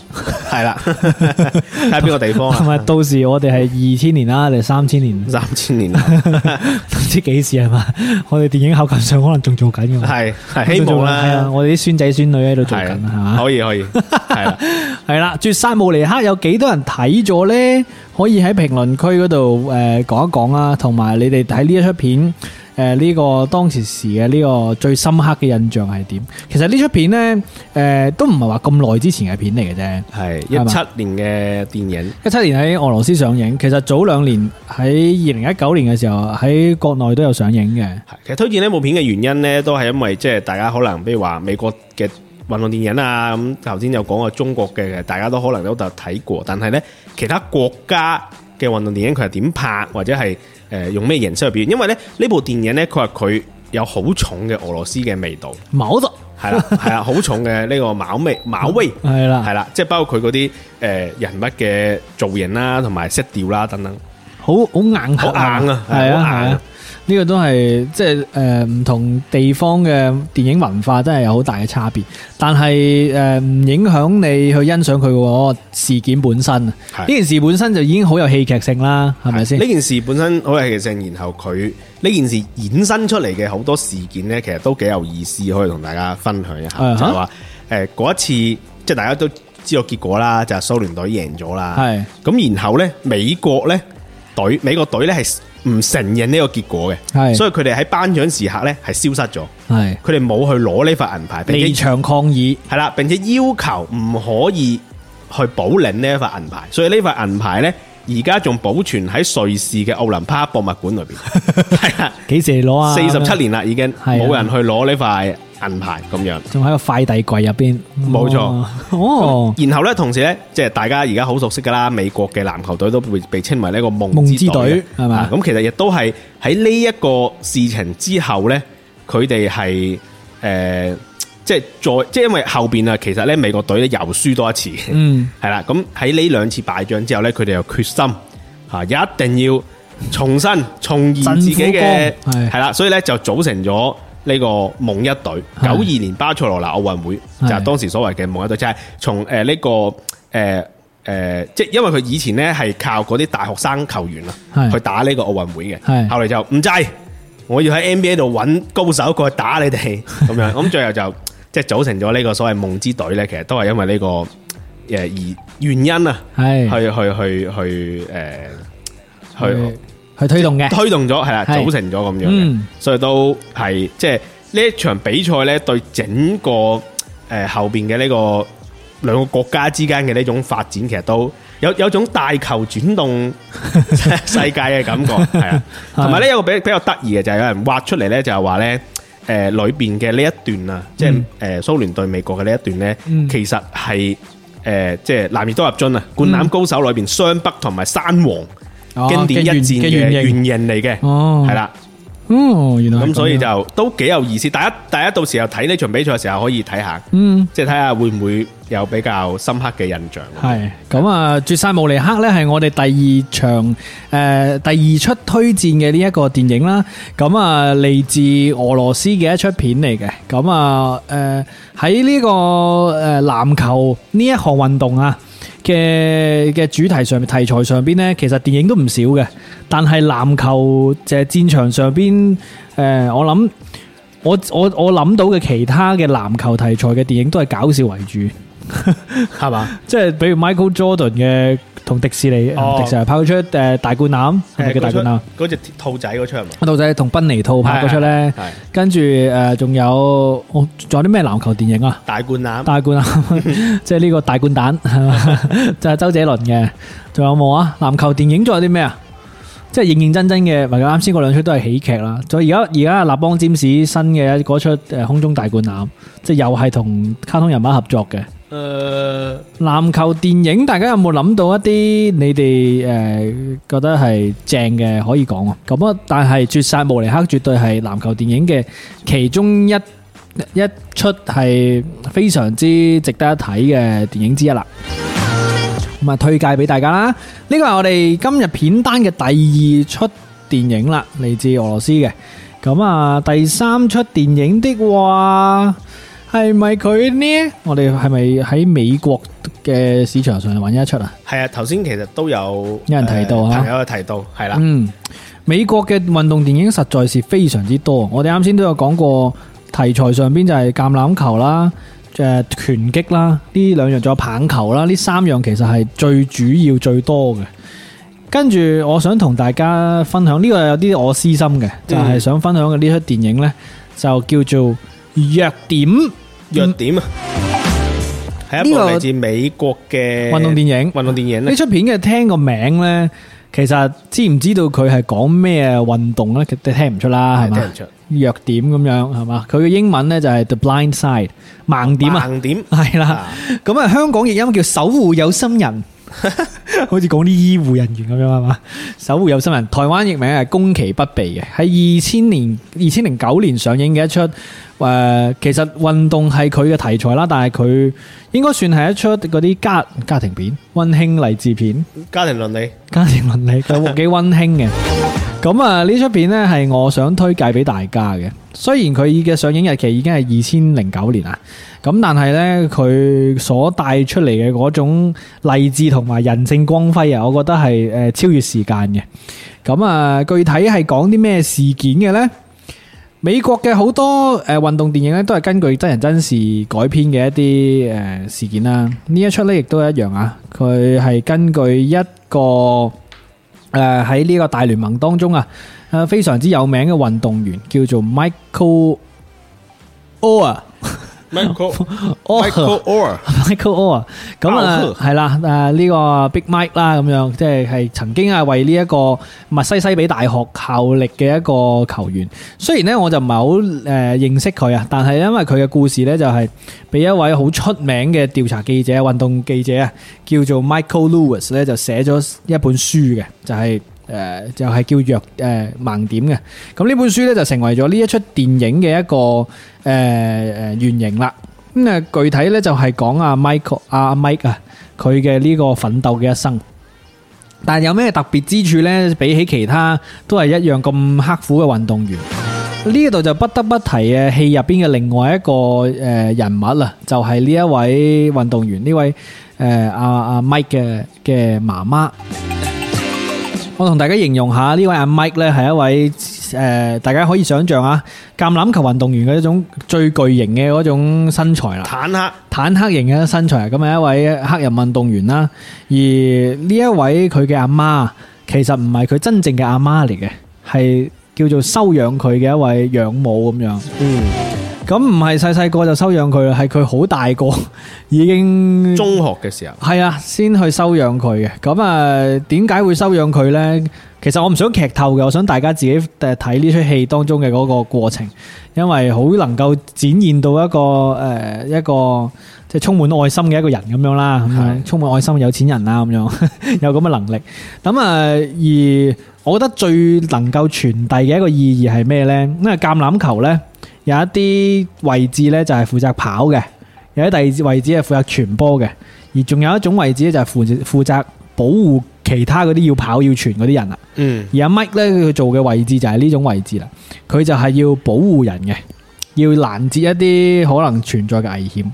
係啦，睇下邊個地方同啦，埋 到時我哋係二千年啦，定三 千年，唔三千年啦，知幾時係嘛？ 我哋電影考級上可能仲做緊嘅喎，係係希望係啊啦，我哋啲孫仔孫女喺度做緊係啊係嘛？可以可以，係啦，係啦，《絕殺慕尼克》有幾多人睇咗呢？可以喺評論區嗰度誒講一講啊，同埋你哋睇呢一出片誒呢、個當時時嘅呢個最深刻嘅印象係點？其實呢出片呢，誒、都唔係話咁耐之前嘅片嚟嘅啫。係係嘛一七年嘅電影，一七年喺俄羅斯上映，其實早兩年喺二零一九年嘅時候喺國內都有上映嘅。係其實推薦呢部片嘅原因咧，都係因為即係大家可能，比如話美國嘅運動電影啊，咁頭先有講過中國嘅，大家都可能都有睇過，但係咧其他國家嘅運動電影佢係點拍，或者係誒、呃用咩形式去表現？因為咧呢部電影咧，佢話佢有好重嘅俄羅斯嘅味道，冇咗，係啦係 啦，好重嘅呢個馬味 馬威。係啦係，啦，即係包括佢嗰啲誒人物嘅造型啦，同埋色調啦等等。好好硬核好硬啊係啊，係係好硬啊啊，呢個都係即係誒唔同地方嘅電影文化真係有好大嘅差別，但係誒唔影響你去欣賞佢嗰個事件本身啊。呢係件事本身就已經好有戲劇性啦，係咪先呢？件事本身好有戲劇性，然後佢呢件事衍生出嚟嘅好多事件呢，其實都幾有意思，可以同大家分享一下。啊哈就係話誒嗰一次，即係大家都知道結果啦，就係、蘇聯隊贏咗啦。係咁，然後呢，美國呢隊美國隊呢係唔承認呢個結果嘅，係所以佢哋喺頒獎時刻呢係消失咗，係佢哋冇去攞呢份銀牌，離並且場抗議，係啦，並且要求唔可以去補領呢一塊銀牌，所以呢塊銀牌呢，而家仲保存喺瑞士嘅奧林匹克博物 館裏邊，係啦，幾時嚟攞啊？四十七，年啦已經，係啊冇人去攞呢塊銀牌咁樣。仲喺個快遞櫃入邊，冇錯哦哦，然後呢，同時呢，即係大家而家好熟悉㗎啦，美國嘅籃球隊都被被稱為呢個夢之夢之隊隊，係嘛啊咁其實亦都係喺呢一個事情之後呢，佢哋係誒即係再即係因為後邊啊，其實呢美國隊呢又輸多一次，嗯，係啦。咁喺呢兩次敗仗之後呢，佢哋又決心嚇、一定要重新重現自己嘅振苦光係係啦，所以呢，就組成咗。呢個夢一隊，係九二年巴塞羅那奧運會就係呃係當時所謂嘅夢一隊，就係從誒呢個誒誒、诶、呃即係因為佢以前咧係靠嗰啲大學生球員啊係去打呢個奧運會嘅，係後嚟就唔制，我要喺 NBA 度揾高手過去打你哋咁樣，咁最後就即係組成咗呢個所謂夢之隊咧， 其實都係因為呢、個诶、誒而原因啊，係去去去去诶、去去去推動嘅，推動咗係啦，係組成咗咁樣嘅嗯，所以都係即係呢一場比賽咧，對整個誒、呃、後邊嘅呢個兩個國家之間嘅呢種發展，其實都有有種大球轉動 世界嘅感覺，係 啊，同埋咧有個比比較得意嘅就係有人挖出嚟咧，就係話咧。誒裏邊嘅呢一段啊，即係誒蘇聯對美國嘅呢一段咧，其實係誒即係南越多入樽啊，灌籃高手裏邊雙北同埋山王哦經典一戰嘅嘅原嘅原型原型嚟嘅，哦係啦，哦，原來係咁所以樣就都幾有意思。大家大家到時候睇呢場比賽嘅時候可以睇下，嗯。即係睇下會唔會有比較深刻嘅印象。系咁啊！絕殺慕尼克呢係我哋第二場诶、呃第二出推薦嘅呢一個電影啦。咁啊，嚟自俄羅斯嘅一出片嚟嘅。咁啊，诶喺呢個诶篮球呢一項運動啊嘅嘅主題上面題材上邊呢，其實電影都唔少嘅。但係籃球就係戰場上邊诶、呃我諗我我我諗到嘅其他嘅籃球題材嘅電影都係搞笑為主。係嘛？即係比如 Michael Jordan 嘅同迪士尼，啊哦迪士尼拍嗰出誒大灌籃，係咪叫大灌籃？嗰隻兔仔嗰出係嘛？嗰度就係同賓尼兔拍嗰出咧係係係，跟住誒仲有我仲有啲咩籃球電影啊？大灌籃大灌 籃，即係呢個大灌蛋， 係嘛就係周杰倫嘅。仲有冇啊？籃球電影仲有啲咩啊？即係認認真真嘅，咪啱先嗰兩出都係喜劇啦。再而家而家立邦占士新嘅嗰出誒空中大灌籃，即係又係同卡通人物合作嘅。誒籃球電影，大家有冇諗到一啲你哋诶、呃、觉得係正嘅可以講啊？咁啊，但係《絕殺慕尼克》絕對係籃球電影嘅其中一一出係非常之值得一睇嘅電影之一啦。咁啊，推介俾大家啦。呢個係我哋今日片單嘅第二出電影啦，嚟自俄羅斯嘅。咁啊，第三出電影的話。系咪佢呢？我哋系咪喺美國嘅市場上揾一出啊？係啊，頭先其實都有有人提到誒啊朋友有提到係啦，嗯，美國嘅運動電影實在是非常之多。我哋啱先都有講過，題材上邊就係橄欖球啦、誒、拳擊啦，呢兩樣仲有棒球啦，呢三樣其實係最主要最多嘅。跟住我想同大家分享呢、個有啲我私心嘅，就係、想分享嘅呢出電影呢，就叫做《弱點》弱點啊，係呢一部個嚟自美國嘅運動電影。運動電影咧呢。出片嘅聽個名呢，其實知唔知道佢係講咩運動呢？其實聽唔出啦，係係聽嘛唔？出弱點咁樣係嘛？佢嘅英文呢就係 The Blind Side，盲點啊， 盲點係啦啊。咁啊，香港譯音叫守護有心人，好似講啲醫護人員咁樣係嘛？守護有心人，台灣譯名係攻其不備嘅，喺二千年、二千零九年上映嘅一出。誒、其實運動係佢嘅題材啦，但係佢應該算係一出嗰啲家家庭片、温馨勵志片。家庭倫理家庭倫理佢幾温馨嘅。咁啊，呢出片呢係我想推介俾大家嘅。雖然佢嘅上映日期已經係二千零九年啦，咁但係呢，佢所帶出嚟嘅嗰種勵志同埋人性光輝啊，我覺得係誒超越時間嘅。咁啊，具體係講啲咩事件嘅呢？美國嘅好多誒運動電影咧，都係根據真人真事改編嘅一啲誒、呃事件啦。呢一出咧亦都一樣啊，佢係根據一個誒喺呢個大聯盟當中啊，誒、非常之有名嘅運動員叫做 Michael Orr。 Michael Orr Michael Orr Michael Orr，咁啊啊係啦，誒呢個 Big Mike 啦咁樣，即係係曾經係為呢一個密西西比大學效力嘅一個球員。雖然咧我就唔係好誒認識佢啊，但係因為佢嘅故事咧就係俾一位好出名嘅調查記者、運動記者啊，叫做 Michael Lewis 咧就寫咗一本書嘅，就係、誒、就係叫弱誒、盲點嘅，咁呢本書咧就成為咗呢一出電影嘅一個誒誒、原型啦。咁啊，具體咧就係講阿 Michael 阿 Mike 啊，佢嘅呢個奮鬥嘅一生。但係有咩特別之處呢？比起其他都係一樣咁刻苦嘅運動員。呢度就不得不提呃嘅呃啊戲入邊嘅另外一個誒人物啦，就係呢一位運動員，呢位誒、誒阿阿 Mike 嘅嘅媽媽。我同大家形容下呢位阿 Mike 咧，係一位誒、呃大家可以想象啊，橄欖球運動員嘅一種最巨型嘅嗰種身材啦。坦克坦克型嘅身材，咁係一位黑人運動員啦。而呢一位佢嘅阿媽，其實唔係佢真正嘅阿媽嚟嘅，係叫做收養佢嘅一位養母咁樣。嗯，咁唔係細細個就收養佢啦，係佢好大個已經中學嘅時候，係啊，先去收養佢嘅。咁啊，點解會收養佢呢？其實我唔想劇透嘅，我想大家自己誒睇呢出戲當中嘅嗰個過程，因為好能夠展現到一個誒、呃一個即係充滿愛心嘅一個人咁樣啦，咁樣係充滿愛心嘅有錢人啦咁樣， 有咁嘅能力。咁啊，而我覺得最能夠傳遞嘅一個意義係咩呢？因為橄欖球呢，有一啲位置呢就係負責跑嘅，有啲第二位置係負責傳波嘅。而仲有一種位置咧，就係負負責保護其他嗰啲要跑要傳嗰啲人啦。嗯，而阿 Mike 咧，佢做嘅位置就係呢種位置啦。佢就係要保護人嘅，要攔截一啲可能存在嘅危險。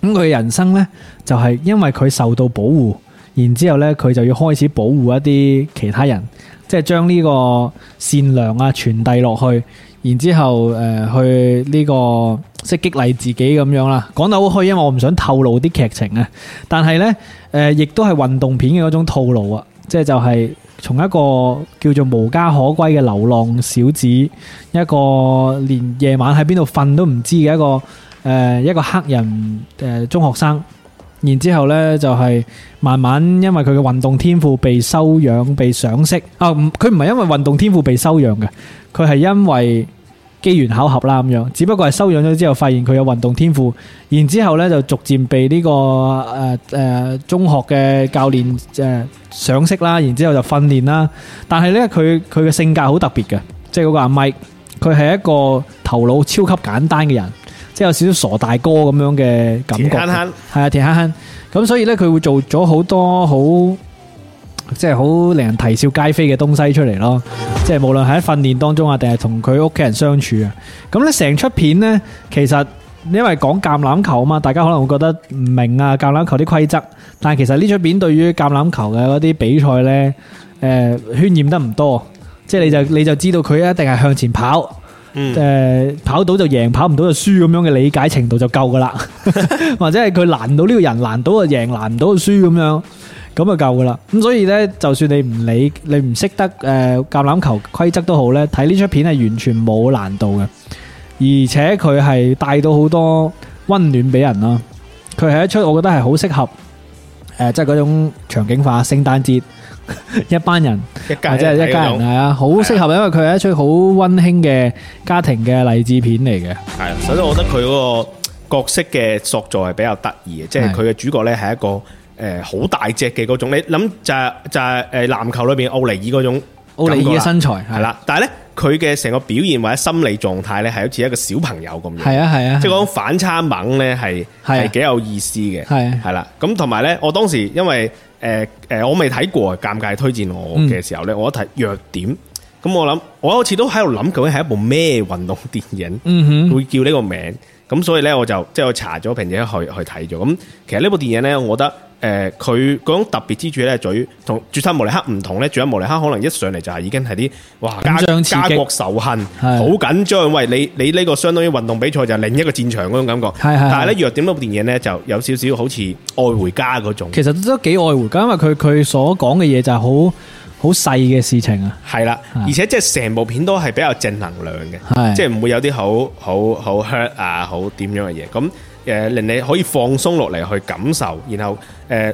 咁佢人生呢，就係、因為佢受到保護，然之後咧佢就要開始保護一啲其他人，即係將呢個善良啊傳遞落去，然之後誒、呃去呢、個即係激勵自己咁樣啦。講到好虛，因為我唔想透露啲劇情啊。但係呢，誒、亦都係運動片嘅嗰種套路啊，即係就係、從一個叫做無家可歸嘅流浪小子，一個連夜晚喺邊度瞓都唔知嘅一個誒、呃一個黑人誒、呃中學生，然之後呢，就係、慢慢因為佢嘅運動天賦被收養、被賞識啊，唔佢唔係因為運動天賦被收養嘅，佢係因為機緣巧合啦咁樣，只不過係收養咗之後發現佢有運動天賦，然之後呢，就逐漸被呢、個誒誒、呃中學嘅教練誒、呃、賞識啦，然之後就訓練啦。但係呢，佢佢嘅性格好特別嘅，即係嗰個阿 Mike，佢係一個頭腦超級簡單嘅人，即係有少少傻大哥咁樣嘅感覺。鐵坑坑係啊，田坑坑。咁所以咧，佢會做咗好多好即係好令人啼笑皆非嘅東西出嚟咯。即係無論喺訓練當中啊，定係同佢屋企人相處啊。咁咧，成出片咧，其實因為講橄欖球啊嘛，大家可能會覺得唔明啊橄欖球啲規則，但係其實呢出片對於橄欖球嘅嗰啲比賽咧，誒、渲染得唔多，即係你就你就知道佢一定係向前跑。嗯誒、呃跑到就贏，跑唔到就輸咁樣嘅理解程度就夠噶啦，或者係佢難到呢個人，難到就贏，難唔到就輸咁樣，咁就夠噶啦。咁所以呢，就算你唔理，你唔識得誒、呃、橄欖球規則都好呢，睇呢出片係完全冇難度嘅，而且佢係帶到好多温暖俾人啦。佢係一出我覺得係好適合誒、呃即係嗰種場景化，聖誕節 一班人。一或家啊者係一家人係啊，好適合，因為佢係一出好温馨嘅家庭嘅勵志片嚟嘅。系啊，首先我覺得佢嗰個角色嘅塑造係比較得意嘅，即係係佢嘅主角咧係一個诶好、大隻嘅嗰種，你諗就係就係诶籃球裏边奧尼爾嗰種奧利爾嘅感身材覺啦，係，啦，但係咧佢嘅成個表現或者心理狀態咧係好似一個小朋友咁樣，係啊係啊，即係嗰種反差萌咧係係啊係幾有意思嘅，係啊係啦，咁同埋咧我當時因為诶诶、呃我未睇過，尷尬推薦我嗯嘅時候咧，我一睇弱點，咁我諗我好似都喺度諗究竟係一部咩運動電影。嗯哼，會叫呢個名。咁所以呢，我就即係我查咗平嘢去去睇咗。咁其實呢部電影呢，我覺得誒佢嗰種特別之處呢，在於同《絕殺無尼克》唔同呢，《絕殺無尼克》可能一上嚟就係已經係啲哇家緊張刺家激啊國仇恨，係好緊張。喂，你你呢個相當於運動比賽就係另一個戰場嗰種感覺。係係但係呢，弱點呢部電影呢，就有少少好似愛回家嗰種。其實都幾愛護㗎，因為佢佢所講嘅嘢就係好好細嘅事情啊。係啦，啊而且即係成部片都係比較正能量係嘅，即係唔會有啲好好好 hurt 啊，好點樣嘅嘢。咁誒、呃令你可以放鬆落嚟去感受，然後誒、呃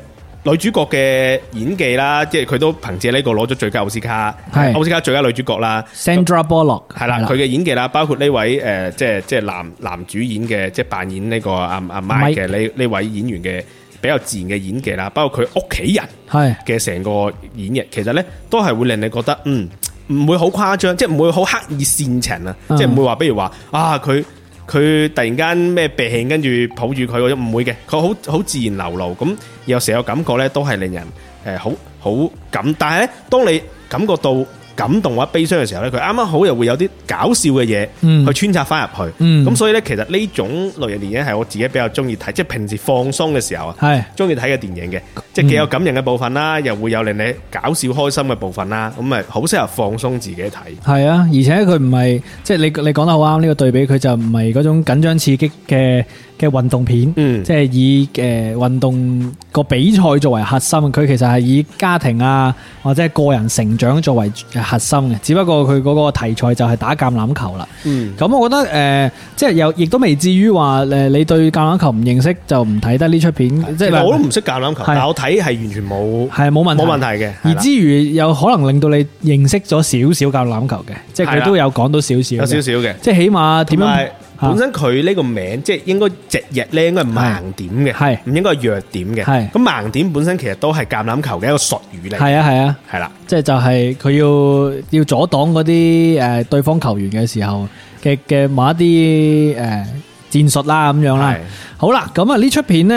女主角嘅演技啦，即係佢都憑借呢個攞咗最佳奧斯卡，係奧斯卡最佳女主角啦。 Sandra Bullock 係啦，佢嘅演技啦，包括呢位誒、呃即係即係男男主演嘅，即係扮演呢、個阿阿 Mike 嘅呢呢位演員嘅比較自然嘅演技啦，包括佢屋企人。係嘅成個演繹，其實呢都係會令你覺得嗯唔會好誇張，即係唔會好刻意煽情啊，嗯即係唔會話，比如話啊佢佢突然間咩病，跟住抱住佢嗰種唔會嘅，佢好好自然流露，咁有時候有感覺呢都係令人誒好好感，但係呢，當你感覺到。感動或者悲傷嘅時候咧，佢啱啱好又會有啲搞笑嘅嘢、嗯去穿插翻入去。咁、嗯所以咧，其實呢種類型電影係我自己比較中意睇，即係平時放鬆嘅時候啊。係中意睇嘅電影嘅，即係既有感人嘅部分啦，又會有令你搞笑開心嘅部分啦，咁咪好適合放鬆自己睇。係啊，而且佢唔係即係你你講得好啱呢個對比，佢就唔係嗰種緊張刺激嘅嘅運動片，嗯即係以誒運動個比賽作為核心，佢其實係以家庭啊或者係個人成長作為核心嘅，只不過佢嗰個題材就係打橄欖球啦。嗯，咁我覺得誒、呃即係又亦都未至於話誒、你對橄欖球唔認識就唔睇得呢出片，即即係係我都唔識橄欖球，係但我睇係完全冇係啊冇問題冇問題嘅。而係啦之餘有可能令到你認識咗少少橄欖球嘅，即係係佢啦都有講到少少嘅，有少少嘅，即係起碼點同樣埋本身佢呢個名即係應該直日咧應該係盲點嘅，係唔應該係弱點嘅。係咁盲點本身其實都係橄欖球嘅一個術語嚟，係啊係啊，係啦。即係就係佢要要阻擋嗰啲誒對方球員嘅時候嘅嘅某一啲誒、呃、戰術啦咁樣啦係。好啦，咁啊呢出片呢，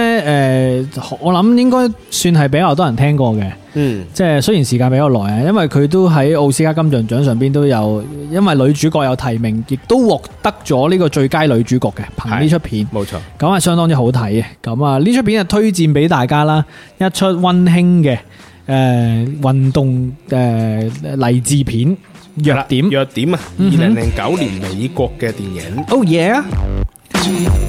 誒、我諗應該算係比較多人聽過嘅。嗯，即係雖然時間比較耐啊，因為佢都喺奧斯卡金像獎上邊都有，因為女主角有提名，亦都獲得咗呢個最佳女主角嘅，憑呢出片。冇錯。咁係相當之好睇嘅。咁啊，呢出片就推薦俾大家啦，一出温馨嘅誒運動誒勵志片弱 Oh, 點。弱點啊！二零零九年美國嘅電影， Oh yeah！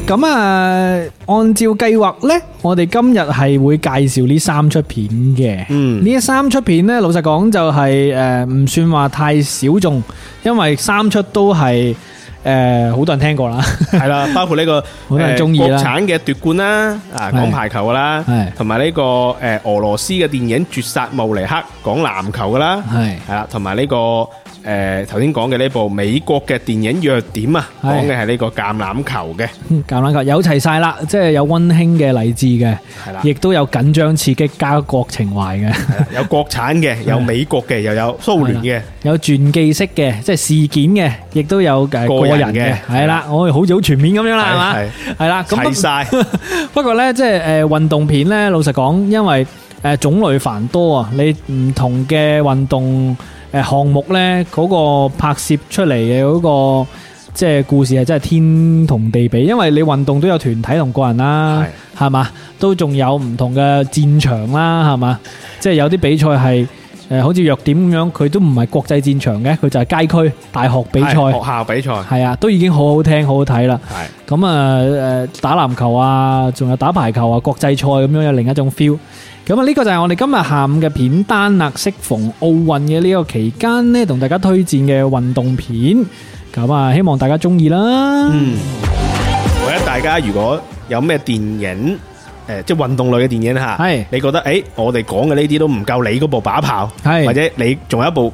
咁啊，按照計劃呢，我哋今日係會介紹呢三出片嘅。嗯呢三出片呢，老實講就係誒唔算話太小眾，因為三出都係誒好多人聽過啦。係啦，包括呢個好多人誒鍾意啦國產嘅奪冠啦，啊講排球噶啦係，同埋呢個誒俄羅斯嘅電影《絕殺慕尼克》講籃球噶啦，係係啦，同埋呢個誒頭先講嘅呢部美國嘅電影《弱點》啊，係講嘅係呢個橄欖球嘅， 嗯橄欖球有齊晒啦，即係有温馨嘅勵志嘅，係啦，亦都有緊張刺激加國情懷嘅，係啦有國產嘅，有美國嘅，又有蘇聯嘅。有傳記式嘅，即係事件嘅，亦都有誒個個人嘅人嘅，係啦，我哋好似好全面咁樣啦，係嘛係？係啦，咁不齊晒，不過呢，即係誒運動片呢，老實講，因為誒、呃、種類繁多啊，你唔同嘅運動誒項目呢，嗰、個拍攝出嚟嘅嗰個即係故事係真係天同地比，因為你運動都有團體同個人啦，係嘛，都仲有唔同嘅戰場啦，係嘛，即係有啲比賽係。誒、好似弱點咁樣，佢都唔係國際戰場嘅，佢就係街區大學比賽，係學校比賽，係啊，都已經好好聽，好好睇啦。係咁啊誒打籃球啊，仲有打排球啊，國際賽咁樣有另一種 feel。咁啊，呢個就係我哋今日下午嘅片單啦。適逢奧運嘅呢個期間呢，同大家推薦嘅運動片。咁啊，希望大家中意啦。嗯，或者大家如果有咩電影，誒、即係運動類嘅電影嚇，係你覺得誒、我哋講嘅呢啲都唔夠你嗰部把炮，係或者你仲有一部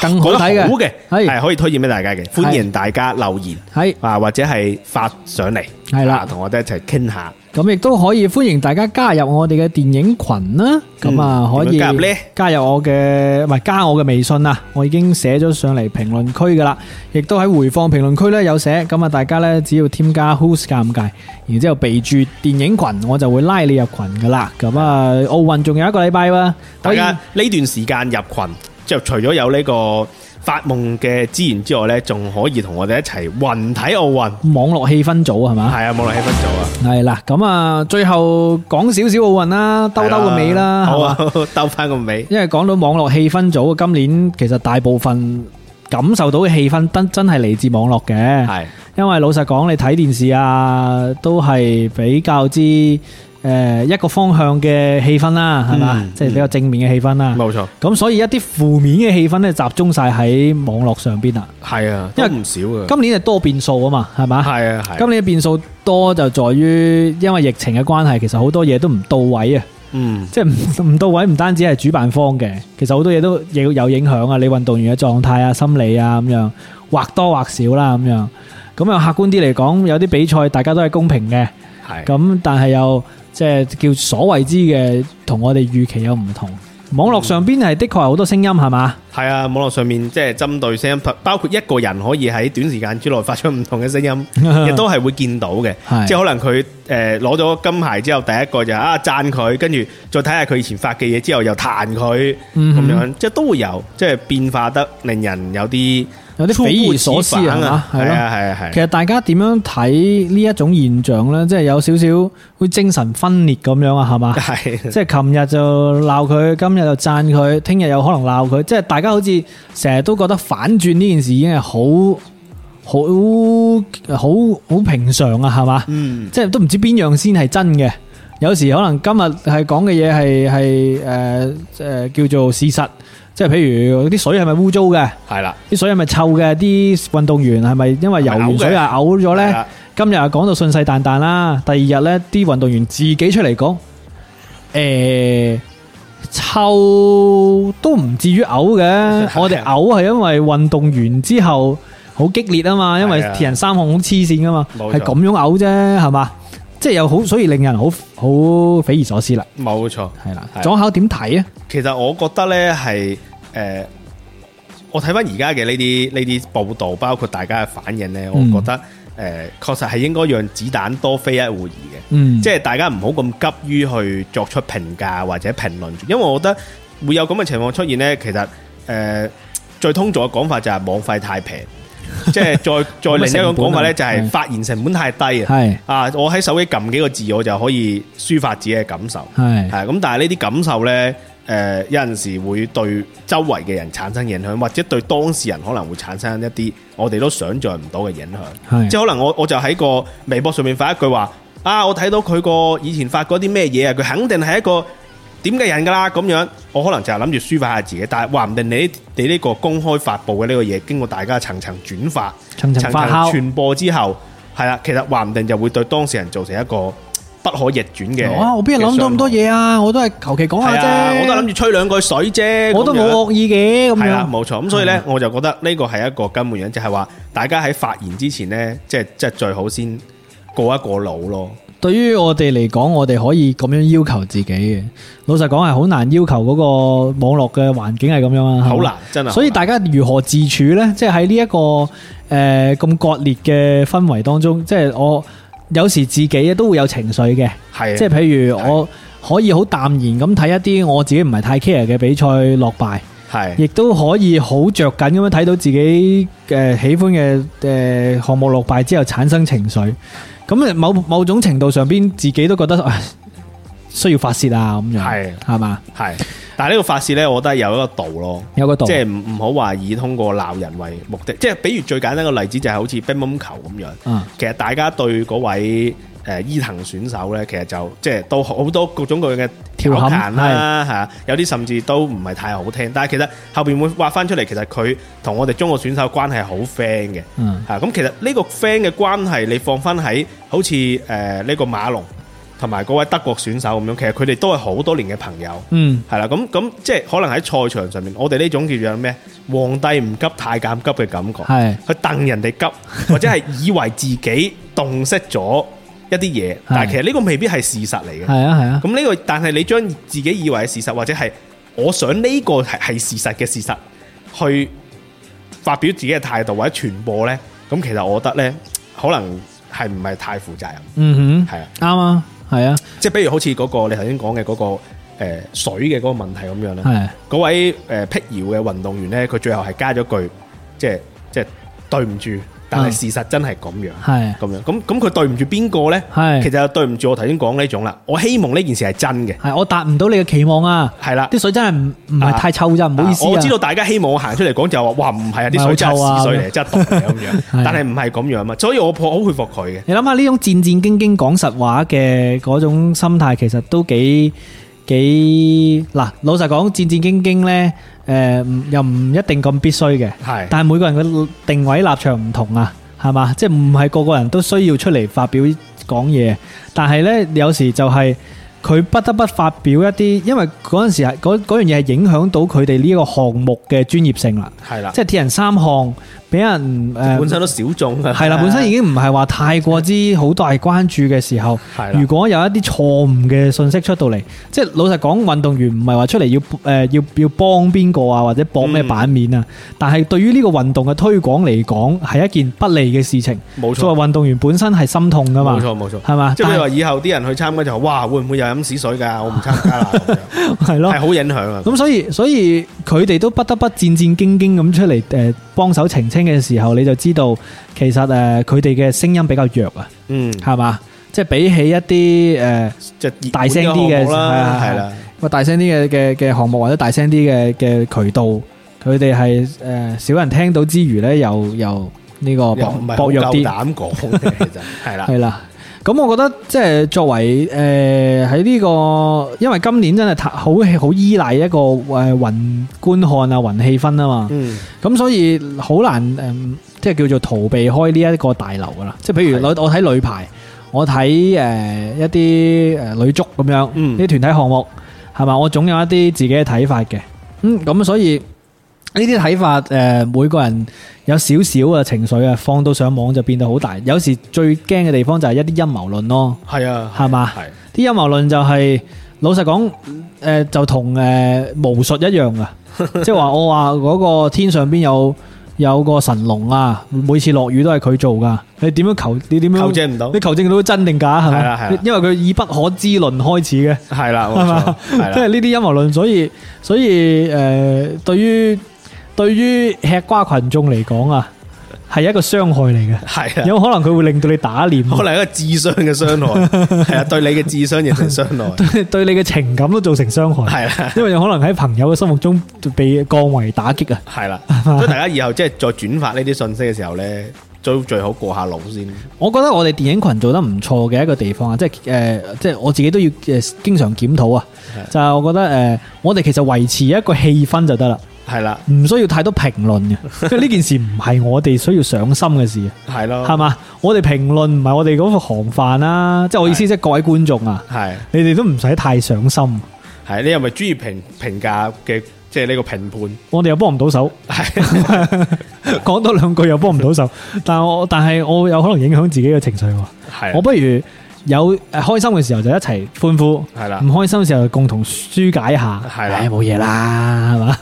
更好睇嘅覺得好嘅，係係可以推薦俾大家嘅，歡迎大家留言係啊，或者係發上嚟，係啦啊同我哋一齊傾下，咁亦都可以歡迎大家加入我哋嘅電影群啦。咁啊，嗯可以點樣加入呢加入我嘅唔係加我嘅微信啊，我已經寫咗上嚟評論區噶啦，亦都喺回放評論區咧有寫。咁啊，大家咧只要添加 Who's 尷尬，然之後備注電影群，我就會拉你入群噶啦。咁啊，奧運仲有一個禮拜喎，大可以家呢段時間入群，就除咗有呢個發夢嘅資源之外呢，仲可以同我哋一齊雲睇奧運，網絡氣氛組係嘛？係啊，網絡氣氛組啊。係啦，咁啊，最後講少少奧運啦，兜兜個尾啦，好係嘛啊？，兜翻個尾。因為講到網絡氣氛組，今年其實大部分感受到嘅氣氛真真係嚟自網絡嘅。係因為老實講，你睇電視啊，都係比較之誒、呃一個方向嘅氣氛啦，係嘛？嗯即係比較正面嘅氣氛啦。冇錯，咁所以一啲負面嘅氣氛咧，集中晒喺網絡上邊啦。係啊，因為因為唔少嘅。今年係多變數啊嘛，係嘛？係啊，係。今年嘅變數多就在於，因為疫情嘅關係，其實好多嘢都唔到位啊。嗯，即係唔唔到位，唔單止係主辦方嘅，其實好多嘢都亦有影響啊！你運動員嘅狀態啊、心理啊咁樣，或多或少啦咁樣。咁又客觀啲嚟講，有啲比賽大家都係公平嘅，係。咁但係又即係叫所謂之嘅，同我哋預期有唔同。網絡上邊係的確係好多聲音係嘛？系啊，網絡上面即係針對聲音，包括一個人可以喺短時間之內發出唔同嘅聲 音，亦都係會見到嘅係。即係可能佢誒攞咗金牌之後，第一個就係啊讚佢，跟住再睇下佢以前發嘅嘢之後又彈佢咁嗯樣，即係都會有，即係變化得令人有啲有啲匪夷所思猝不及係防嘛啊！係係咯啊係啊其係實啊。大家點樣睇呢一種現象呢？即係有少少會精神分裂咁樣啊，係嘛？係即係琴日就鬧佢，今日就讚佢，聽日有可能鬧佢，即係大家好似成日都覺得反轉呢件事已經係好好好好平常啊，係嘛？ 嗯，即係都唔知邊樣先係真嘅。有時可能今日係講嘅嘢係係誒誒叫做事實，即係譬如啲水係咪污糟嘅？係啦，啲水係咪臭嘅？啲運動員係咪因為游完水啊嘔咗係呢啦？，今日啊講到信誓旦旦啦，第二日呢啲運動員自己出嚟講，誒、臭都唔至於嘔嘅 我哋嘔係因為運動完之後好激烈啊嘛，因為係啊鐵人三項好黐線噶嘛，冇錯係咁樣嘔啫，係嘛？即係又好，所以令人好好匪夷所思啦，冇錯。係啦係。啊左考點睇啊？其實我覺得呢係誒，我睇翻而家嘅呢啲呢啲報道，包括大家嘅反應呢，我嗯覺得誒、呃、確實係應該讓子彈多飛一會兒嘅。嗯，即係大家唔好咁急於去作出評價或者評論，因為我覺得會有咁嘅情況出現呢。其實誒、呃最通俗嘅講法就係網費太 平，即係再再另一種講法呢，就係發言成本太低啊！啊係啊，我喺手機撳幾個字，我就可以抒發自己嘅感受。係係咁，但係呢啲感受呢，誒、有陣時會對周圍嘅人產生影響，或者對當事人可能會產生一啲我哋都想像唔到嘅影響。係即係可能我我就喺個微博上面發一句話啊，我睇到佢個以前發嗰啲咩嘢啊，佢肯定係一個點嘅人㗎啦咁樣。我可能就係諗住抒發下自己，但係話唔定你你呢個公開發布嘅呢個嘢，經過大家層層轉發、層層發酵傳播之後，係啦，其實話唔定就會對當事人造成一個不可逆轉嘅。哇！哦我邊度諗到咁多嘅傷害嘢啊？我都係求其講係下啊，啫，我都諗住吹兩句水啫，我都冇惡意嘅咁系樣。啦，嗯冇錯。咁所以呢，我就覺得呢個係一個根本原因，就係話大家喺發言之前呢，即係即係最好先過一過腦咯。對於我哋嚟講，我哋可以咁樣要求自己嘅。老實講係好難要求嗰個網絡嘅環境係咁樣啊，係嘛好難，真係好難。所以大家如何自處呢？即係喺呢一個誒咁、割裂嘅氛圍當中，即係我有時自己都會有情緒嘅。係即係譬如我可以好淡然咁睇一啲我自己唔係太 care 嘅比賽落敗。係亦都可以好着緊咁樣睇到自己誒、呃喜歡嘅誒、呃、項目落敗之後產生情緒，咁誒某某種程度上邊自己都覺得唉需要發泄啊咁樣，係係嘛？係，但係呢個發泄呢，我覺得有一個度咯。有個度，即係唔唔好話以通過鬧人為目的，即係比如最簡單嘅例子就係好似乒乓球咁樣，啊其實大家對嗰位誒伊藤選手呢，其實就即係都好多各種各樣嘅調調侃侃啦，係啊有啲甚至都唔係太好聽，但係其實後邊會挖翻出嚟，其實佢同我哋中國選手關係好 friend 嘅。嗯啊，咁其實呢個 friend 嘅關係，你放翻喺好似誒呢個馬龍同埋嗰位德國選手咁樣，其實佢哋都係好多年嘅朋友。嗯係啦，咁咁即係可能喺賽場上面，我哋呢種叫做咩？皇帝唔急太監急嘅感覺，係佢戥人 哋急，或者係以為自己洞悉咗一啲嘢，但係其實呢個未必係事實嚟嘅。係啊係啊，咁呢、個，但係你將自己以為係事實，或者係我想呢個係係事實嘅事實，去發表自己嘅態度或者傳播呢，咁其實我覺得呢，可能係唔係太負責任，嗯係啊。哼，啱啊，係啊，即係比如好似嗰、個你頭先講嘅嗰個呃水嘅嗰個問題咁樣啦，係嗰位誒辟謠嘅運動員咧，佢最後係加咗句，即係即係對唔住，但係嗯事實真係咁樣，係咁樣，咁咁佢對唔住邊個咧？係其實就對唔住我頭先講呢種啦，我希望呢件事係真嘅，係，我達唔到你嘅期望啊！係啦。啲水真係唔唔係太臭咋，唔好意思啊啊。我知道大家希望我行出嚟講就係話，哇唔係啊，啲水真唔係好係臭屎啊。水嚟，真係毒嚟咁樣係啊但係唔係咁樣嘛，所以我好佩服佢嘅。你諗下呢種戰戰兢兢講實話嘅嗰種心態，其實都幾幾嗱。老實講，戰戰兢兢呢，誒、唔又唔一定咁必須嘅。係但係每個人嘅定位立場唔同啊，係嘛？即係唔係個個人都需要出嚟發表講嘢，但係呢，有時就係佢不得不發表一啲，因為嗰陣時係嗰嗰樣嘢係影響到佢哋呢個項目嘅專業性啦。係啦，即係鐵人三項俾人誒本身都小眾啊，係啦，本身已經唔係話太過之好大關注嘅時候係，啦如果有一啲錯誤嘅信息出到嚟，即係老實講，運動員唔係話出嚟要誒、呃要要幫邊個啊，或者搏嗯咩版面啊，但係對於呢個運動嘅推廣嚟講，係一件不利嘅事情。冇錯作為運動員本身係心痛噶嘛，冇錯冇錯，係嘛？即係譬但如話係以後啲人去參加就話哇，會唔會又飲屎水㗎？我唔參加啦，咁樣係咯係。好影響啊。咁所以所以佢哋都不得不戰戰兢兢咁出嚟誒幫手澄清嘅時候，你就知道其實誒佢哋嘅聲音比較弱啊，嗯，係嘛？即係比起一啲誒。呃即係大聲啲嘅熱門項目係啦，啊係係啊啦，喂，大聲啲嘅嘅嘅項目或者大聲啲嘅嘅渠道，佢哋係誒少人聽到之餘咧，又又呢個又薄唔係薄弱好夠啲，膽講嘅， 其實係啦係，啊啦。咁我覺得即係作為誒喺呢個，因為今年真係太好好依賴一個誒雲觀看啊、雲氣氛啊嘛，嗯，咁所以好難誒、嗯即係叫做逃避開呢一個大流噶啦。即係譬如係我我睇女排，我睇誒、一啲誒女足咁樣，嗯呢啲團體項目係嘛，我總有一啲自己嘅睇法嘅。嗯，咁所以呢啲睇法誒、每個人有少少嘅情緒啊，放到上網就變到好大。有時最驚嘅地方就係一啲陰謀論咯，係啊，係嘛？係啲陰謀論就係、老實講，誒、就同誒、巫術一樣 噶，即係話我話嗰個天上邊有有個神龍啊，每次落雨都係佢做噶，你點樣求？你點樣求證唔到你，求證到真定假係係啦咪係啦？因為佢以不可知論開始嘅，係啦，係冇嘛錯，？係即係啦，呢啲陰謀論，所以所以誒、呃對於對於吃瓜群眾嚟講啊，係一個傷害嚟 嘅，係啦，有可能佢會令到你打臉。可能係一個智商嘅傷害，係啊，對你嘅智商形成傷 對對你嘅情感都造成傷害，害，係啦。因為有可能喺朋友嘅心目中被降為打擊啊！系啦，所以大家以後即係再轉發呢啲信息嘅時候咧，都最好過下腦先。我覺得我哋電影群做得唔錯嘅一個地方啊，即係誒、呃即係我自己都要誒經常檢討啊，就係我覺得誒、呃我哋其實維持一個氣氛就得啦，係啦，唔需要太多評論 嘅，因為呢件事唔係我哋需要上心嘅事啊，係係咯，嘛？我哋評論唔係我哋嗰個行範啦，即係我意思即係各位觀眾啊，係你哋都唔使太上心，係你又咪專業評評價嘅，即係呢個評我哋又幫唔到 手。判係講多兩句又幫唔到手，但我但係我有可能影響自己嘅情緒喎。係啊我不如有誒開心嘅時候就一齊歡呼，係啦唔開心嘅時候就共同疏解下，係啦唉冇嘢啦，係嘛？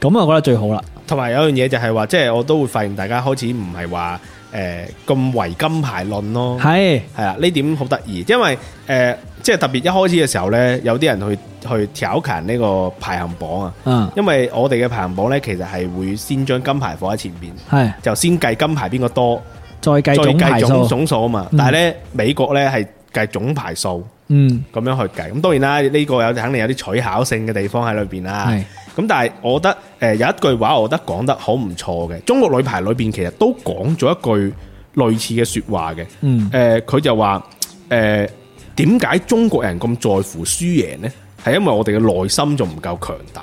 咁啊，我覺得最好啦。同埋有樣嘢就係話，即係我都會發現大家開始唔係話誒咁唯金牌論咯，係係啦，呢點好得意，因為誒、呃即係特別一開始嘅時候咧，有啲人去去挑勤呢個排行榜啊，嗯，因為我哋嘅排行榜咧其實係會先將金牌放喺前邊，係就先計金牌邊個多，再計再總計排總數，總數啊嘛。嗯但係咧美國咧係計總排數嗯，咁樣去計，咁當然啦，呢、個有肯定有啲取巧性嘅地方喺裏邊啦。係咁但係我覺得誒、呃有一句話，我覺得講得好唔錯嘅。中國女排裏邊其實都講咗一句類似嘅説話嘅。誒、呃嗯佢就話誒點解中國人咁在乎輸贏呢？係因為我哋嘅內心仲唔夠強大。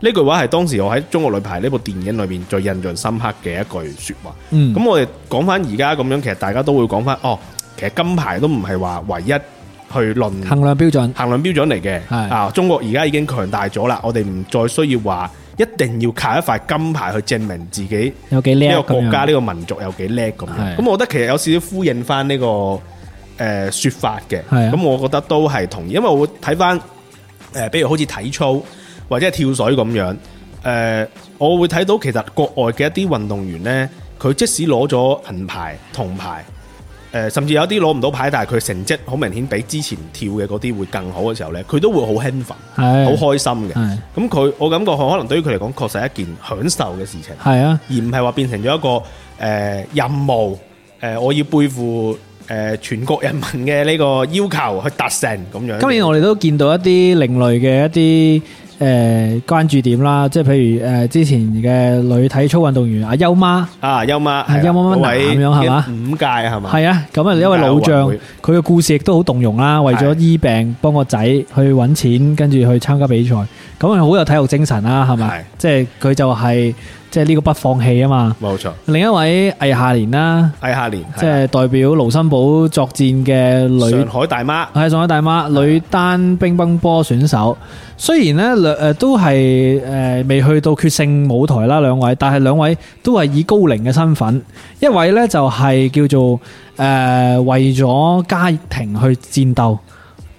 呢句話係當時我喺《中國女排》呢部電影裏面最印象深刻嘅一句説話。嗯咁我哋講翻而家咁樣，其實大家都會講翻哦，其實金牌都唔係話唯一去論衡量標準衡量標準嚟嘅。係啊，中國而家已經強大咗啦，我哋唔再需要話一定要靠一塊金牌去證明自己有幾叻呢個國咁家呢樣，個民族有幾叻咁係樣。咁我覺得其實有少少呼應翻呢個誒説法嘅。係啊咁我覺得都係同意，因為我睇翻誒，呃比如好似體操或者係跳水咁樣。誒、我會睇到其實國外嘅一啲運動員呢，佢即使攞咗銀牌、銅牌，誒、甚至有啲攞唔到牌，但係佢成績好明顯比之前跳嘅嗰啲會更好嘅時候呢，佢都會好興奮、好係開心嘅。係咁佢我感覺可能對於佢嚟講，確實係一件享受嘅事情，係啊，而唔係話變成咗一個誒、呃任務，誒、我要背負誒、全國人民嘅呢個要求去達成咁樣。今年我哋都見到一啲另類嘅一啲誒、呃、關注點啦，即係譬如誒、呃之前嘅女體操運動員阿優媽。啊，優媽係優媽媽男咁樣係嘛五屆係嘛？系啊，咁啊，一位老將，佢嘅故事亦都好動容啦。為咗醫病，幫個仔去揾錢，跟住去參加比賽，咁啊好有體育精神啦，係咪？係即係佢就係、即即係呢個不放棄啊嘛。冇錯，另一位魏夏蓮啦，艾夏蓮即係係代表盧森堡作戰嘅啦女上海大媽，系上海大媽女單乒乓波選手，雖然咧兩诶都係诶未去到決勝舞台啦，兩位，但係兩位都係以高齡嘅身份，一位咧就係叫做诶、呃、为咗家庭去戰鬥，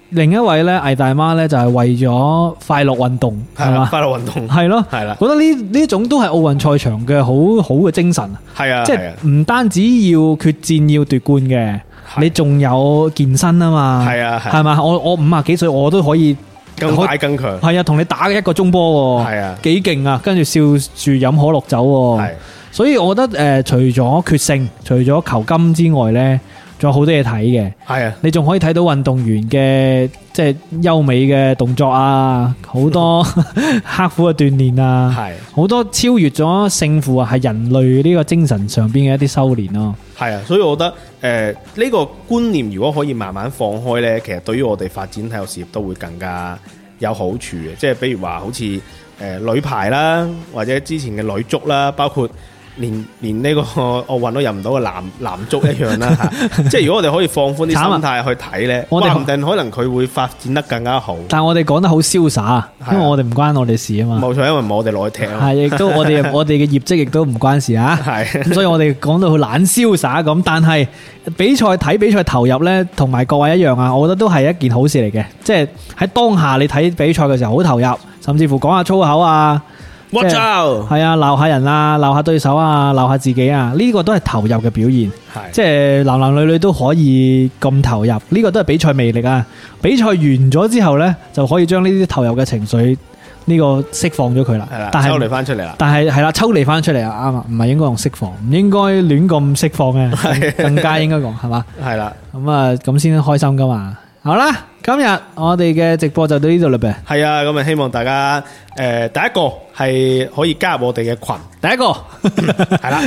另一位咧魏大媽咧就係為咗快樂運動，係係啦，嘛，快樂運 動，係咯，係啦，覺得呢呢種都係奧運賽場嘅好好嘅精神，係啊，即係啊係唔單止要決戰要奪冠嘅，係你仲有健身啊嘛，係啊係啊係嘛？我我五啊幾歲我都可以，更快更強，係啊，同你打一個鐘波喎，係啊幾勁啊！跟住笑住飲可樂酒喎係，所以我覺得誒、呃除咗決勝，除咗求金之外呢，仲有好多嘢睇嘅。係啊，你仲可以睇到運動員嘅即係優美嘅動作啊，好 多刻苦嘅鍛鍊啊，係好多超越咗勝負啊，係人類呢個精神上邊嘅一啲修練咯。係啊，所以我覺得誒呢、個觀念如果可以慢慢放開呢，其實對於我哋發展體育事業都會更加有好處嘅。即係比如話好似誒、呃女排啦，或者之前嘅女足啦，包括連 連呢個奧運都入唔到嘅男男足一樣啦 嚇即係如果我哋可以放寬啲慘啊心態去睇呢，我哋話唔定可能佢會發展得更加好。但係我哋講得好瀟灑，因為我哋唔關我哋事啊嘛，冇錯，因為唔係我哋攞去踢啊嘛，係亦都我 哋我哋嘅業績亦都唔關事啊。係咁所以我哋講到好懶瀟灑咁，但係比賽睇比賽投入呢，同埋各位一樣啊，我覺得都係一件好事嚟嘅，即係喺當下你睇比賽嘅時候好投入，甚至乎講下粗口啊， Watch out！係啊鬧下人啊，鬧下對手啊，鬧下自己啊，呢、個都係投入嘅表現。係即係男男女女都可以咁投入，呢、個都係比賽魅力啊！比賽完咗之後呢，就可以將呢啲投入嘅情緒呢、個釋放咗佢啦係啦。，但抽係離翻出嚟啦。但係係啦，抽離翻出嚟啊，啱啊，唔係應該用釋放，唔應該亂咁釋放 嘅，更加應該講係嘛？係啦，咁啊，咁先開心噶嘛。好啦，今日我哋嘅直播就到呢度啦噃。係啊，咁啊，希望大家诶、呃第一個係可以加入我哋嘅群， 第一個係啦，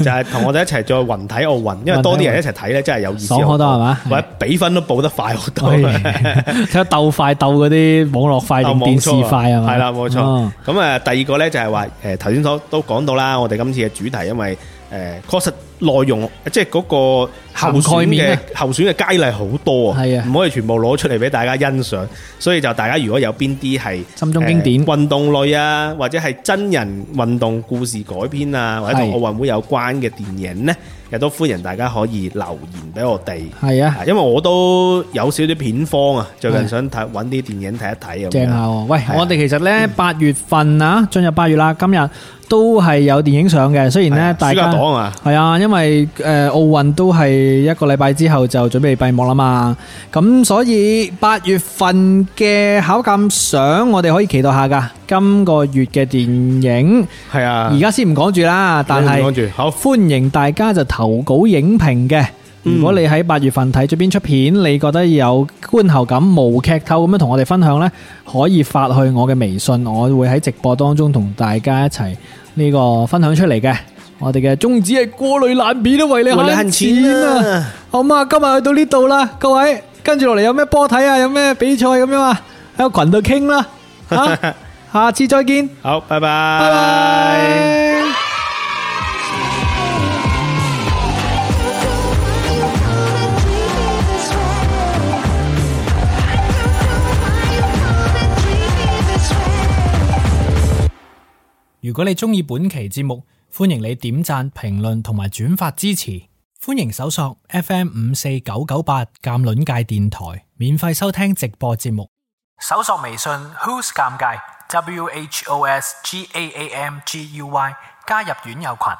就係同我哋一齊再雲睇奧運，因為多啲人一齊睇咧，真係有意思爽好多係嘛或者比分都報得快好多。喂哎睇下鬥快鬥嗰啲網絡快定電視快係嘛？啊系啦，冇哦錯。咁啊，第二個咧就係話，诶，頭先所都講到啦，我哋今次嘅主題，因為诶，确实內容即係嗰個候涵蓋選面嘅啊候選嘅佳麗好多啊，係啊唔可以全部攞出嚟俾大家欣賞。所以就大家如果有邊啲係心中經典呃運動類啊，或者係真人運動故事改編啊，或者同係奧運會有關嘅電影呢，亦都歡迎大家可以留言俾我哋。係啊。啊因為我都有少啲片方啊，最近想睇揾啲電影睇一睇咁樣正下喎！喂係啊，我哋其實呢，八月份啊，進入八月啦，今日都係有電影上嘅。雖然係呢，啊大暑家假檔啊，係啊，因為誒奧運都係一個禮拜之後就準備閉幕啦嘛，咁所以八月份嘅考鑑賞我哋可以期待下噶。今個月嘅電影係啊，而家先唔講住啦，但係講住好歡迎大家就投稿影評嘅。如果你喺八月份睇咗邊出片，你覺得有觀後感、無劇透咁樣同我哋分享呢，可以發去我嘅微信，我會喺直播當中同大家一齊呢個分享出嚟嘅。我哋嘅宗旨係過濾爛片都啊為你為你慳慳錢錢啊！啊！好嘛，今日去到呢度啦，各位，跟住落嚟有咩波睇啊，有咩比賽咁樣啊，喺個群度傾啦，嚇，下次再見，好，拜拜，拜拜拜。如果你中意本期節目，歡迎你點讚、評論同埋轉發支持。歡迎搜索 FM 五四九九八鑑論界電台，免費收聽直播節目。搜索微信 Who's 尷尬 W H O S G A A M G U Y 加入院友群。